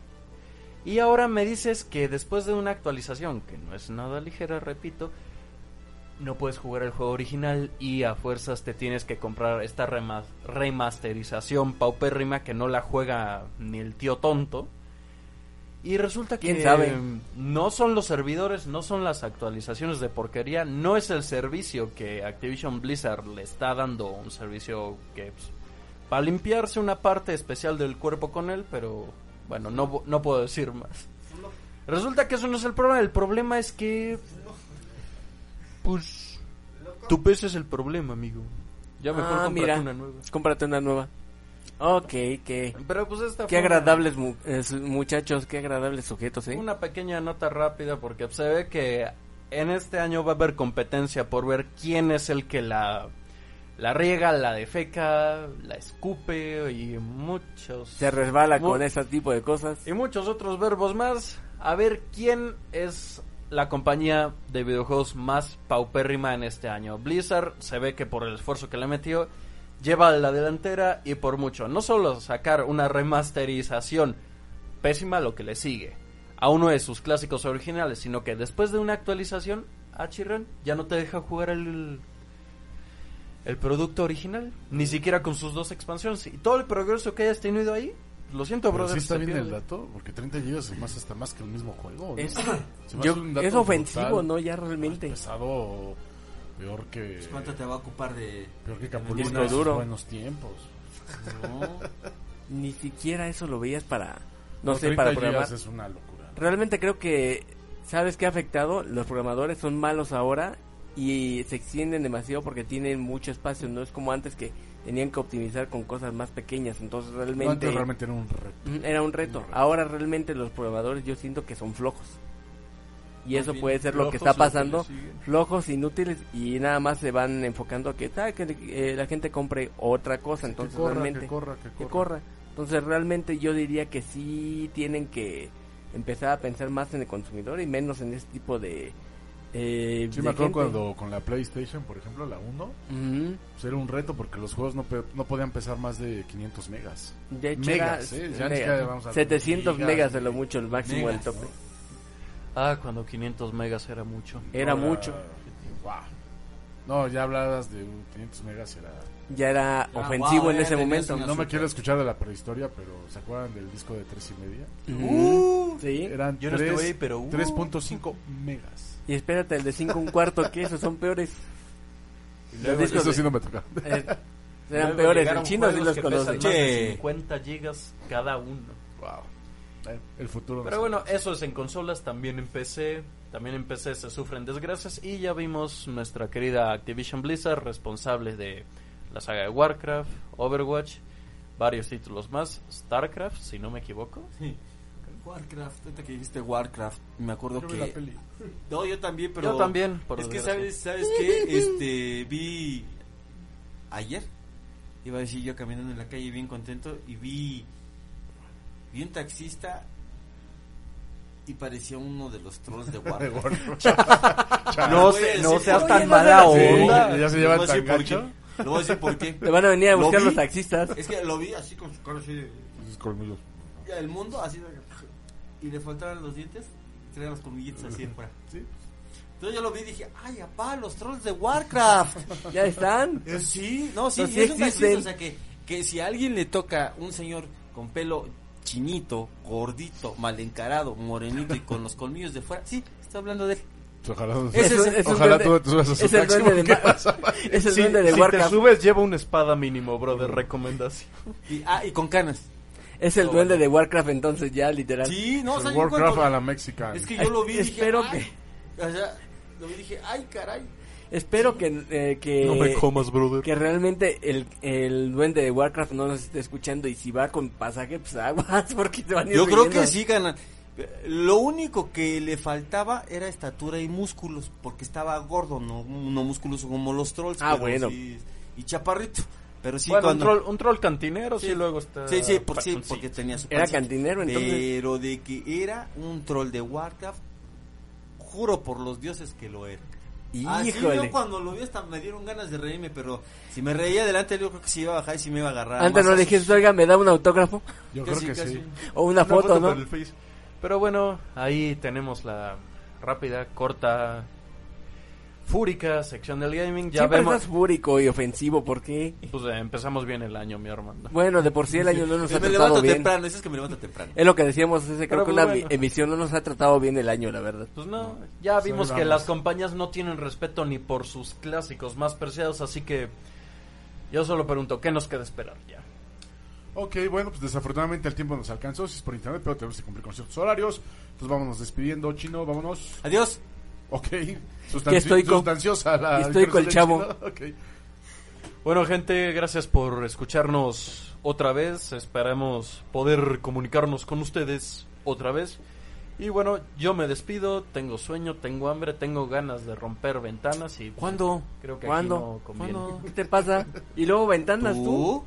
[SPEAKER 5] Y ahora me dices que después de una actualización, que no es nada ligera, repito, no puedes jugar el juego original y a fuerzas te tienes que comprar esta rema- remasterización paupérrima que no la juega ni el tío tonto. Y resulta
[SPEAKER 4] ¿Quién
[SPEAKER 5] que
[SPEAKER 4] sabe?
[SPEAKER 5] no son los servidores, no son las actualizaciones de porquería, no es el servicio que Activision Blizzard le está dando, un servicio que pues, para limpiarse una parte especial del cuerpo con él, pero bueno, no, vo- no puedo decir más. Resulta que eso no es el problema, el problema es que... Pues... Tu PC es el problema, amigo. Ya mejor
[SPEAKER 4] Ah,
[SPEAKER 5] cómprate
[SPEAKER 4] mira.
[SPEAKER 5] una nueva.
[SPEAKER 4] Cómprate una nueva. Ok, qué,
[SPEAKER 5] Pero pues esta
[SPEAKER 4] qué
[SPEAKER 5] fue una-
[SPEAKER 4] agradables mu- eh, su- muchachos, qué agradables sujetos, ¿eh?
[SPEAKER 5] Una pequeña nota rápida porque se ve que en este año va a haber competencia por ver quién es el que la, la riega, la defeca, la escupe y muchos...
[SPEAKER 4] Se resbala
[SPEAKER 5] mu-
[SPEAKER 4] con ese tipo de cosas.
[SPEAKER 5] Y muchos otros verbos más. A ver quién es la compañía de videojuegos más paupérrima en este año. Blizzard se ve que por el esfuerzo que le metió lleva a la delantera y por mucho. No solo sacar una remasterización pésima lo que le sigue a uno de sus clásicos originales, sino que después de una actualización, Achiran ya no te deja jugar el el producto original, ni siquiera con sus dos expansiones y todo el progreso que hayas tenido ahí. Lo siento,
[SPEAKER 2] Pero
[SPEAKER 5] brother.
[SPEAKER 2] sí está
[SPEAKER 5] se
[SPEAKER 2] bien el
[SPEAKER 5] pierde.
[SPEAKER 2] dato, porque 30 gigas es más hasta más que el mismo juego. ¿no?
[SPEAKER 4] Es-
[SPEAKER 2] Se me
[SPEAKER 4] yo-
[SPEAKER 2] hace un dato
[SPEAKER 4] es ofensivo,
[SPEAKER 2] brutal, pues.
[SPEAKER 4] ¿no? Ya realmente.
[SPEAKER 2] más Pesado, peor que.
[SPEAKER 3] Pues, ¿Cuánto te va a ocupar de...?
[SPEAKER 2] Peor que
[SPEAKER 4] Disco
[SPEAKER 2] Capulina en sus
[SPEAKER 4] duro.
[SPEAKER 2] buenos tiempos.
[SPEAKER 3] No.
[SPEAKER 4] Ni siquiera eso lo veías para, no
[SPEAKER 2] Los
[SPEAKER 4] sé,
[SPEAKER 2] 30
[SPEAKER 4] para
[SPEAKER 2] gigas
[SPEAKER 4] programar.
[SPEAKER 2] Es una locura.
[SPEAKER 4] Realmente creo que, ¿sabes qué ha afectado? Los programadores son malos ahora y se extienden demasiado porque tienen mucho espacio. No es como antes que tenían que optimizar con cosas más pequeñas. Entonces
[SPEAKER 2] No,
[SPEAKER 4] realmente,
[SPEAKER 2] antes realmente era un reto.
[SPEAKER 4] mm, era un reto. Ahora realmente los programadores yo siento que son flojos. Y
[SPEAKER 5] Más
[SPEAKER 4] eso
[SPEAKER 5] bien
[SPEAKER 4] puede ser lo que está
[SPEAKER 5] flojos o lo que le
[SPEAKER 4] pasando.
[SPEAKER 5] siguen.
[SPEAKER 4] Flojos, inútiles y nada más se van enfocando a que, ah, que eh, la gente compre otra cosa. Entonces
[SPEAKER 2] que corra,
[SPEAKER 4] realmente
[SPEAKER 2] que corra, que corra.
[SPEAKER 4] que corra. Entonces realmente yo diría que sí tienen que empezar a pensar más en el consumidor y menos en este tipo de... eh,
[SPEAKER 2] Sí,
[SPEAKER 4] de
[SPEAKER 2] me acuerdo
[SPEAKER 4] gente.
[SPEAKER 2] cuando con la PlayStation, por ejemplo, la 1,
[SPEAKER 4] Ujú.
[SPEAKER 2] pues era un reto porque los juegos no, pe- no podían pesar más de 500 megas.
[SPEAKER 4] De hecho,
[SPEAKER 2] Megas,
[SPEAKER 4] era
[SPEAKER 2] ¿eh? Ya ni
[SPEAKER 4] mega.
[SPEAKER 2] siquiera vamos a-
[SPEAKER 4] 700
[SPEAKER 2] gigas,
[SPEAKER 4] megas de lo
[SPEAKER 2] güey.
[SPEAKER 4] mucho, el máximo del
[SPEAKER 3] Megas,
[SPEAKER 4] tope.
[SPEAKER 5] Ah, cuando 500 megas era mucho.
[SPEAKER 4] Era
[SPEAKER 2] Ahora,
[SPEAKER 4] mucho.
[SPEAKER 2] Wow. No, ya hablabas de un 500 megas, era...
[SPEAKER 4] Ya era
[SPEAKER 3] Ah,
[SPEAKER 4] ofensivo
[SPEAKER 3] wow,
[SPEAKER 4] en
[SPEAKER 3] ya
[SPEAKER 4] ese
[SPEAKER 3] tenías
[SPEAKER 4] momento.
[SPEAKER 3] una
[SPEAKER 2] No me
[SPEAKER 3] Azúcar.
[SPEAKER 2] quiero escuchar de la prehistoria, pero ¿se acuerdan del disco de 3 y media?
[SPEAKER 4] Ujú. Sí.
[SPEAKER 2] Eran
[SPEAKER 5] Yo no
[SPEAKER 2] tres-
[SPEAKER 5] estuve ahí, pero, uh.
[SPEAKER 2] 3.5 megas.
[SPEAKER 4] Y espérate, el de 5 un cuarto, que esos son peores. Los discos
[SPEAKER 2] Eso sí
[SPEAKER 4] de-
[SPEAKER 2] no me toca.
[SPEAKER 4] eh, eran
[SPEAKER 5] Luego
[SPEAKER 4] peores, el
[SPEAKER 5] llegaron
[SPEAKER 4] chino sí
[SPEAKER 5] juegos
[SPEAKER 4] los
[SPEAKER 5] que pesan
[SPEAKER 4] conoce.
[SPEAKER 5] más de
[SPEAKER 3] Che.
[SPEAKER 5] 50 gigas cada uno.
[SPEAKER 2] Wow. Eh, El futuro.
[SPEAKER 5] Pero bueno, eso es en consolas, también en PC. También en PC se sufren desgracias. Y ya vimos nuestra querida Activision Blizzard, responsable de la saga de Warcraft, Overwatch, varios títulos más. StarCraft, si no me equivoco.
[SPEAKER 3] Sí. Warcraft, ahorita que dijiste Warcraft, me acuerdo
[SPEAKER 2] Yo vi
[SPEAKER 3] que...
[SPEAKER 2] la peli.
[SPEAKER 3] No, yo también, pero...
[SPEAKER 5] Yo también, por
[SPEAKER 3] Es que sabes,
[SPEAKER 5] desgracia.
[SPEAKER 3] ¿sabes qué? Este, vi... Ayer, iba a decir yo caminando en la calle bien contento y vi... Vi un taxista y parecía uno de los trolls de
[SPEAKER 2] De
[SPEAKER 3] Warcraft.
[SPEAKER 2] gordo.
[SPEAKER 3] Voy
[SPEAKER 5] No,
[SPEAKER 3] a
[SPEAKER 5] se-
[SPEAKER 3] decir,
[SPEAKER 5] no seas
[SPEAKER 3] oye,
[SPEAKER 5] tan
[SPEAKER 3] no
[SPEAKER 5] mala
[SPEAKER 3] seas así.
[SPEAKER 5] onda.
[SPEAKER 2] Sí, ya se
[SPEAKER 3] Le
[SPEAKER 2] llevan
[SPEAKER 3] voy a decir
[SPEAKER 2] tan
[SPEAKER 3] por qué.
[SPEAKER 2] gancho.
[SPEAKER 3] Le voy a decir por qué.
[SPEAKER 4] Te van a venir a
[SPEAKER 3] Lo
[SPEAKER 4] buscar
[SPEAKER 3] vi.
[SPEAKER 4] los taxistas.
[SPEAKER 3] Es que lo vi así con su cara así de-
[SPEAKER 2] Sus colmillos.
[SPEAKER 3] El mundo así de- Y le faltaban los dientes y traía los colmillitos así de fuera.
[SPEAKER 2] Sí.
[SPEAKER 3] Entonces yo lo vi y dije, ay, apá, los trolls de Warcraft.
[SPEAKER 4] Ya están.
[SPEAKER 3] Eh, sí, no, sí,
[SPEAKER 4] Pues sí
[SPEAKER 3] es un
[SPEAKER 4] existen.
[SPEAKER 3] taxista, o sea que, que si a alguien le toca un señor con pelo chinito, gordito, mal encarado, morenito y con los colmillos de fuera, sí, está hablando de él.
[SPEAKER 2] Ojalá,
[SPEAKER 3] Ese es- es
[SPEAKER 4] un
[SPEAKER 2] ojalá
[SPEAKER 4] duende-
[SPEAKER 2] tú te subas a su
[SPEAKER 4] es el
[SPEAKER 2] taxi,
[SPEAKER 4] duende de
[SPEAKER 2] porque
[SPEAKER 4] Ma-
[SPEAKER 2] vas a-
[SPEAKER 4] Es el
[SPEAKER 5] Si,
[SPEAKER 4] duende de
[SPEAKER 5] si te
[SPEAKER 4] Warcraft. Mm.
[SPEAKER 5] subes, lleva una espada mínimo, bro, de recomendación.
[SPEAKER 3] Y, ah, y con canas.
[SPEAKER 4] Es el duende de Warcraft entonces ya, literal.
[SPEAKER 3] Sí, no, o sea,
[SPEAKER 2] Pues El
[SPEAKER 3] yo
[SPEAKER 2] Warcraft
[SPEAKER 3] cuando-
[SPEAKER 2] a la mexicana.
[SPEAKER 3] Es que yo lo vi y dije,
[SPEAKER 4] Espero
[SPEAKER 3] ay, o sea, lo vi y dije, ay, caray.
[SPEAKER 4] Espero que, eh, que,
[SPEAKER 5] comas, brother.
[SPEAKER 4] que realmente el, el duende de Warcraft no nos esté escuchando y si va con pasaje, pues aguas, porque te van a ir
[SPEAKER 3] Yo creo
[SPEAKER 4] riendo.
[SPEAKER 3] que sí, Canan. Lo único que le faltaba era estatura y músculos, porque estaba gordo, no, no musculoso como los trolls.
[SPEAKER 4] Ah,
[SPEAKER 3] pero
[SPEAKER 4] bueno.
[SPEAKER 3] sí- y chaparrito. Pero sí,
[SPEAKER 5] bueno,
[SPEAKER 3] cuando...
[SPEAKER 5] un, troll, un troll cantinero, sí,
[SPEAKER 3] Sí.
[SPEAKER 5] luego está.
[SPEAKER 3] Sí, sí, por, sí,
[SPEAKER 5] pachoncito.
[SPEAKER 3] porque tenía su
[SPEAKER 4] Era
[SPEAKER 3] pancita.
[SPEAKER 4] cantinero, entonces.
[SPEAKER 3] Pero de que era un troll de Warcraft, juro por los dioses que lo era.
[SPEAKER 5] Ah,
[SPEAKER 3] Así
[SPEAKER 4] Híjole.
[SPEAKER 3] yo cuando lo vi hasta me dieron ganas de reírme, pero si me reía adelante yo creo que si iba a bajar y si me iba a agarrar.
[SPEAKER 4] Antes
[SPEAKER 3] más
[SPEAKER 4] no le
[SPEAKER 3] a sus-
[SPEAKER 4] dijiste, oiga, me da un autógrafo
[SPEAKER 2] Yo
[SPEAKER 3] casi,
[SPEAKER 2] creo que
[SPEAKER 3] casi.
[SPEAKER 2] sí.
[SPEAKER 4] o una,
[SPEAKER 5] Una
[SPEAKER 4] foto,
[SPEAKER 5] foto
[SPEAKER 4] ¿no?
[SPEAKER 5] por el Face. Pero bueno, ahí tenemos la rápida, corta Fúrica, sección del gaming. Ya
[SPEAKER 4] Siempre
[SPEAKER 5] vemos.
[SPEAKER 4] estás fúrico y ofensivo, ¿por qué?
[SPEAKER 5] Pues eh, empezamos bien el año, mi Armando.
[SPEAKER 4] Bueno, de por sí el año no nos ha
[SPEAKER 3] Me
[SPEAKER 4] tratado
[SPEAKER 3] levanto
[SPEAKER 4] bien. Eh,
[SPEAKER 3] temprano, eso es que me levanto temprano.
[SPEAKER 4] Es lo que decíamos, ese,
[SPEAKER 5] Pero
[SPEAKER 4] creo que una
[SPEAKER 5] bueno.
[SPEAKER 4] emisión no nos ha tratado bien el año, la verdad.
[SPEAKER 5] Pues no, ya
[SPEAKER 2] pues ahí
[SPEAKER 5] vimos que
[SPEAKER 2] vamos.
[SPEAKER 5] las compañías no tienen respeto ni por sus clásicos más preciados, así que yo solo pregunto, ¿qué nos queda esperar ya?
[SPEAKER 2] Ok, bueno, pues desafortunadamente el tiempo nos alcanzó, si es por internet, pero tenemos que cumplir con ciertos horarios. Entonces vámonos despidiendo, chino, vámonos.
[SPEAKER 3] Adiós.
[SPEAKER 2] Ok,
[SPEAKER 4] Que estoy
[SPEAKER 2] sustanci-
[SPEAKER 4] con-
[SPEAKER 2] sustanciosa la...
[SPEAKER 4] que estoy con el chavo.
[SPEAKER 2] Ok.
[SPEAKER 5] Bueno, gente, gracias por escucharnos otra vez. Esperamos poder comunicarnos con ustedes otra vez. Y bueno, yo me despido, tengo sueño, tengo hambre, tengo ganas de romper ventanas y
[SPEAKER 3] ¿Cuándo?
[SPEAKER 5] creo que
[SPEAKER 4] ¿Cuándo?
[SPEAKER 5] aquí no conviene.
[SPEAKER 3] ¿Cuándo?
[SPEAKER 4] ¿Qué te pasa? Y luego ventanas tú.
[SPEAKER 3] ¿Tú?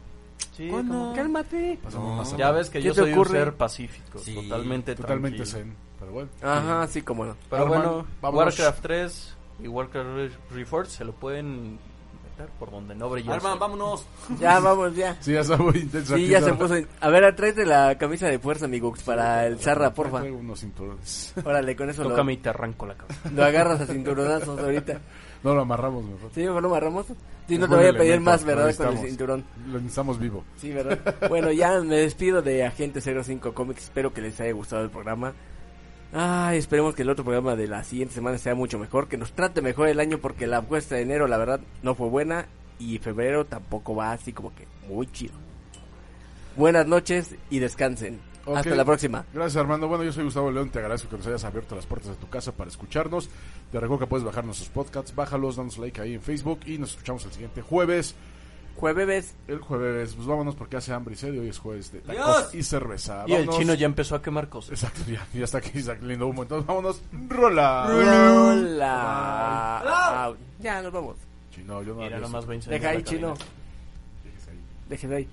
[SPEAKER 5] Sí,
[SPEAKER 3] ¿Cuándo?
[SPEAKER 5] como-
[SPEAKER 4] Cálmate.
[SPEAKER 2] Pasamos
[SPEAKER 3] No.
[SPEAKER 2] más
[SPEAKER 5] Ya ves que
[SPEAKER 4] ¿Qué
[SPEAKER 5] yo
[SPEAKER 4] te
[SPEAKER 5] soy
[SPEAKER 4] ocurre?
[SPEAKER 5] un ser pacífico,
[SPEAKER 3] Sí,
[SPEAKER 5] totalmente
[SPEAKER 2] Totalmente
[SPEAKER 5] tranquilo.
[SPEAKER 2] zen, pero bueno.
[SPEAKER 4] Ajá, sí, cómo no.
[SPEAKER 5] Pero
[SPEAKER 2] Arman,
[SPEAKER 5] bueno,
[SPEAKER 2] vámonos.
[SPEAKER 5] Warcraft 3 y Warcraft Re- Reforged se lo pueden meter por donde no brilla. el
[SPEAKER 3] Arman,
[SPEAKER 5] sol.
[SPEAKER 3] vámonos.
[SPEAKER 4] Ya, vamos, ya.
[SPEAKER 2] Sí, ya está muy intenso.
[SPEAKER 4] Sí,
[SPEAKER 2] aquí,
[SPEAKER 4] ya
[SPEAKER 2] ¿no?
[SPEAKER 4] se puso. A ver, atrás de la camisa de fuerza, mi Gux, para el Zarra,
[SPEAKER 2] Ahí
[SPEAKER 4] porfa.
[SPEAKER 2] traigo unos cinturones.
[SPEAKER 4] Órale, con eso lo,
[SPEAKER 5] Tócame y te arranco la cabeza.
[SPEAKER 4] lo agarras a cinturonazos ahorita.
[SPEAKER 2] No lo amarramos mejor.
[SPEAKER 4] Sí, mejor lo amarramos. Sí, no
[SPEAKER 2] Es
[SPEAKER 4] te
[SPEAKER 2] buen
[SPEAKER 4] voy a pedir
[SPEAKER 2] elemento,
[SPEAKER 4] más,
[SPEAKER 2] lo
[SPEAKER 4] ¿verdad? Con el
[SPEAKER 2] necesitamos.
[SPEAKER 4] cinturón.
[SPEAKER 2] Lo necesitamos vivo.
[SPEAKER 4] Sí, ¿verdad? Bueno, ya me despido de Agente 05 Comics. Espero que les haya gustado el programa. Ay, esperemos que el otro programa de la siguiente semana sea mucho mejor, que nos trate mejor el año porque la apuesta de enero la verdad no fue buena y febrero tampoco va así como que muy chido. Buenas noches y descansen.
[SPEAKER 2] Ok.
[SPEAKER 4] Hasta la próxima.
[SPEAKER 2] Gracias, Armando. Bueno, yo soy Gustavo León. Te agradezco que nos hayas abierto las puertas de tu casa para escucharnos. Te recuerdo que puedes bajar nuestros podcasts. Bájalos, danos like ahí en Facebook. Y nos escuchamos el siguiente jueves.
[SPEAKER 4] Jueves.
[SPEAKER 2] El jueves, pues vámonos porque hace hambre y sed. y Hoy es jueves de tacos
[SPEAKER 3] Adiós.
[SPEAKER 2] y cerveza.
[SPEAKER 5] Y el
[SPEAKER 2] Ah, Vámonos.
[SPEAKER 5] chino ya empezó a quemar cosas.
[SPEAKER 2] Exacto, ya, ya está aquí saliendo humo. Entonces, vámonos. Rola.
[SPEAKER 4] Hola. Au. Ya, nos vamos.
[SPEAKER 2] Chino, yo no
[SPEAKER 5] Mira,
[SPEAKER 2] había
[SPEAKER 5] nomás
[SPEAKER 2] eso.
[SPEAKER 5] va a incendiar
[SPEAKER 4] Deja ahí,
[SPEAKER 5] la cabina.
[SPEAKER 4] chino.
[SPEAKER 2] Déjese ahí.
[SPEAKER 4] Déjese ahí.